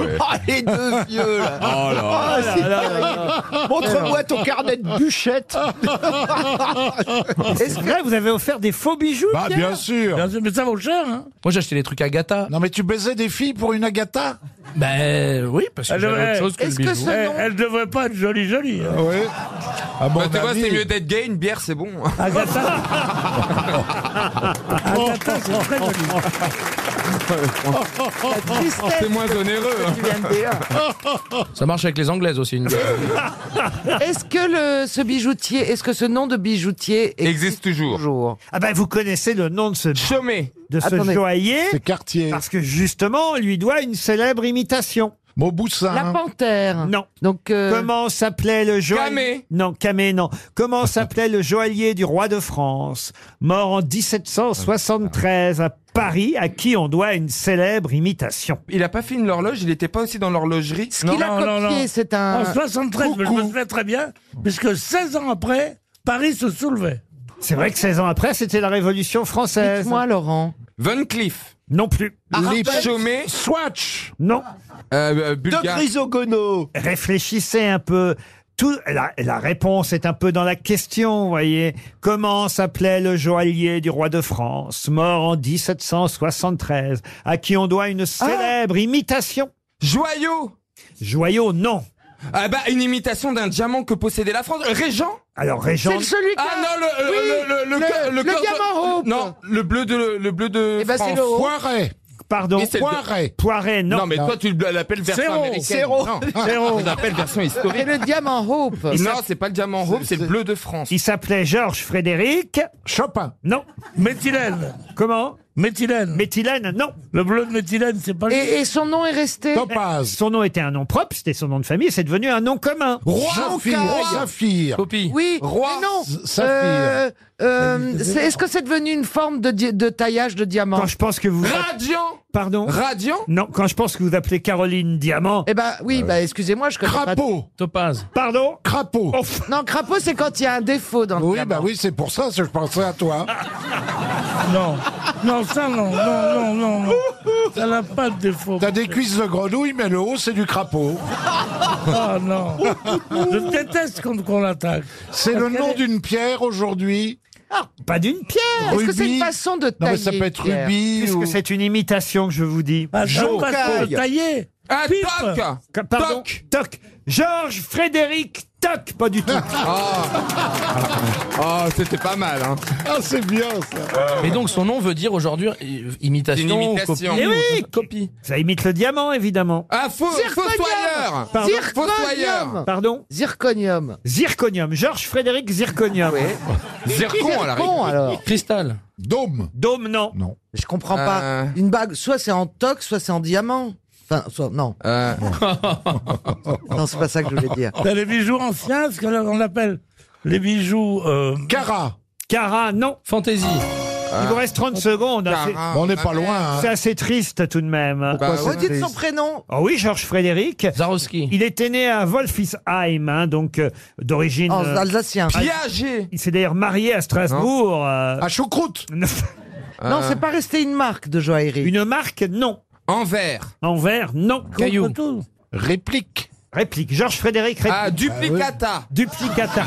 S4: ouais.
S1: les deux vieux, là.
S4: Oh là
S1: Oh
S4: là.
S1: là là là là. Montre-moi ton carnet de bûchette.
S2: Est-ce que là, vous avez offert des faux bijoux
S8: Bah,
S2: Pierre
S8: bien sûr.
S1: Mais ça vaut cher, hein
S4: Moi, j'ai acheté des trucs Agatha.
S8: Non, mais tu baisais des filles pour une Agatha
S4: Ben oui, parce
S8: Elle devrait- est-ce que ce
S1: Eh,
S8: nom-
S1: Elle devrait pas être jolie, jolie. hein.
S8: Oui. Ah
S4: Bah, tu vois, c'est mieux d'être gay, une bière, c'est bon.
S1: Agatha. Agatha, c'est très joli.
S4: C'est moins onéreux. hein. Ça marche avec les Anglaises aussi, une bière.
S10: Est-ce que le, ce bijoutier, est-ce que ce nom de bijoutier
S4: Existe toujours.
S2: Ah ben vous connaissez le nom de ce de ce
S10: Attendez.
S2: joaillier.
S10: C'est
S8: Cartier.
S2: Parce que justement, on lui doit une célèbre imitation.
S8: Mauboussin.
S10: La panthère.
S2: Non. Donc
S10: euh,
S2: comment s'appelait le joaillier
S10: Camé.
S2: Non, Camé non. Comment s'appelait le joaillier du roi de France, mort en 1773 à Paris, à qui on doit une célèbre imitation.
S4: Il a pas fait une horloge, il était pas aussi dans l'horlogerie.
S1: Ce qu'il a copié, c'est
S30: Ah,
S1: En 73, mais je me souviens très bien, puisque 16 ans après, Paris se soulevait.
S2: C'est vrai que 16 ans après, c'était la Révolution française.
S10: Dites-moi, Laurent.
S4: Van Cleef.
S2: Non plus.
S4: Lip Chaumet. Euh,
S2: Swatch. Non.
S10: Euh,
S4: Bulgare.
S2: Grisogono. Réfléchissez un peu. Tout, la, la réponse est un peu dans la question, vous voyez. Comment s'appelait le joaillier du roi de France, mort en 1773, à qui on doit une célèbre imitation
S4: Joyau
S2: Joyau, non.
S4: Ah bah, une imitation d'un diamant que possédait la France. Euh, Régent
S2: Alors, Régent- C'est le celui
S4: Ah
S2: qu'a-
S8: eh,
S4: non, le, euh,
S2: Oui,
S4: le, le,
S2: le-
S4: cor-
S2: le
S4: corps de-
S2: diamant Hope.
S4: Non, le bleu de, le bleu de
S2: Eh ben, c'est
S4: France.
S2: le Hope. Poiret. Pardon.
S4: Et c'est le-
S2: Poiret. Poiret, non.
S4: mais toi, tu l'appelles version
S2: Zéro,
S4: américaine.
S2: zéro,
S4: Non,
S2: zéro.
S4: on l'appelle version historique.
S10: Et le diamant Hope.
S4: Il non, c'est pas le diamant Hope, c'est le bleu de France.
S2: Il s'appelait Georges Frédéric.
S8: Chopin.
S2: Non.
S1: Méthylène.
S2: Comment
S1: Méthylène.
S2: Méthylène, non.
S1: Le bleu de méthylène, c'est pas le.
S10: Et, et son nom est resté.
S2: Son nom était un nom propre, c'était son nom de famille, c'est devenu un nom commun.
S8: Roi, Saphir, roi. Saphir. Poppy.
S10: Oui.
S8: Roi.
S10: mais non.
S8: S- saphir.
S10: Euh, euh, c'est- Est-ce que c'est devenu une forme de, di- de taillage de diamant
S2: Quand je pense que vous.
S4: Radiant.
S2: Pardon
S4: Radiant Ah
S2: Non, quand je pense que vous appelez Caroline Diamant.
S10: Eh ben oui, bah excusez-moi, je connais
S8: Crapaud.
S4: Topaz.
S2: Pardon Oh,
S8: Crapaud.
S10: pas. Non, crapaud, c'est quand il y a un défaut dans le
S8: Oui,
S10: diamant.
S8: bah oui, c'est pour ça que je pensais à toi.
S1: Non. Non, ça, non, non, non, non, non. Ça n'a pas de défaut.
S8: T'as des cuisses de grenouille, mais le haut, c'est du crapaud.
S1: Oh non. Je déteste qu'on qu'on l'attaque.
S8: C'est le nom d'une pierre aujourd'hui.
S3: Ah,
S2: Pas d'une pierre.
S10: Est-ce que c'est une façon de
S8: Non,
S10: tailler
S8: mais ça peut être
S10: une pierre
S8: rubis
S2: Puisque
S8: ou...
S2: c'est une imitation que je vous dis.
S1: Ah, ça
S2: Jean-
S1: passe pour le tailler.
S4: Bah, Ah,
S1: Pif.
S4: toc
S2: Que- Pardon
S4: Toc.
S2: Toc. Georges Frédéric Toc. Pas du tout.
S4: Oh, Ah. c'était pas mal, hein.
S8: Ah, c'est bien, ça.
S21: Mais donc son nom veut dire aujourd'hui euh, imitation,
S4: Une
S21: ou
S4: imitation.
S21: copie.
S4: Eh
S21: ou-
S2: oui.
S21: copie.
S2: Ça imite le diamant, évidemment.
S4: Ah, faux, fossoyeur
S2: Pardon
S4: Fossoyeur
S2: Pardon
S10: Zirconium. Ah
S2: Zirconium. Georges Frédéric Zirconium.
S4: Zircon, à la
S10: Zircon,
S4: rigueur.
S10: alors.
S21: Cristal.
S8: Dôme.
S2: Dôme, non.
S8: Non.
S10: Je comprends pas.
S4: Euh.
S10: Une bague, soit c'est en toc, soit c'est en diamant. Enfin, soit non.
S4: Euh,
S10: Non, c'est pas ça que je voulais dire.
S1: Ah. T'as les bijoux anciens, ce qu'on appelle les bijoux. Euh...
S8: Cara.
S2: Cara, non.
S21: Fantaisie.
S2: Il vous reste 30 secondes. hein, c'est-
S8: On n'est pas loin, hein.
S2: C'est assez triste tout de même.
S21: Bah, ouais.
S10: Redites son prénom.
S2: Ah oui, Georges Frédéric.
S21: Zarowski.
S2: Il était né à Wolfisheim, hein, donc euh, d'origine.
S10: En
S2: euh,
S10: Oh, alsacien.
S4: Piaget
S2: il s'est d'ailleurs marié à Strasbourg. euh,
S8: À choucroute.
S10: Non, c'est pas resté une marque de joaillerie.
S2: une marque, non.
S4: Envers
S2: Envers, non.
S21: Caillou.
S8: Réplique.
S2: Réplique. Georges Frédéric, réplique.
S4: Ah, duplicata
S2: Duplicata.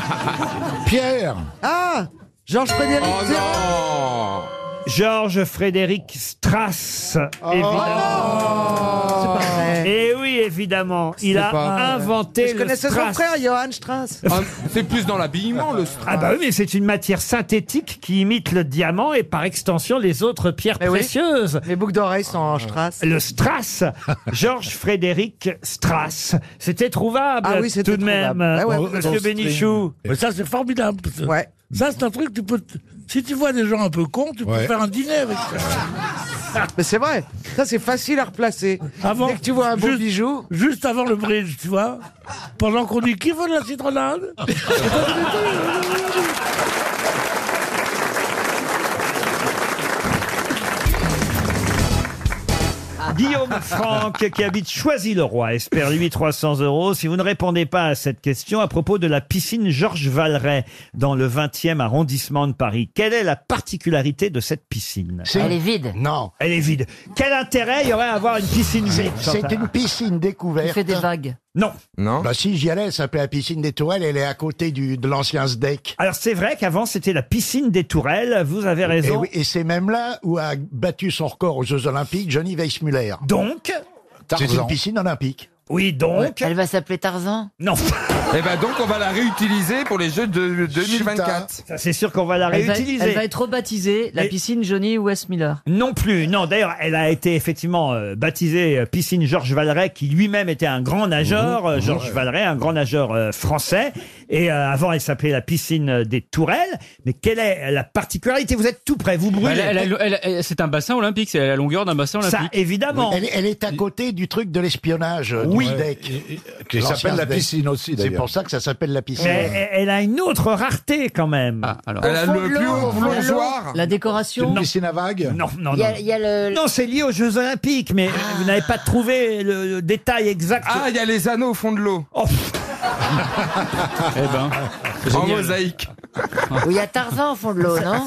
S8: Pierre.
S10: Ah Georges Frédéric
S4: Oh
S10: Zéro.
S4: non
S2: Georges Frédéric Strass,
S8: Oh.
S2: évidemment.
S10: C'est pas vrai.
S2: Et oui, évidemment, il a
S4: pas vrai.
S2: inventé
S10: Je
S2: le
S10: connaissais son
S2: Strass.
S10: frère, Johann Strauss.
S4: Ah, C'est plus dans l'habillement, le strass.
S2: Ah bah oui, mais c'est une matière synthétique qui imite le diamant et par extension les autres pierres
S10: Mais oui.
S2: précieuses.
S10: Mes boucles d'oreilles sont en Strass.
S2: Le Strass, Georges Frédéric Strass. C'était trouvable
S10: Ah oui,
S2: tout
S10: c'était
S2: de même,
S10: trouvable. Ah ouais, vous
S2: monsieur
S10: êtes dans le
S2: Bénichou.
S1: Mais ça, c'est formidable.
S10: Ouais.
S1: Ça, c'est un truc, tu peux. t- Si tu vois des gens un peu cons, tu peux
S8: Ouais.
S1: faire un dîner avec ça.
S10: Mais c'est vrai. Ça, c'est facile à replacer.
S1: Avant-
S10: Dès que tu vois un beau
S1: juste-
S10: bijou.
S1: Juste avant le bridge, tu vois. Pendant qu'on dit qui veut de la citronnade
S2: Guillaume Franck, qui habite Choisy-le-Roi, espère lui 300 euros. Si vous ne répondez pas à cette question à propos de la piscine Georges Valeret dans le 20e arrondissement de Paris, quelle est la particularité de cette piscine
S4: Elle est
S2: vide. Non, elle est vide. Quel intérêt y aurait à avoir une piscine vide
S4: C'est
S2: Chantal
S4: une piscine découverte.
S2: Il fait des vagues. Non.
S4: Non. Bah si j'y allais, elle s'appelait la piscine des Tourelles, elle est à côté du, de l'ancien SDEC.
S2: Alors c'est vrai qu'avant c'était la piscine des Tourelles, vous avez raison.
S4: Et, oui, et c'est même là où a battu son record aux Jeux Olympiques Johnny Weissmuller.
S2: Donc
S4: C'est
S2: Tarzan.
S4: une piscine olympique.
S2: Oui, donc.
S4: Elle va s'appeler Tarzan
S2: Non.
S6: Et ben donc on va la réutiliser pour les Jeux de
S2: Ça,
S4: hein.
S6: 2024.
S2: c'est sûr qu'on va la
S6: Elle va-
S2: réutiliser.
S6: elle va
S3: être rebaptisée la piscine Johnny Westmiller.
S2: Non plus, non. D'ailleurs, elle a été effectivement euh, baptisée euh, piscine Georges Valeret, qui lui-même était un grand
S8: Mmh.
S2: nageur, euh, Georges Valeret, un grand nageur euh, français. Et euh, avant, elle s'appelait la piscine euh, des Tourelles. Mais quelle est la particularité Vous êtes tout prêt, vous brûlez.
S11: Bah,
S8: Bah,
S11: Elle- elle- elle- elle- C'est un bassin olympique, c'est la longueur d'un bassin
S2: Ça,
S11: olympique.
S2: évidemment.
S4: Elle, elle est à côté du truc de l'espionnage euh,
S2: Oui.
S4: du SDEC.
S8: Qui
S4: L'ancien
S8: s'appelle la
S4: SDEC.
S8: piscine aussi,
S4: C'est
S8: d'ailleurs.
S4: pour ça que ça s'appelle la piscine.
S2: Mais eh, elle, elle a une autre rareté quand même.
S8: Ah,
S4: Elle a Au fond le de l'eau, plus haut au fond de l'eau.
S3: plongeoir. La décoration.
S2: Une piscine à vagues Non, non, non.
S3: Il y a- il y a le-
S2: Non, c'est lié aux Jeux Olympiques, mais
S4: Ah.
S2: vous n'avez pas trouvé le, le détail exact.
S6: Ah, il y a les anneaux au fond de l'eau.
S2: Oh.
S6: eh ben, en
S3: génial.
S6: mosaïque.
S3: Où il y a Tarzan au fond de l'eau, non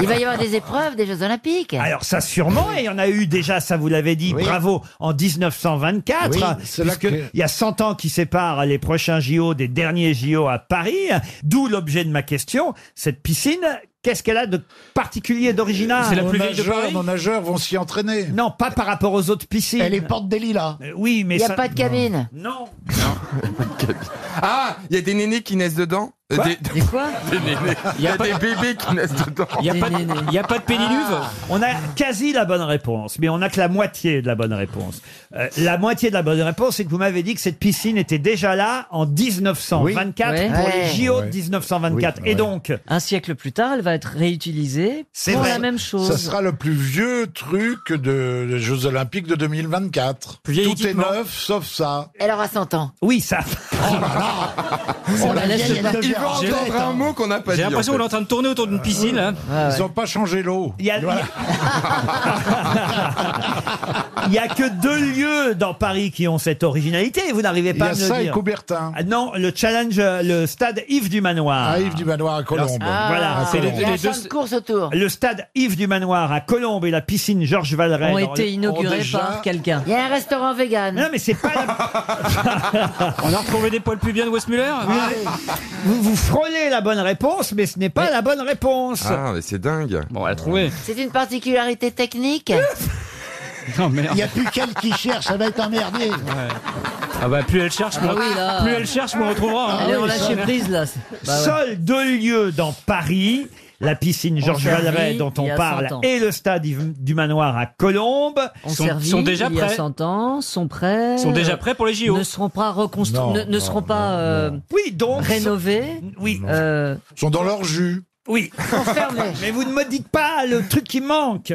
S3: Il va y avoir des épreuves des Jeux Olympiques.
S2: Alors ça sûrement, et il y en a eu déjà, ça vous l'avez dit, bravo, en 1924,
S8: Oui, c'est là
S2: puisque
S8: que-
S2: il y a 100 ans qui séparent les prochains JO des derniers JO à Paris, d'où l'objet de ma question, cette piscine, qu'est-ce qu'elle a de particulier, d'original
S8: nos nageurs, Nos nageurs vont s'y entraîner.
S2: Non, pas par rapport aux autres piscines.
S4: Elle est porte des lilas.
S2: Euh, Oui, mais
S3: Il n'y a
S2: ça-
S3: pas de cabine.
S2: Non.
S6: Ah, il y a des nénés qui naissent dedans. Euh,
S2: Quoi
S6: des...
S3: quoi
S6: Des nénés. Il y a des bébés qui naissent dedans.
S2: Il n'y a, pas de pédiluve Ah. On a quasi la bonne réponse, mais on n'a que la moitié de la bonne réponse. Euh, la moitié de la bonne réponse, c'est que vous m'avez dit que cette piscine était déjà là en
S4: Ah.
S2: 1924
S3: Oui.
S2: pour
S3: Ouais.
S2: les JO de 1924. Et donc,
S3: Un siècle plus tard, elle va être réutilisée
S2: C'est
S3: pour
S2: vrai.
S3: la même chose.
S8: Ça sera le plus vieux truc de- des Jeux Olympiques de 2024. Tout est neuf, sauf ça.
S3: Elle aura 100 ans.
S2: Oui, ça.
S8: Oh, la vieille, elle devient
S6: Il va
S8: vieille,
S6: entendre un
S8: hein.
S6: mot qu'on n'a pas dit.
S11: J'ai l'impression
S6: en
S11: qu'on est
S6: fait.
S11: en train de tourner autour d'une piscine. hein. là.
S8: Ils n'ont pas changé l'eau.
S2: Il y a-
S8: Voilà.
S2: il n'y a que deux lieux dans Paris qui ont cette originalité et vous n'arrivez
S8: Il y
S2: pas
S8: a
S2: à me le
S8: ça et
S2: dire.
S8: Coubertin.
S2: Ah Non, le challenge, euh, le stade Yves du Manoir.
S8: Ah, Yves du Manoir à Colombes.
S2: Alors, voilà,
S8: Ah,
S2: c'est
S8: Colombes.
S2: les-
S3: Il y a
S2: les
S3: un
S2: deux-
S3: champ de course autour.
S2: Le stade Yves du Manoir à Colombes et la piscine Georges Valeret
S3: Ont
S2: dans le-
S3: été inaugurés
S2: ont déjà-
S3: par quelqu'un. Il y a un restaurant vegan.
S2: Non, mais c'est pas.
S11: On a retrouvé des poils pubiens de Westmuller
S8: Ah.
S2: Vous, vous frôlez la bonne réponse, mais ce n'est pas la bonne réponse.
S6: Ah, mais c'est dingue.
S11: Bon, elle a trouvé.
S3: C'est une particularité technique.
S11: Non,
S4: Il
S11: merde.
S4: n'y a plus qu'elle qui cherche, ça va être emmerdé.
S11: Ah bah, plus elle cherche,
S3: Ah
S11: moins-
S3: oui, là.
S11: plus elle cherche, moins on
S4: Ah
S11: retrouvera. hein.
S3: Allez, on lâche prise là. Bah ouais.
S2: Seuls deux lieux dans Paris. La piscine
S3: On
S2: Georges
S3: servit
S2: Valeret dont
S3: il y
S2: on
S3: a
S2: parle
S3: 100 ans.
S2: et le stade Yves du Manoir à Colombes.
S3: On
S11: Sont-
S3: servit,
S11: sont déjà
S3: il y a
S11: prêts.
S3: 100 ans, sont prêts.
S11: Sont déjà prêts pour les JO.
S3: Ne seront pas reconstruits,
S8: Non,
S3: ne, ne
S8: non,
S3: seront pas euh,
S2: Oui, donc.
S3: rénovés.
S2: Oui.
S3: Euh,
S8: Ils sont dans leur jus.
S2: Oui. Mais vous ne me dites pas le truc qui manque.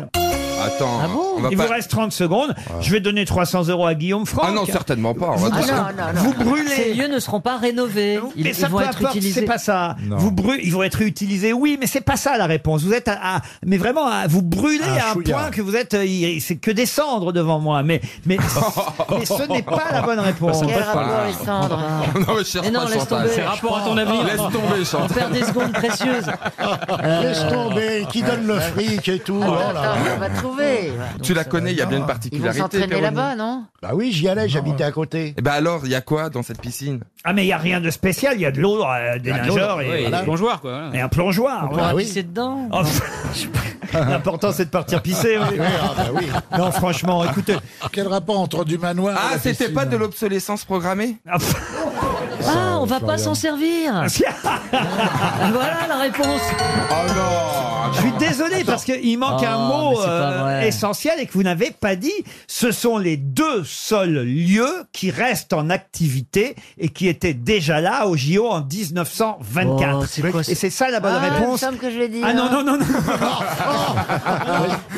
S6: Attends, on va
S2: Il
S6: pas...
S2: vous reste 30 secondes. Je vais donner 300 euros à Guillaume Franck.
S6: Ah non, certainement pas. on va
S3: ah
S6: pas-
S3: non, non, non.
S2: Vous brûlez.
S3: Ces lieux ne seront pas rénovés. Ils,
S2: mais
S3: ils
S2: ça
S3: vont
S2: peu
S3: être
S2: importe,
S3: utilisés.
S2: c'est pas ça.
S8: Non.
S2: Vous brûlez, ils vont être réutilisés, oui, mais c'est pas ça la réponse. Vous êtes à, à- mais vraiment, à- vous brûlez
S8: Un
S2: à un
S8: chouïa.
S2: point que vous êtes, euh, il- c'est que des cendres devant moi. Mais, mais, mais ce n'est pas la bonne réponse.
S3: Quel rapport les cendres
S6: non, mais cherche
S3: Mais non,
S6: pas
S3: laisse
S6: Chantal.
S3: tomber.
S11: C'est rapport à ton avenir.
S6: Laisse tomber,
S3: On
S6: Chantal.
S3: perd des secondes précieuses.
S4: Laisse tomber, qui donne
S6: Euh,
S4: le fric et tout. oh là là.
S3: Ah Attends, on va trouver.
S6: Tu la connais, il y a bien une
S3: Ils vont
S6: particularité.
S3: s'entraîner
S6: Péroni.
S3: là-bas, non
S4: Bah oui, j'y allais, j'habitais à côté.
S6: Eh ben alors, il y a quoi dans cette piscine
S2: Ah mais il y a rien de spécial. Il y a de
S4: oh,
S2: l'eau, euh, des
S4: Il y a de l'eau,
S2: nageurs
S11: Ouais,
S2: et,
S11: il y a
S2: voilà.
S11: des plongeoirs, quoi. voilà.
S2: Et un plongeoir.
S3: On
S2: voilà.
S4: Ah
S3: pourra pisser dedans.
S2: Oh, L'important c'est de partir pisser. oui.
S8: Oui, ah bah oui.
S2: Non franchement, écoutez.
S8: Quel rapport entre du manoir et
S6: Ah,
S8: la
S6: c'était
S8: piscine
S6: pas de l'obsolescence programmée
S2: Ah, pff,
S3: Ah, on va pas
S8: Florian.
S3: s'en servir.
S2: Ah,
S3: voilà la réponse.
S6: Oh non
S2: Je suis désolé parce qu'il manque
S3: Oh,
S2: un mot
S3: mais c'est pas
S2: euh,
S3: vrai.
S2: essentiel et que vous n'avez pas dit. Ce sont les deux seuls lieux qui restent en activité et qui étaient déjà là au JO en 1924.
S3: Oh, c'est quoi,
S2: et c'est ça la bonne
S3: Ah, il me
S2: réponse.
S3: semble que je l'ai dit.
S2: Ah non,
S3: hein.
S2: non, non, non.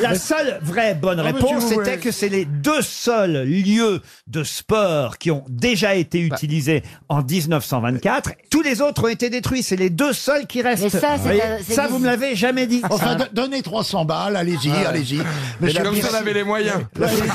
S2: La seule vraie bonne
S8: Ah, mais
S2: réponse,
S8: tu
S2: c'était
S8: voulais.
S2: que c'est les deux seuls lieux de sport qui ont déjà été
S3: Bah.
S2: utilisés en 1924. Tous les autres ont été détruits. C'est les deux seuls qui restent.
S3: ça, c'est
S2: Vous voyez
S3: la- c'est
S2: ça
S3: les-
S2: vous me l'avez jamais dit.
S11: oui.
S42: Enfin, do- donnez 300 balles, allez-y,
S2: euh,
S43: Ouais.
S42: allez-y.
S43: Mais
S42: la
S43: comme ça,
S42: piscine-
S43: on avait les moyens.
S42: La piscine-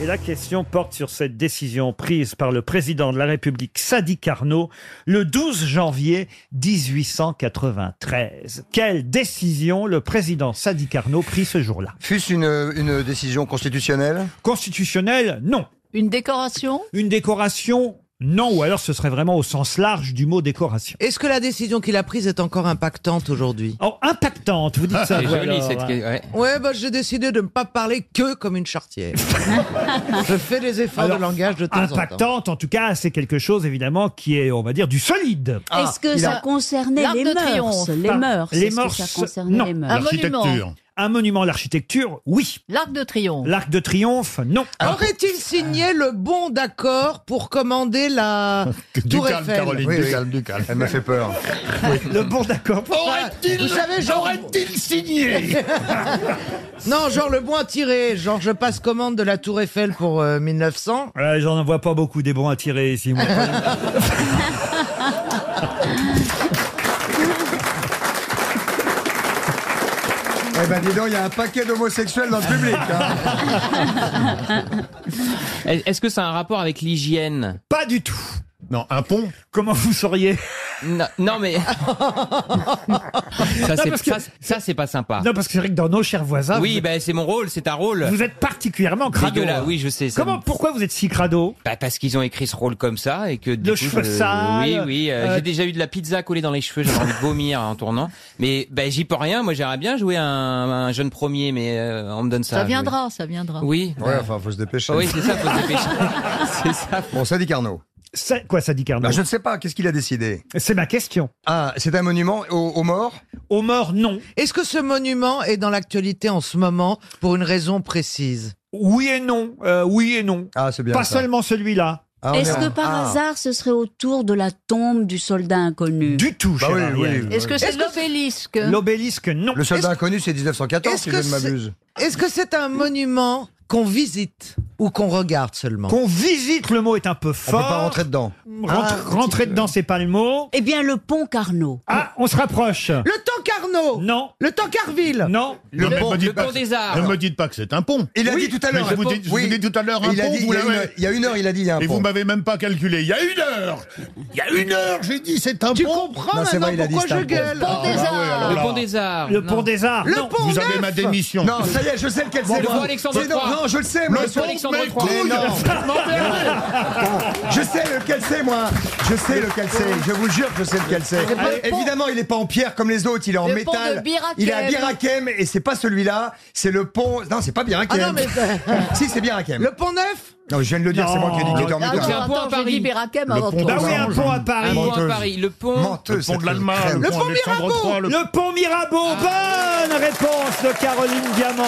S2: Et la question porte sur cette décision prise par le président de la République, Sadi Carnot, le 12 janvier 1893. Quelle décision le président Sadi Carnot prit ce jour-là
S6: Fût-ce une, une décision constitutionnelle
S2: Constitutionnelle, non.
S3: Une décoration
S2: Une décoration, non. Ou alors ce serait vraiment au sens large du mot décoration.
S10: Est-ce que la décision qu'il a prise est encore impactante aujourd'hui
S2: Oh, impactante, vous dites ça.
S10: C'est
S2: vous,
S10: joli,
S2: alors,
S10: cette-
S2: hein.
S10: Ouais, bah, j'ai décidé de ne pas parler que comme une chartière. Je fais des efforts
S2: Alors,
S10: de langage de temps en temps.
S2: Impactante, en tout cas, c'est quelque chose évidemment qui est, on va dire, du solide.
S11: Est-ce
S10: Ah,
S11: que ça concernait
S44: L'Arc
S11: les
S44: de
S11: mœurs
S44: Triomphe.
S11: Les
S2: Pardon,
S11: mœurs,
S2: les
S11: est-ce
S2: mœurs,
S11: que ça concernait
S2: non.
S11: les mœurs
S2: Un monument. Un monument, l'architecture, oui.
S3: L'arc de triomphe.
S2: L'arc de triomphe, non.
S10: Aurait-il signé le bon d'accord pour commander la Tour Eiffel
S6: du calme. Elle m'a fait peur.
S2: Le bon d'accord.
S10: Aurait-il- Vous savez, genre- aurait-il
S6: signé
S10: Non, genre le bon à tirer, genre je passe commande de la Tour Eiffel pour euh, 1900.
S2: Ouais, J'en vois pas beaucoup des bons à tirer ici. moi.
S6: Eh ben dis donc, il y a un paquet d'homosexuels dans le public.
S4: hein. Est-ce que ça a un rapport avec l'hygiène
S2: Pas du tout.
S4: Non, un pont.
S2: Comment vous sauriez
S4: non, non, mais ça c'est ça, c'est- ça, c'est pas sympa.
S2: non, parce que c'est vrai que dans nos chers voisins,
S4: Ah. oui,
S2: vous,
S4: ben c'est mon rôle, c'est un rôle.
S2: vous êtes particulièrement crado.
S4: Dégueulasse,
S2: hein.
S4: oui, je sais. ça
S2: Comment,
S4: me-
S2: pourquoi vous êtes si crado
S4: Bah, parce qu'ils ont écrit ce rôle comme ça et que du
S2: Le
S4: coup,
S2: cheveu
S4: je-
S2: sale,
S4: Oui, oui. euh,
S2: euh,
S4: J'ai déjà eu de la pizza collée dans les cheveux. J'avais envie de vomir en tournant. Mais bah, j'y peux rien. Moi, j'aimerais bien jouer un, un jeune premier, mais euh, on me donne ça.
S3: Ça
S4: à jouer.
S3: viendra, ça viendra.
S4: Oui.
S6: Ouais, enfin, faut se dépêcher.
S4: Oui, c'est ça. Faut se dépêcher. c'est ça.
S6: Bon, ça dit Carnot.
S2: Ça- quoi, ça dit Carnot
S6: Bah, Je ne sais pas, qu'est-ce qu'il a décidé
S2: C'est ma question.
S6: Ah, c'est un monument aux, aux morts
S2: Aux morts, non.
S10: Est-ce que ce monument est dans l'actualité en ce moment pour une raison précise
S2: Oui et non. euh, oui et non.
S6: Ah, c'est bien.
S2: Pas
S6: ça. Ah,
S2: seulement celui-là.
S11: Est-ce que par hasard, ce serait autour de la tombe du soldat inconnu
S2: Du tout,
S6: Bah oui, oui, oui.
S3: Est-ce que c'est l'obélisque
S2: L'obélisque, non.
S6: Le soldat inconnu, c'est 1914, si je ne m'abuse.
S10: Est-ce que c'est un monument qu'on visite ou qu'on regarde seulement
S2: Qu'on visite, le mot est un peu
S6: Hein. On ne peut pas
S2: fort.
S6: rentrer dedans.
S2: Rentre- rentrer dedans, c'est pas le mot.
S11: Eh bien, le pont Carnot.
S2: Ah, on se rapproche.
S10: Le temps Carnot
S2: Non.
S10: Le temps Carville
S2: Non.
S10: Le
S1: mec
S10: pont-
S1: me dit
S10: le
S1: pas
S10: pont
S1: que-
S10: des arts.
S1: Ne me dites pas que c'est un pont.
S6: Il a
S1: Oui,
S6: dit tout à l'heure
S1: mais Je
S6: un
S1: vous
S6: pont.
S1: dis, je
S6: Oui.
S1: vous dis tout à l'heure un
S6: Il a
S1: pont.
S6: dit-
S1: vous
S6: il y a
S1: l'avez-
S6: une- il y a une heure, il a dit, il y a un
S1: Et
S6: pont.
S1: vous m'avez même pas calculé. Il y a une heure. Il y a une heure. J'ai dit c'est un pont. Tu
S6: Non, c'est vrai, il a dit c'est un pont.
S4: Le pont des arts.
S2: Le pont des arts.
S1: Le
S2: non.
S1: pont Vous avez neuf. ma démission.
S6: Non, ça y est, je sais lequel
S4: Bon,
S6: c'est.
S4: le
S6: moi.
S4: pont Alexandre
S6: C'est- non,
S4: III.
S6: Non, je le sais,
S4: Le
S6: moi.
S4: pont
S6: je-
S4: Alexandre
S6: Mais
S4: III.
S6: non.
S4: Mais non.
S6: Je sais lequel c'est, moi. Je sais lequel c'est. Je vous jure que je sais lequel c'est. C'est pas le Eh, Évidemment, il n'est pas en pierre comme les autres. Il est en
S3: Le pont de
S6: métal.
S3: Birakem.
S6: Il est à Birakem et c'est pas celui-là. C'est le pont. Non, c'est pas Birakem.
S3: Ah non, mais-
S6: Si, c'est Birakem.
S10: Le pont neuf
S6: Non, je viens de le dire. C'est moi qui ai dit qu'il était en
S3: Ah non,
S6: métal.
S3: attends, j'ai dit Birakem avant toi.
S2: à Paris.
S4: Ah Un pont à
S6: Menteuse.
S4: Paris. Le pont.
S1: Le pont
S6: Menteuse,
S1: de
S6: cette
S4: Ah,
S1: l'Allemagne,
S6: crème.
S1: le pont Alexandre III, le- Ah.
S2: Le pont Mirabeau. Bonne réponse de Caroline Diamant.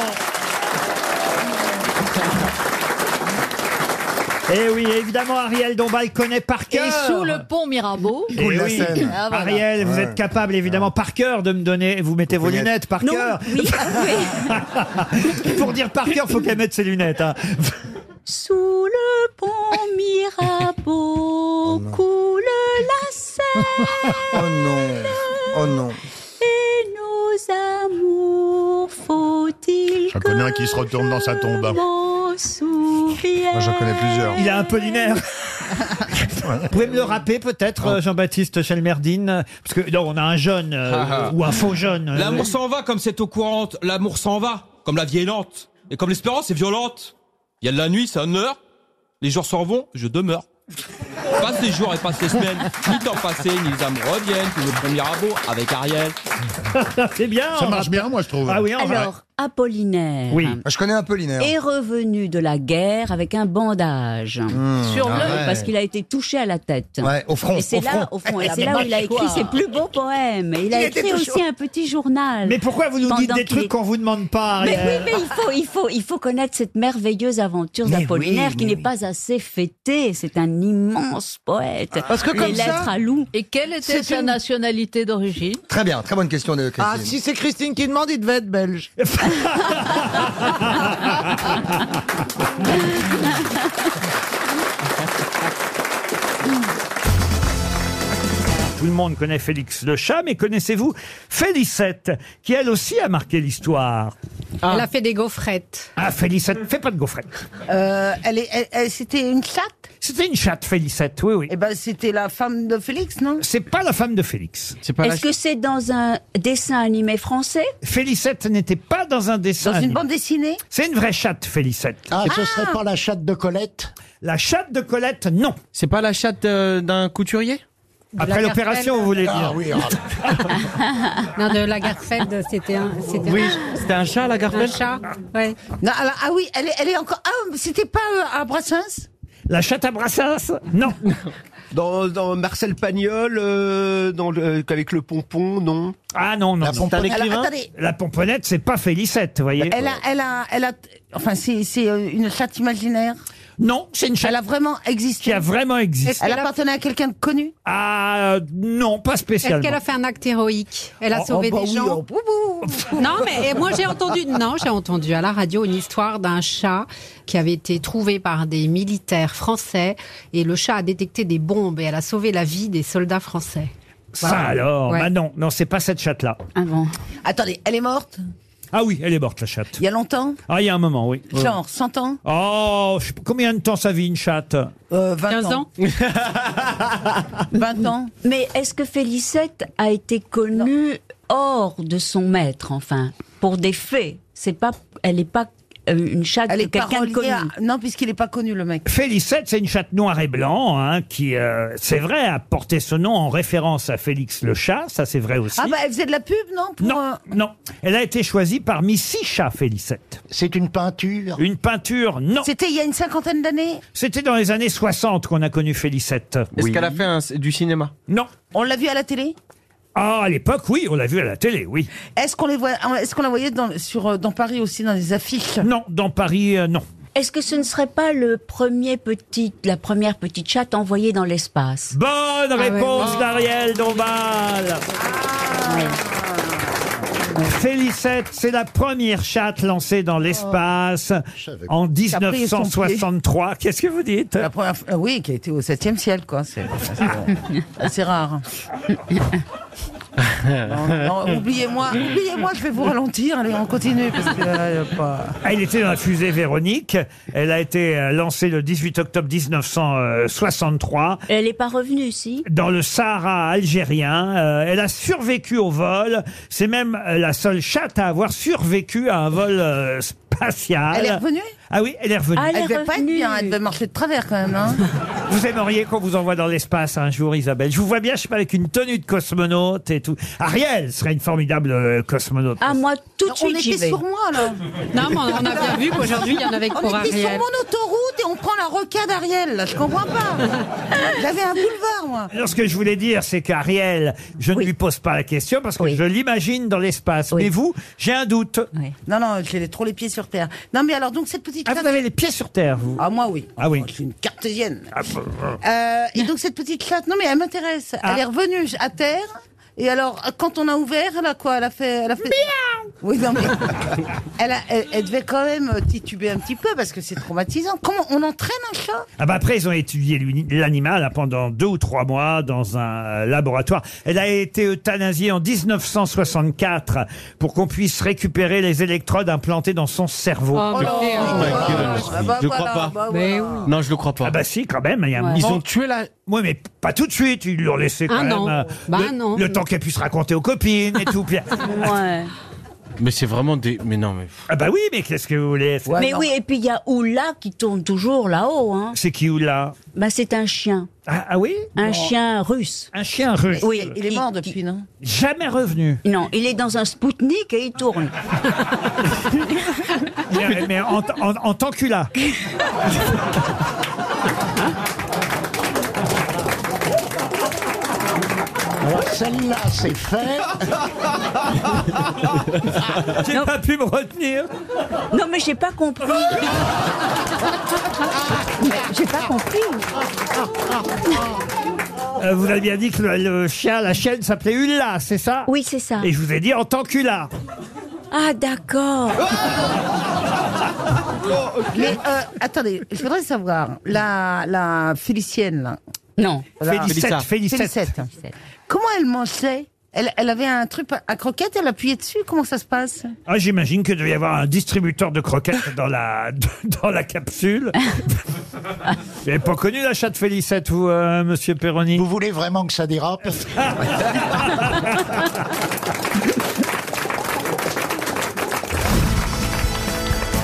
S2: Et Eh oui, évidemment, Ariel Dombal connaît par cœur.
S3: Et sous le pont Mirabeau.
S2: Eh oui.
S3: Ah, voilà.
S2: Ariel, vous
S3: Ouais.
S2: êtes capable évidemment par cœur de me donner, vous mettez vos
S3: lunettes.
S2: lunettes par
S3: Non,
S2: cœur.
S3: oui,
S2: Pour dire par cœur, faut qu'elle mette ses lunettes. hein.
S11: Sous le pont Mirabeau coule la Seine
S6: Oh non. Oh non.
S11: et nos amours faut-il
S1: J'en connais un qui se retourne dans sa tombe.
S11: m'en souviennent
S2: Il a un polinaire. Vous pouvez me le rappeler peut-être, euh, Jean-Baptiste Chelmerdine Parce que non, on a un jeune euh,
S4: Ah, ah.
S2: ou un faux jeune. euh,
S4: L'amour s'en va comme cette eau courante. L'amour s'en va comme la vie est lente. Et comme l'espérance est violente. Il y a de la nuit, ça meurt. Les jours s'en vont, je demeure. Passe les jours et passe les semaines. Ni le temps passé, ni les amours reviennent. Tout le premier rabot avec Ariel.
S2: C'est bien.
S4: Ça marche bien, moi, je trouve.
S2: Ah oui, en vrai.
S11: Alors, Apollinaire
S6: Je connais un peu Linaire.
S11: est revenu de la guerre avec un bandage sur
S6: ah
S11: l'œil
S6: ouais.
S11: parce qu'il a été touché à la tête.
S6: Ouais, au front,
S11: Et c'est
S6: au
S11: là,
S6: front.
S11: au front, et
S6: Ah,
S11: c'est là où il a
S6: quoi.
S11: écrit ses plus beaux poèmes. Et il a
S6: Il était
S11: écrit
S6: touché.
S11: aussi un petit journal.
S2: Mais pourquoi vous nous dites
S11: pendant
S2: des
S11: qu'il
S2: trucs qu'on vous demande pas
S3: Ah,
S11: Mais
S2: Ariel
S11: oui, mais il faut, il faut, il faut connaître cette merveilleuse aventure
S2: Mais
S11: d'Apollinaire
S2: oui,
S11: qui
S2: mais
S11: n'est pas assez fêtée. C'est un immense poète.
S6: Parce que comme
S11: Les
S6: ça-
S11: lettres à loup.
S3: Et quelle était
S11: C'est
S3: sa
S11: une-
S3: nationalité d'origine
S6: Très bien, très bonne question de
S10: Ah,
S6: Christine.
S10: si c'est Christine qui demande, il devait être belge.
S2: Tout le monde connaît Félix le chat, mais connaissez-vous Félicette, qui elle aussi a marqué l'histoire
S3: Elle a fait des gaufrettes.
S2: Ah, Félicette, fais pas de gaufrettes.
S3: Euh, elle est- elle- elle- c'était une chatte
S2: C'était une chatte, Félicette, oui, oui.
S3: Eh ben, c'était la femme de Félix, non
S2: C'est pas la femme de Félix. C'est
S11: Est-ce que c'est dans un dessin animé français
S2: Félicette n'était pas dans un dessin.
S3: Dans une
S2: animé.
S3: bande dessinée
S2: C'est une vraie chatte, Félicette.
S38: Ah, ce serait pas la chatte de Colette
S2: La chatte de Colette, non.
S39: C'est pas la chatte euh, d'un couturier
S2: Après l'opération, vous voulez
S6: Ah
S2: dire
S3: Non, de la Garfeld, c'était un.
S39: Oui, c'était un chat, la Garfeld
S3: ouais. Non, alors, ah oui, elle est, elle est encore. Ah, mais c'était pas euh, à Brassens
S2: La chatte à Brassens Non.
S29: Dans, dans Marcel Pagnol, euh, dans le- euh, avec le pompon, non
S2: Ah non, non.
S29: La
S2: non.
S29: pomponnette.
S3: Alors, attendez.
S2: La pomponnette, c'est pas Félicette, vous voyez.
S3: Elle a, elle a, elle a. Enfin, c'est c'est, euh, une chatte imaginaire.
S2: Non, c'est une chatte.
S3: Elle a vraiment existé.
S2: Qui a vraiment existé.
S3: Elle appartenait à quelqu'un de connu.
S2: Ah euh, non, pas spécialement.
S3: Est-ce qu'elle a fait un acte héroïque. Elle
S2: a Oh, sauvé oh, bah des oui, gens. oh,
S3: non, mais moi j'ai entendu. Non, j'ai entendu à la radio une histoire d'un chat qui avait été trouvé par des militaires français et le chat a détecté des bombes et elle a sauvé la vie des soldats français.
S2: Ça alors,
S3: Ouais.
S2: bah non, non, c'est pas cette chatte-là.
S3: Attendez, elle est morte
S2: Ah oui, elle est morte la chatte.
S3: il y a longtemps
S2: Ah, il y a un moment, oui.
S3: Genre 100 ans
S2: Oh, je sais pas, combien de temps ça vit une chatte
S3: 20 ans. 20 ans.
S11: Mais est-ce que Félicette a été connue hors de son maître, enfin, pour des faits C'est pas, elle n'est pas euh, une chatte
S3: Elle
S11: de
S3: est pas
S11: quelqu'un de
S3: reliée
S11: connu.
S3: à- Non, puisqu'il n'est pas connu le mec.
S2: Félicette, c'est une chatte noire et blanc, hein, qui, euh, c'est vrai, a porté ce nom en référence à Félix le chat, ça c'est vrai aussi.
S3: Ah bah elle faisait de la pub, non
S2: non, non. Elle a été choisie parmi six chats, Félicette.
S38: C'est une peinture
S2: Une peinture, non.
S3: C'était il y a une cinquantaine d'années
S2: C'était dans les années 60 qu'on a connu Félicette.
S39: Est-ce qu'elle a fait un- du cinéma
S2: Non.
S3: On l'a vu à la télé
S2: Ah, à l'époque, oui, on l'a vu à la télé, oui.
S3: Est-ce qu'on les voit Est-ce qu'on la voyait dans, sur, euh, dans Paris aussi dans des affiches
S2: Non, dans Paris, euh, non.
S11: Est-ce que ce ne serait pas le premier petit, la première petite chatte envoyée dans l'espace
S2: Bonne
S3: Ah
S2: réponse d'Ariel Dombal.
S3: Ah.
S2: Félicette, c'est la première chatte lancée dans l'espace
S3: Oh. savais pas.
S2: en
S3: Qui a pris son
S2: 1963. Qu'est-ce que vous dites
S3: La première, euh, oui, qui a été au 7e ciel, quoi. C'est euh, assez rare. Non, non, oubliez-moi, oubliez-moi, je vais vous ralentir. Allez, on continue parce que euh, y a pas.
S2: Elle Ah, était dans la fusée Véronique. Elle a été euh, lancée le 18 octobre 1963
S11: Elle n'est pas revenue ici
S2: dans le Sahara algérien. Euh, elle a survécu au vol. C'est même euh, la seule chatte à avoir survécu à un vol euh, spatial.
S3: Elle est revenue
S2: Ah oui, elle est revenue.
S3: elle devait pas être bien, elle devait marcher de travers quand même. hein.
S2: Vous aimeriez qu'on vous envoie dans l'espace un jour, Isabelle Je vous vois bien, je sais pas, avec une tenue de cosmonaute et tout. Ariel serait une formidable euh, cosmonaute.
S11: Ah, moi, tout de
S3: on
S11: suite, j'y
S3: était
S11: vais.
S3: sur moi Oh, là.
S11: Non, mais on- on a bien vu qu'aujourd'hui, il y en avait que pour
S3: On était sur
S11: Ariel.
S3: mon autoroute et on prend la rocade Ariel. Là, je comprends pas. J'avais un boulevard moi.
S2: Alors, ce que je voulais dire, c'est qu'Ariel, je ne lui pose pas la question parce que je l'imagine dans l'espace. Mais vous, j'ai un doute.
S3: Non, non, j'ai trop les pieds sur terre. Non, mais alors, donc, cette petite
S2: Ah,
S3: chatte.
S2: vous avez les pieds sur terre, vous
S3: Ah, moi, oui.
S2: Ah oui.
S3: Cartésienne.
S2: Ah, bah, bah.
S3: Euh, et donc, cette petite chatte, non, mais elle m'intéresse.
S11: Ah.
S3: Elle est revenue à terre. Et alors, quand on a ouvert, elle a quoi Elle a fait. Elle a fait... Oui, non, mais. elle, a- elle- elle devait quand même tituber un petit peu parce que c'est traumatisant. Comment on entraîne un chat
S2: Ah bah après, ils ont étudié l'uni- l'animal hein, pendant deux ou trois mois dans un euh, laboratoire. Elle a été euthanasiée en 1964 pour qu'on puisse récupérer les électrodes implantées dans son cerveau.
S3: Oh, Oh, merde. merde. Ah bah
S2: Je
S3: voilà,
S2: crois pas.
S3: bah Mais voilà.
S2: Non, je le crois pas. Ah bah si, quand même. il y a un
S3: Ouais.
S2: moment-
S3: Ils ont
S2: tué la... Oui, mais pas tout de suite. Ils l'ont laissé quand
S3: Ah
S2: même.
S3: non.
S2: euh,
S3: Bah
S2: le,
S3: non.
S2: le temps qu'elle puisse raconter aux copines et tout. Puis-
S11: Ouais.
S36: Mais c'est vraiment des. Mais non, mais.
S2: ah bah oui, mais qu'est-ce que vous voulez c'est-
S11: Mais oui, et puis il y a Oula qui tourne toujours là-haut. Hein.
S2: C'est qui ou là
S11: Bah, c'est un chien.
S2: Ah, ah oui
S11: Un
S2: Bon.
S11: chien russe.
S2: Un chien russe.
S11: Oui,
S3: Il est mort depuis, non
S2: Jamais revenu.
S11: Non, il est dans un Spoutnik et il tourne.
S2: Mais, mais en, en, en tant que là.
S38: Alors celle-là, c'est fait.
S2: J'ai pas pu me retenir.
S11: Non, mais j'ai pas compris. j'ai pas compris.
S2: Ah, Euh, vous avez bien dit que le, le chien, la chienne s'appelait Ulla, c'est ça
S11: Oui, c'est ça.
S2: Et je vous ai dit en tant qu'Ulla.
S11: Ah, d'accord.
S3: Mais euh, attendez, je voudrais savoir, la, la Félicienne, là,
S11: Non.
S2: Félicette, Félicette.
S3: Félicette. Comment elle mangeait elle, elle avait un truc à croquette, elle appuyait dessus. Comment ça se passe
S2: Ah, j'imagine qu'il devait y avoir un distributeur de croquettes dans la, dans la capsule. Vous n'avez pas connu la chatte Félicette, vous, euh, monsieur Perroni Vous voulez vraiment que ça dérape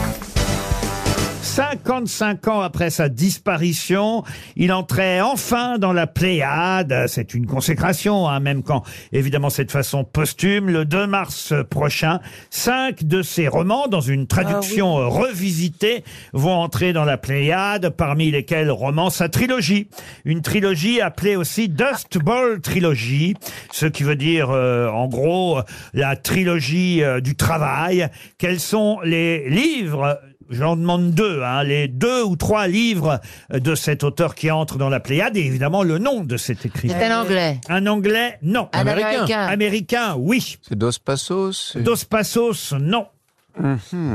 S2: « 55 ans après sa disparition, il entrait enfin dans la Pléiade. C'est une consécration, hein, même quand, évidemment, c'est de façon posthume. Le 2 mars prochain, cinq de ses romans, dans une traduction
S39: Ah
S2: euh, revisitée, vont entrer dans la Pléiade, parmi lesquels romans sa trilogie. Une trilogie appelée aussi Dust Bowl Trilogy, ce qui veut dire, euh, en gros, la trilogie euh, du travail. Quels sont les livres J'en demande deux, hein, les deux ou trois livres de cet auteur qui entre dans la Pléiade et évidemment le nom de cet écrivain.
S32: C'est un Anglais.
S2: Un anglais, non.
S32: Un Américain. Américain.
S2: Américain, oui.
S36: C'est Mhm. Dos Passos.
S2: Dos Passos, non.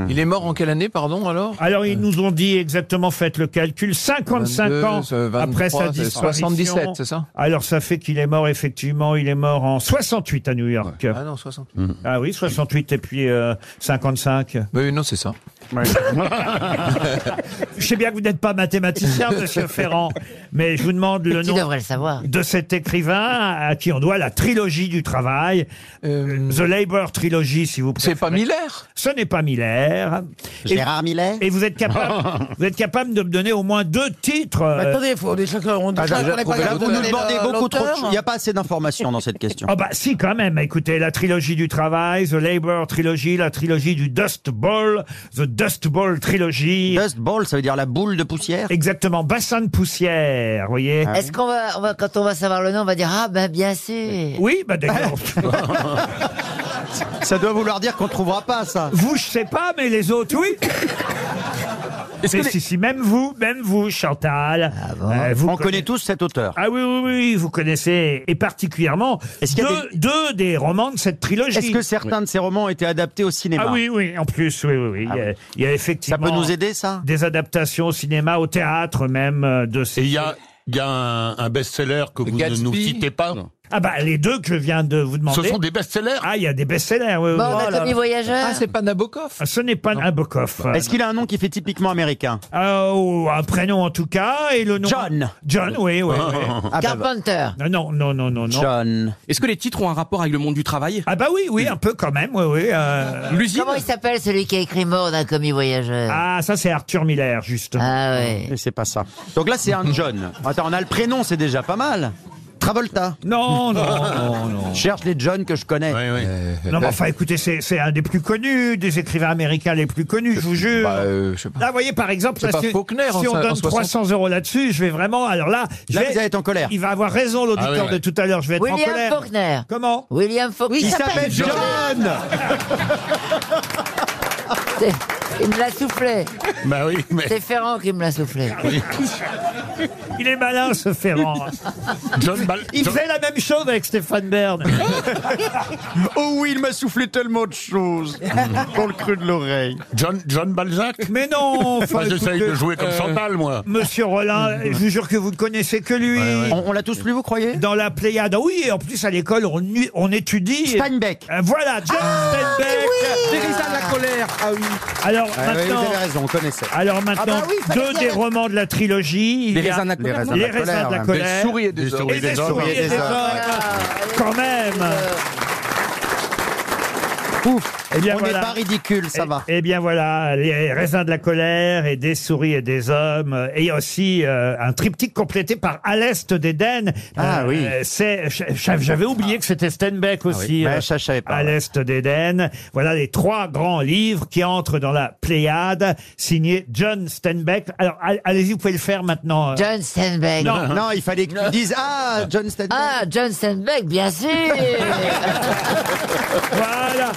S36: Il est mort en quelle année, pardon, alors
S2: Alors ils nous ont dit exactement, faites le calcul, 55
S36: 22,
S2: ans
S36: c'est 23,
S2: après sa
S36: c'est
S2: disparition.
S36: 77, c'est ça
S2: Alors ça fait qu'il est mort effectivement, il est mort en 68 à New York.
S36: Ah non, 60.
S2: Ah oui, 68 et puis euh, 55.
S36: Oui, non, c'est ça.
S2: Je sais bien que vous n'êtes pas mathématicien, monsieur Ferrand, mais je vous demande le
S32: Tu
S2: nom
S32: devrais le savoir.
S2: de cet écrivain à qui on doit la trilogie du travail, The Labour Trilogy, si vous préférez. C'est pas
S36: Euh, Miller
S2: Ce n'est pas Miller.
S6: Gérard
S2: Miller Et vous êtes capable, vous êtes capable de me donner au moins deux titres. euh,
S6: Mais attendez, faut, on est chacun, on,
S2: Ah, j'ai-
S6: chacun, on
S2: j'ai
S6: est pas
S2: trouvé
S6: capable de
S2: l'auteur.
S6: donner
S2: Vous nous demandez
S6: le-
S2: beaucoup trop de
S6: l'auteur.
S2: choses.
S6: Il n'y a pas assez d'informations dans cette question.
S2: Ah bah si quand même, écoutez, la trilogie du travail, The Labour Trilogy, la trilogie du Dust Bowl, The Dust Bowl Trilogy. Dust Bowl, ça veut dire la boule de poussière Ah Exactement, bassin de poussière, vous voyez.
S32: Est-ce qu'on va, on va- quand on va savoir le nom, on va dire ah ben bien sûr.
S2: Oui, bah d'accord.
S6: Ça doit vouloir dire qu'on ne trouvera pas ça.
S2: Vous, je sais pas, mais les autres, oui. Mais si, si, même vous, même vous, Chantal. euh, vous
S6: Ah. On
S2: conna-
S6: connaît tous cet auteur.
S2: Ah oui, oui, oui, vous connaissez, et particulièrement deux, deux des romans de cette trilogie.
S6: Est-ce que certains de ces romans ont été adaptés au cinéma Ah
S2: Ah oui, oui, en plus, oui, oui, oui. il, y a, il y a effectivement.
S6: Ça peut nous aider, ça
S2: Des adaptations au cinéma, au théâtre même euh, de ces.
S6: Et il y a, il y a un, un best-seller que vous ne nous citez pas.
S2: Ah bah les deux que je viens de vous demander.
S6: Ce sont des
S2: best-sellers. Ah, il y a des best-sellers. Oui, Oh oui.
S6: Anatomy
S32: Bah, voyageur.
S6: Ah,
S2: c'est pas Nabokov. Ce n'est pas Nabokov.
S6: Est-ce qu'il a un nom qui fait typiquement américain
S2: Euh, ou un prénom en tout cas Ah, et le nom.
S6: John.
S2: John, oui, oui. oui.
S4: ben,
S6: Ah, bah, bah.
S32: Carpenter.
S2: Non, non, non, non, non.
S6: John.
S36: Est-ce que les titres ont un rapport avec le monde du travail
S2: Ah bah oui, oui, un peu quand même, oui, oui. euh.
S32: Comment il s'appelle celui qui a écrit Mort d'un commis voyageur
S2: Ah, ça c'est Arthur Miller, justement.
S32: Ah ouais.
S6: Et c'est pas ça. Donc là, c'est un John. Attends, on a le prénom, c'est déjà pas mal. Travolta.
S2: Non, non,
S6: non. Cherche les John que je connais.
S2: Non, mais enfin, écoutez, c'est c'est un des plus connus, des écrivains américains les plus connus, je
S6: Bah,
S2: vous jure.
S6: euh,
S2: Là, vous voyez, par exemple,
S6: C'est
S2: là,
S6: pas
S2: si,
S6: Faulkner en
S2: si on
S6: so- en
S2: donne
S6: 60.
S2: 300 euros là-dessus, je vais vraiment. Alors là, je
S6: Là,
S2: vais-
S6: vous allez être en colère.
S2: Il va avoir raison, l'auditeur
S6: Ah oui, ouais.
S2: de tout à l'heure, je vais être en
S32: William
S2: colère.
S32: Faulkner.
S2: Comment
S32: William Faulkner.
S6: Il s'appelle John.
S32: C'est- Il me l'a soufflé.
S6: Bah oui, mais.
S32: C'est Ferrand qui me l'a soufflé.
S2: Il est malin, ce Ferrand.
S6: Bah,
S2: Il faisait la même chose avec Stéphane Bern.
S6: Oh oui, il m'a soufflé tellement de choses dans le creux de l'oreille. John, John Balzac
S2: Mais non
S6: Bah, j'essaye de jouer comme Chantal, moi.
S2: Euh, Monsieur Rollin, je vous jure que vous ne connaissez que lui. On, l'a tous lu, vous croyez Dans la Pléiade. Ah Oui, et en plus, à l'école, on, nu- on étudie... Steinbeck. Voilà, John
S6: Ah,
S2: Steinbeck
S6: la colère. Ah oui.
S2: Alors
S6: Ah oui,
S2: maintenant...
S6: vous avez raison, on connaissait.
S2: Alors maintenant,
S6: Ah bah oui, fallait
S2: deux
S6: dire.
S2: des romans de la trilogie. il
S6: Les
S2: y a-
S6: raisins de la colère,
S2: Les
S6: non
S2: raisins de
S6: Des
S2: la colère.
S6: souris et des hommes.
S2: Et des souris et des hommes. Quand même. Ouf,
S6: Eh on n'est pas ridicule, ça va.
S2: Eh bien voilà, les raisins de la colère et des souris et des hommes. Et aussi euh, un triptyque complété par À l'Est d'Éden. Ah oui. C'est, je- je- j'avais oublié que c'était Steinbeck aussi.
S6: Ouais,
S2: euh,
S6: Ah Ben, ça, je savais pas,
S2: À l'Est d'Éden. Voilà les trois grands livres qui entrent dans la Pléiade, signés John Steinbeck. Alors a- allez-y, vous pouvez le faire maintenant. euh.
S32: John Steinbeck.
S2: Non. Non,
S6: il fallait qu'ils disent Ah, John Steinbeck.
S32: Ah, John Steinbeck, bien sûr.
S2: voilà.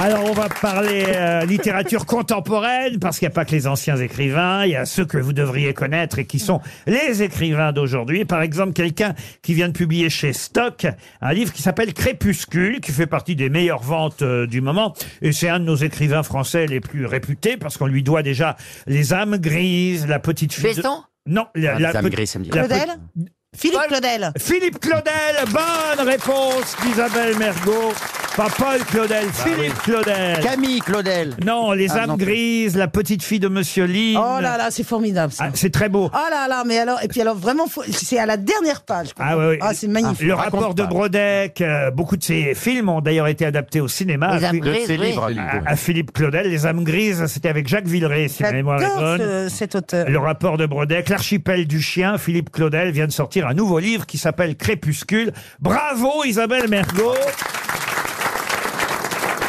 S2: Alors, on va parler euh, littérature contemporaine, parce qu'il n'y a pas que les anciens écrivains, il y a ceux que vous devriez connaître et qui sont les écrivains d'aujourd'hui. Par exemple, quelqu'un qui vient de publier chez Stock un livre qui s'appelle Crépuscule, qui fait partie des meilleures ventes euh, du moment. Et c'est un de nos écrivains français les plus réputés, parce qu'on lui doit déjà Les âmes grises, La petite fille... de-
S32: Besson
S2: Non, la,
S30: Ah,
S2: la
S30: Madame
S2: pe-
S30: Gris, ça me dit.
S2: la pe-
S3: Claudel Philippe Claudel.
S2: Philippe Claudel, bonne réponse d'Isabelle Mergot. Pas Paul Claudel, Philippe Bah Claudel.
S30: Camille Claudel.
S2: Non, les
S30: Ah,
S2: âmes
S30: non.
S2: grises, la petite fille de Monsieur Lee.
S3: Oh là là, c'est formidable. ça.
S2: c'est très beau.
S3: Oh là là, mais alors, et puis alors vraiment, faut- c'est à la dernière page. quoi.
S2: Ah ouais, ouais.
S3: c'est magnifique.
S2: Le rapport de Brodeck, euh, beaucoup de ses films ont d'ailleurs été adaptés au cinéma.
S3: Les
S2: À
S3: âmes
S2: Philippe-
S3: grises, De ses oui. livres,
S2: à, à Ah, Philippe Claudel. Les âmes grises, c'était avec Jacques Villeray, si ma mémoire est
S3: J'adore
S2: bonne.
S3: ce- cet auteur.
S2: Le rapport de Brodeck, l'archipel du chien, Philippe Claudel vient de sortir un nouveau livre qui s'appelle Crépuscule. Bravo Isabelle Mergot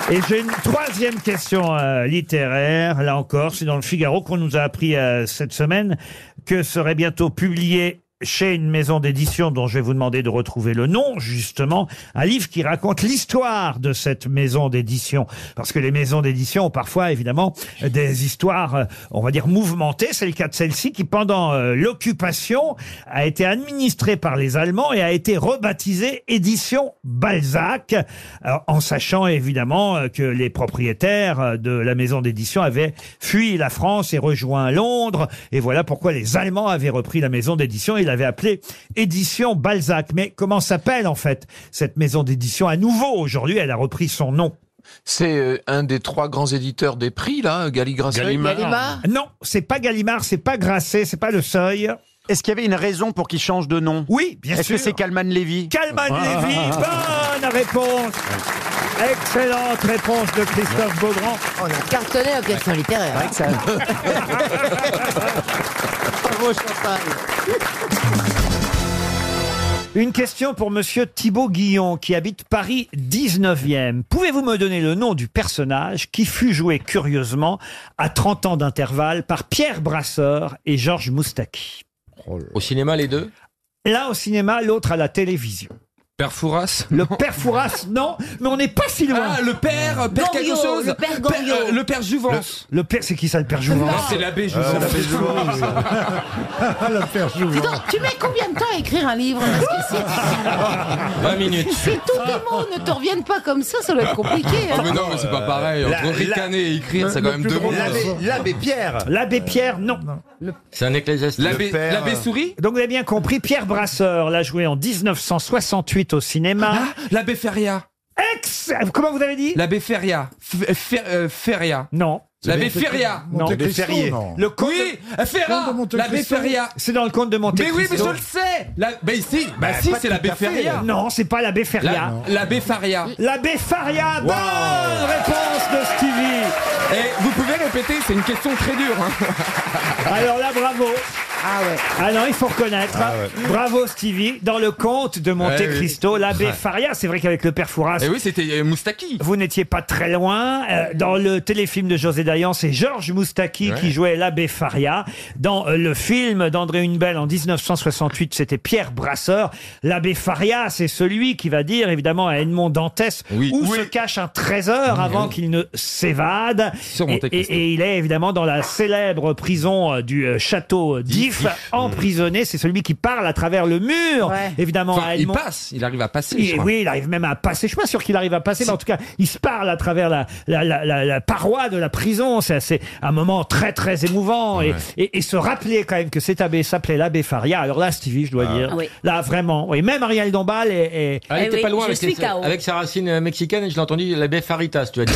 S2: et j'ai une troisième question euh, littéraire, là encore, c'est dans le Figaro qu'on nous a appris euh, cette semaine que serait bientôt publié chez une maison d'édition dont je vais vous demander de retrouver le nom, justement, un livre qui raconte l'histoire de cette maison d'édition. Parce que les maisons d'édition ont parfois, évidemment, des histoires, euh, on va dire, mouvementées. C'est le cas de celle-ci qui, pendant euh, l'occupation, a été administrée par les Allemands et a été rebaptisée Édition Balzac, Alors, en sachant évidemment euh, que les propriétaires euh, de la maison d'édition avaient fui la France et rejoint Londres. Et voilà pourquoi les Allemands avaient repris la maison d'édition. Ils l'avaient appelée Édition Balzac. Mais comment s'appelle en fait cette maison d'édition à nouveau aujourd'hui Elle a repris son nom.
S36: C'est euh, un des trois grands éditeurs des prix, là, Galligrasset.
S32: Ah.
S2: Non, c'est pas Gallimard, c'est pas Grasset, c'est pas Le Seuil.
S30: Est-ce qu'il y avait une raison pour qu'il change de nom
S2: Oui, bien
S30: Est-ce que
S2: sûr.
S30: c'est Calman Ah. Levy
S2: Calman Lévy, bonne réponse Excellente réponse de Christophe Beaugrand.
S32: On Oh, a cartonné aux questions littéraires.
S30: Bravo Chantal.
S2: Une question pour monsieur Thibaut Guillon qui habite Paris 19e. Pouvez-vous me donner le nom du personnage qui fut joué curieusement à 30 ans d'intervalle par Pierre Brasseur et Georges Moustaki
S36: Au cinéma, les deux
S2: L'un au cinéma, l'autre à la télévision.
S36: Père Fouras
S2: Le père Fouras, non, mais on n'est pas si loin.
S36: Ah, le père, euh, père
S2: Goriot,
S36: quelque chose
S2: le père Goriot.
S36: euh, le père Juvence
S2: Le père, c'est qui ça, le père Jouvent
S36: Ah, c'est l'abbé
S4: Euh,
S36: Jouvent.
S2: Ah, l'abbé Ah,
S36: le père
S3: Dis donc, tu mets combien de temps à écrire un livre Parce que si-
S36: 20 minutes.
S3: Si tous tes mots ne te reviennent pas comme ça, ça doit être compliqué. hein.
S36: Ah,
S34: mais non, mais c'est pas pareil. Entre ricaner et écrire, c'est quand même deux mots. euh.
S2: L'abbé Pierre. L'abbé Pierre, non.
S36: C'est un ecclésiastique.
S34: L'abbé- Le père, l'abbé euh, Souris
S2: Donc vous avez bien compris, Pierre Brasseur l'a joué en 1968 au cinéma.
S36: Ah, L'abbé Feria.
S2: Ex Comment vous avez dit
S36: L'abbé Feria. F- Fer- euh, Feria.
S2: Non.
S36: L'abbé Feria.
S2: Non. Le comte
S36: Oui,
S2: de-
S36: Ferra. L'abbé Feria.
S2: C'est dans le conte de Monte
S36: Mais oui, mais je
S2: Cristo.
S36: le sais. La... Bah ici, bah,
S2: Bah,
S36: si,
S2: pas
S36: c'est
S2: tout
S36: l'abbé
S2: à fait.
S36: Feria.
S2: Non, c'est pas l'abbé Feria.
S36: La- L'abbé Faria.
S2: L'abbé Faria, bonne réponse de Stevie.
S36: Et vous pouvez répéter, c'est une question très dure. hein.
S2: Alors là, bravo. Ah ouais. Ah non, il faut reconnaître.
S36: Ah
S2: hein.
S36: ouais.
S2: Bravo Stevie. Dans le conte de Monte
S36: Ouais, oui.
S2: Cristo, l'abbé
S36: Ouais.
S2: Faria, c'est vrai qu'avec le père Fouras.
S36: Et oui, c'était euh, Moustaki.
S2: Vous n'étiez pas très loin. Euh, dans le téléfilm de José Dayan, c'est Georges Moustaki
S36: Ouais.
S2: qui jouait l'abbé Faria. Dans euh, le film d'André Hunebelle en 1968, c'était Pierre Brasseur. L'abbé Faria, c'est celui qui va dire évidemment à Edmond Dantès où se cache un trésor avant qu'il ne s'évade. Et,
S36: Monte Cristo.
S2: et- et il est évidemment dans la célèbre prison euh, du euh, château d'If,
S36: D'If.
S2: emprisonné. C'est celui qui parle à travers le mur, évidemment.
S36: Enfin,
S2: à
S36: il
S2: Edmond.
S36: passe, il arrive à passer.
S2: Il-
S36: je crois.
S2: oui, il arrive même à passer. Je suis pas sûr qu'il arrive à passer, mais en tout cas, il se parle à travers la, la, la- la- la paroi de la prison. C'est assez- un moment très, très émouvant. Et-
S36: Ouais.
S2: Et, et, se rappeler quand même que cet abbé s'appelait l'abbé Faria. Alors là, Stevie, je dois
S36: Ah.
S2: dire.
S36: Ah oui.
S2: Là, vraiment. Oui, même Ariel Dombal est. est-
S45: Elle était pas loin avec, les- avec sa racine euh, mexicaine et je l'ai entendu l'abbé Faritas, tu vas dire.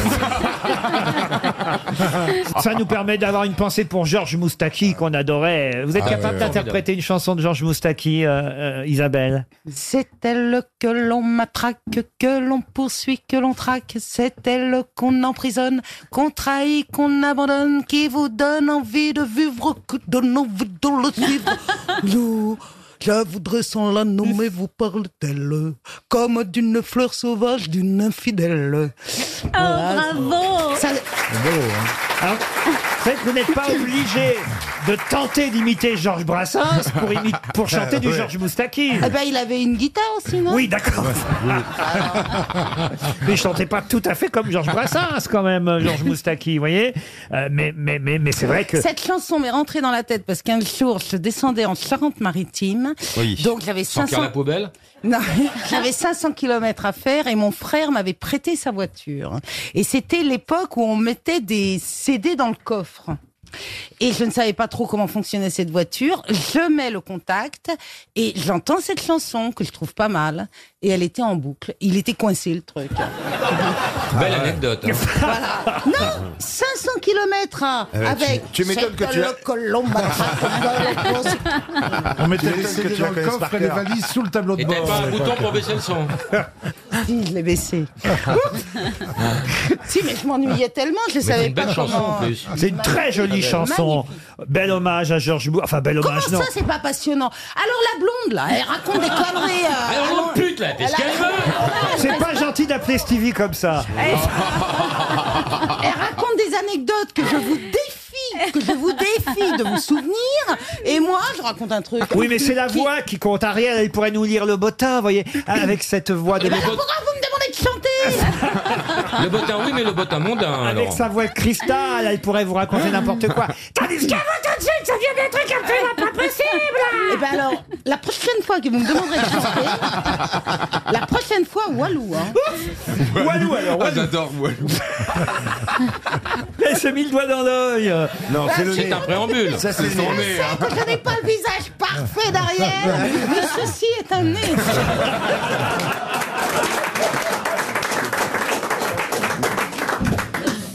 S2: Ça nous permet d'avoir une pensée pour Georges Moustaki qu'on adorait. Vous êtes
S45: Ah,
S2: capable
S45: oui, oui.
S2: d'interpréter une chanson de Georges Moustaki, euh, euh, Isabelle
S3: C'est elle que l'on matraque, que l'on poursuit, que l'on traque. C'est elle qu'on emprisonne, qu'on trahit, qu'on abandonne, qui vous donne envie de vivre, que donnons-vous dans le suivre. Nous, je voudrais sans la nommer, vous parle-t-elle comme d'une fleur sauvage, d'une infidèle.
S11: Oh, bravo
S2: Alors, c'est vrai que vous n'êtes pas obligé de tenter d'imiter Georges Brassens pour, imi- pour chanter du
S3: Ouais.
S2: Georges Moustaki.
S3: Eh ben, il avait une guitare aussi, non
S2: Oui, d'accord. mais je chantais pas tout à fait comme Georges Brassens, quand même, euh, Georges Moustaki, vous voyez. Euh, mais mais, mais, mais c'est vrai que.
S3: Cette chanson m'est rentrée dans la tête parce qu'un jour, je descendais en Charente-Maritime.
S45: Oui.
S3: Donc, j'avais
S45: Sans faire
S3: 500...
S45: la poubelle.
S3: Non, j'avais 500 km à faire et mon frère m'avait prêté sa voiture. Et c'était l'époque où on mettait des CD dans le coffre. Et je ne savais pas trop comment fonctionnait cette voiture. Je mets le contact et j'entends cette chanson que je trouve pas mal. Et elle était en boucle. Il était coincé le truc.
S45: Belle anecdote. hein.
S2: Ah,
S3: Voilà. Non, 500 km
S45: Eh ben,
S3: hein, avec.
S45: tu- tu m'étonnes que tu as-
S3: le colombe à traque-
S8: On mettait
S3: Tu
S8: les
S3: l'as laissé
S8: CD
S3: que tu
S8: dans
S3: la
S8: le
S3: connaisses
S8: coffre
S3: par
S8: et les
S3: cœur.
S8: valises sous le tableau de
S45: Et
S8: bord.
S45: t'avais pas
S8: à
S45: un bouton
S8: l'époque.
S45: pour baisser le son.
S3: Si, je l'ai baissé. si, mais je m'ennuyais tellement, je ne
S2: Mais c'est
S3: savais
S2: une
S3: pas
S2: belle chanson,
S3: comment. Ah,
S2: en plus. C'est une très jolie
S3: Magnifique.
S2: chanson. Bel hommage à Georges Bou. Enfin, bel
S3: Comment
S2: hommage, non.
S3: ça, c'est pas passionnant Alors la blonde, là, elle raconte des conneries. euh,
S2: Elle
S3: alors-
S2: pute,
S45: là,
S2: qu'est-ce qu'elle C'est pas gentil d'appeler Stevie comme ça.
S3: Elle raconte des anecdotes que je vous défie, que je vous défie de vous souvenir. Et moi, je raconte un truc.
S2: Oui, mais c'est la voix qui compte. Ariel, elle pourrait nous lire le bottin, vous voyez, avec cette voix de.
S3: Eh ben, pourquoi vous me demandez de chanter
S45: Le bottin, oui, mais le Ah bottin mondain,
S2: Avec
S45: alors.
S2: sa voix de cristal, elle pourrait vous raconter n'importe quoi. Tandis que vous, tout de suite, ça vient des trucs absolument pas possibles
S3: Et ben alors, la prochaine fois que vous me demanderez de chanter, la prochaine fois, Walou. Hein.
S2: Walou, Eh, alors,
S36: Ah, j'adore Walou.
S2: Elle s'est mis le doigt dans l'œil.
S36: Non,
S3: c'est le C'est nez. un
S36: Ah, préambule. Ça, c'est son nez. hein.
S3: Quand je n'ai pas le visage parfait d'Ariel, mais ceci est un nez.